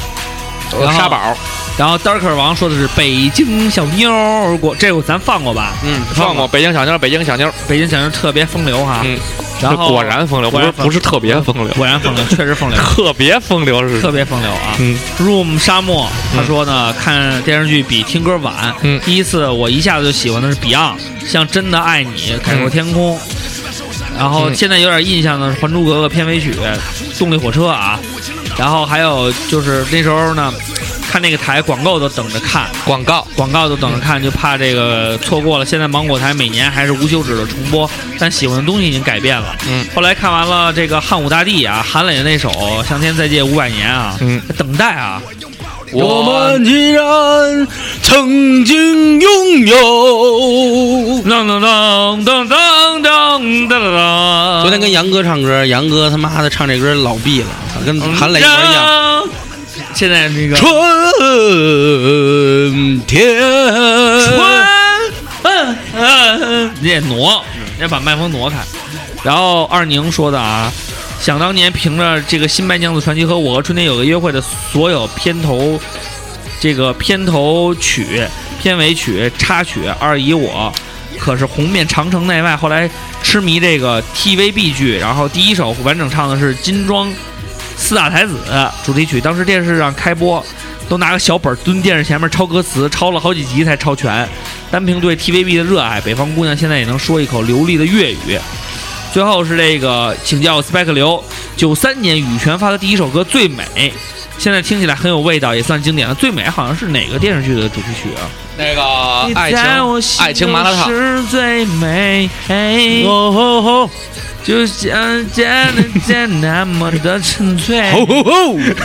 F: 然后
A: 沙宝，
F: 然后 Darker 王说的是北京小妞儿过，这个咱放过吧？
A: 嗯，放过北京小妞，北京小妞，
F: 北京小妞儿特别风流哈。
A: 嗯，
F: 然后
A: 果然风流，不
F: 果
A: 是
F: 然风
A: 不是特别风流，
F: 果然风流，确实风流，
A: 特别风流 是
F: 特别风流啊。
A: 嗯
F: Room 沙漠，他
A: 嗯
F: 说呢，看电视剧比听歌晚。
A: 嗯
F: 第一次我一下子就喜欢的是 Beyond，像《真的爱你》《海阔天空》然后
A: 嗯
F: 现在有点印象的是《还珠格格》片尾曲《动力火车》啊，然后还有就是那时候呢，看那个台广告都等着看，
A: 广告，
F: 广告都等着看，就怕这个错过了。现在芒果台每年还是无休止的重播，但喜欢的东西已经改变了。
A: 嗯，
F: 后来看完了这个汉武大帝啊，韩磊的那首《向天再借五百年》啊，
A: 嗯，
F: 等待啊，
E: 我们既然曾经拥有。
F: 噔噔噔噔噔噔噔噔，
E: 昨天跟杨哥唱歌，杨哥他妈的唱这歌老毙了，跟韩磊一模一样。
F: 样。现在那个
E: 春天，
F: 嗯嗯嗯， 你得挪，你得把麦克风挪开。然后二宁说的啊，想当年凭着这个《新白娘子传奇》和《我和春天有个约会》的所有片头，这个片头曲、片尾曲、插曲，二姨我可是红遍长城内外。后来痴迷这个 TVB 剧，然后第一首完整唱的是《金装四大才子》主题曲，当时电视上开播。都拿个小本儿蹲电视前面抄歌词，抄了好几集才抄全。单凭对 TVB 的热爱，北方姑娘现在也能说一口流利的粤语。最后是这个，请教 Spike 刘，九三年羽泉发的第一首歌《最美》，现在听起来很有味道，也算经典了。《最美》好像是哪个电视剧的主题曲啊？
A: 那个爱情爱情麻辣烫，
F: 是最美。
E: 哦吼吼，
F: 就像简单那么的纯粹，
A: 哦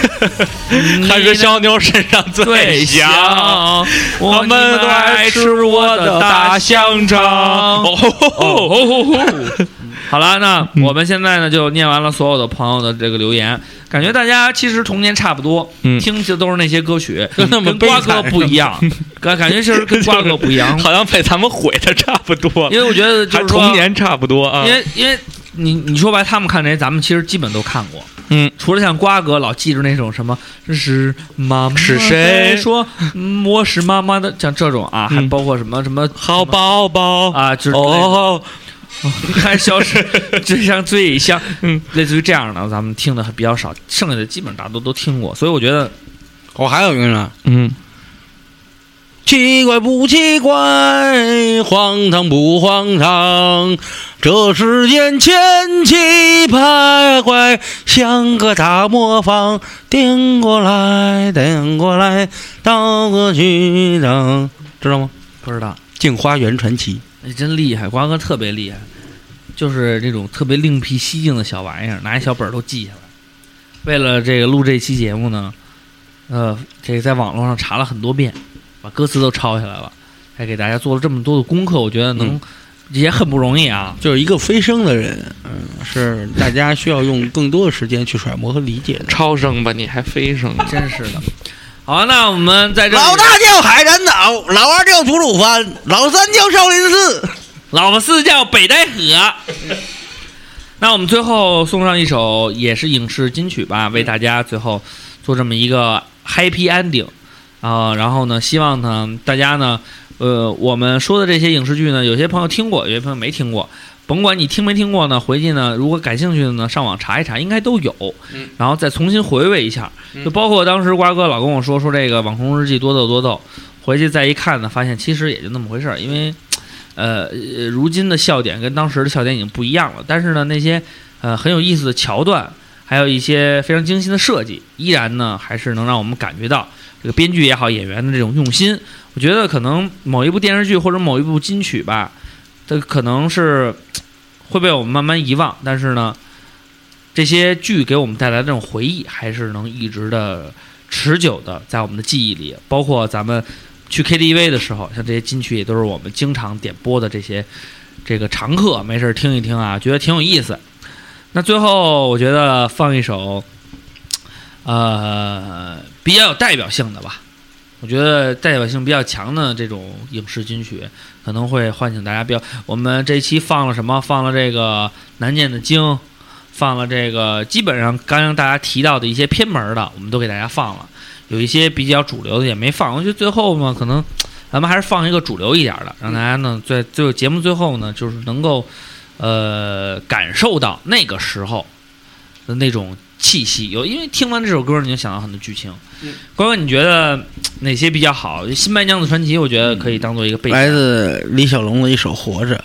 A: 还是小妞身上最
F: 最
A: 香。
F: 香。
A: 哎我
F: 我
A: 们都爱吃我的大香肠。
F: 哦 好了，那我们现在呢就念完了所有的朋友的这个留言，感觉大家其实童年差不多，
A: 嗯
F: 听的都是那些歌曲，
E: 就那么
F: 跟
E: 悲
F: 瓜
E: 惨
F: 哥不一样，感感觉就是跟瓜哥不一 样，
A: 好像被咱们毁的差不多，
F: 因为我觉得就
A: 还
F: 是说
A: 童，年差不多啊
F: 因。为因为你你说白，他们看这些，咱们其实基本都看过，
A: 嗯，
F: 除了像瓜哥老记着那种什么这是妈妈
A: 是谁
F: 在说、嗯我是妈妈的，像这种啊，还
A: 嗯
F: 包括什么什么
A: 好宝宝，
F: 啊，就是
A: 哦，
F: 还消失， 就像最 像，嗯，类似于这样的，咱们听的比较少，剩下的基本大多都听过，所以我觉得
E: 我还有一个呢，
A: 嗯，
E: 奇怪不奇怪，荒唐不荒唐，这世间千奇百怪，像个大魔方，颠过来颠过来，倒过去等，知道吗？
F: 不知道，
E: 《镜花缘传奇》。
F: 你真厉害，瓜哥特别厉害，就是那种特别另辟蹊径的小玩意儿，拿一小本儿都记下来。为了这个录这期节目呢，呃，这个在网络上查了很多遍，把歌词都抄下来了，还给大家做了这么多的功课，我觉得
A: 嗯
F: 能、也很不容易啊。
E: 就是一个飞升的人，嗯，是大家需要用更多的时间去揣摩和理解的。
A: 超生吧，你还飞升？
F: 真是的。好，那我们在这里，
E: 叫海南岛，老二叫吐鲁番，老三叫少林寺。
F: 老婆四叫北戴河。那我们最后送上一首也是影视金曲吧，为大家最后做这么一个 happy ending 啊、然后呢，希望呢大家呢，呃，我们说的这些影视剧呢，有些朋友听过，有些朋友没听过。甭管你听没听过呢，回去呢，如果感兴趣的呢，上网查一查，应该都有，
E: 嗯
F: 然后再重新回味一下。就包括当时瓜哥老跟我说说这个《网红日记》多逗多逗，回去再一看呢，发现其实也就那么回事儿，因为。呃，呃如今的笑点跟当时的笑点已经不一样了，但是呢，那些呃很有意思的桥段，还有一些非常精心的设计，依然呢还是能让我们感觉到这个编剧也好，演员的这种用心。我觉得可能某一部电视剧或者某一部金曲吧，这可能是嘖会被我们慢慢遗忘，但是呢，这些剧给我们带来的这种回忆，还是能一直的持久的在我们的记忆里。包括咱们去 KTV 的时候，像这些金曲也都是我们经常点播的这些这个常客，没事儿听一听啊，觉得挺有意思。那最后我觉得放一首，呃，比较有代表性的吧。我觉得代表性比较强的这种影视金曲，可能会唤醒大家比较。我们这一期放了什么？放了这个《难念的经》，放了这个基本上刚刚大家提到的一些偏门的，我们都给大家放了。有一些比较主流的也没放。我觉得最后嘛，可能咱们还是放一个主流一点的，让大家呢在最后节目最后呢，就是能够呃感受到那个时候的那种气息。有因为听完这首歌，你就想到很多剧情。关关，你觉得嘖哪些比较好？《新白娘子传奇》我觉得可以当做一个背景。
E: 来自李小龙的一首《活着》。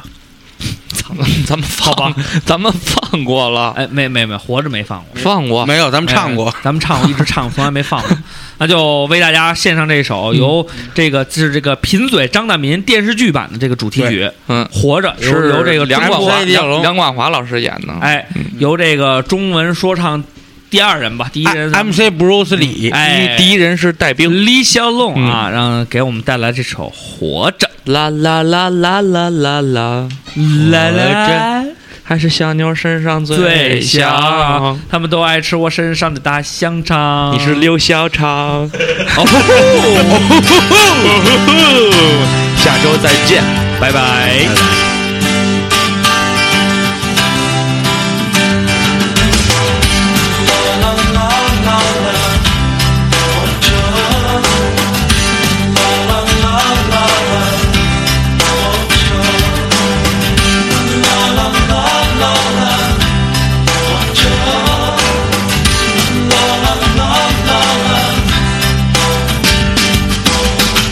A: 咱们 咱们放，咱们放过了，
F: 哎，没没没，活着没放过。
A: 放过。
E: 没有，咱们唱过
F: 哎，咱们唱过，一直唱，从来没放 过。那就为大家献上这首
A: 嗯
F: 由这个是这个贫嘴张大民电视剧版的这个主题曲，
A: 嗯，
F: 活着》由
A: 是
F: 由这个
A: 梁
F: 中
A: 广
F: 国
A: 华嗯
E: 李小龙
A: 梁梁广华老师演的。
F: 哎，由这个中文说唱第二人吧，第一人
E: MC Bruce 李，
F: 哎，
A: 第一人是戴兵，
F: 李小龙
A: 嗯
F: 啊，让给我们带来这首《活着
A: 啦啦啦啦啦啦啦，》，
F: 来
A: 来，还是小妞身上
F: 最香
A: 香。，
F: 他们都爱吃我身上的大香肠。
A: 你是 哦刘小超，下周再见，
F: 拜拜。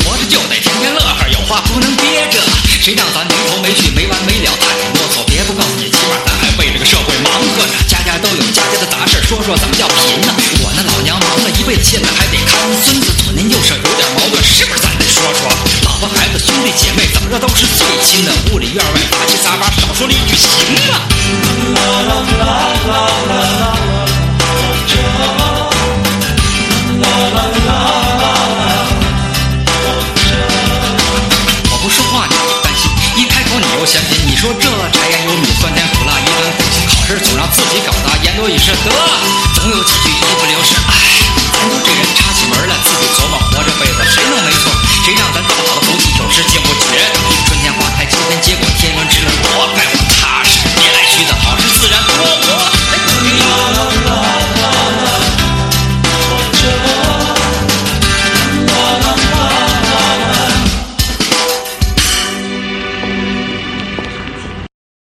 C: 活着就得天天乐呵，有话不能憋着。谁让咱没头没绪、没完没了、大手啰嗦？别不告诉你，起码咱还为这个社会忙活着，家家都有家家的杂事儿。说说咱们叫贫呢、我那老娘忙了一辈子，现在还得看孙子，左邻右舍有点矛盾，是不是咱得说说？老婆孩子、兄弟姐妹，怎么着都是最亲的，屋里院外杂七杂八，少说了一句行啊。我不说话你担心，一开口你又嫌贫。你说这柴盐油米酸甜苦辣一般苦，考试总让自己搞砸，言多语失得，总有几句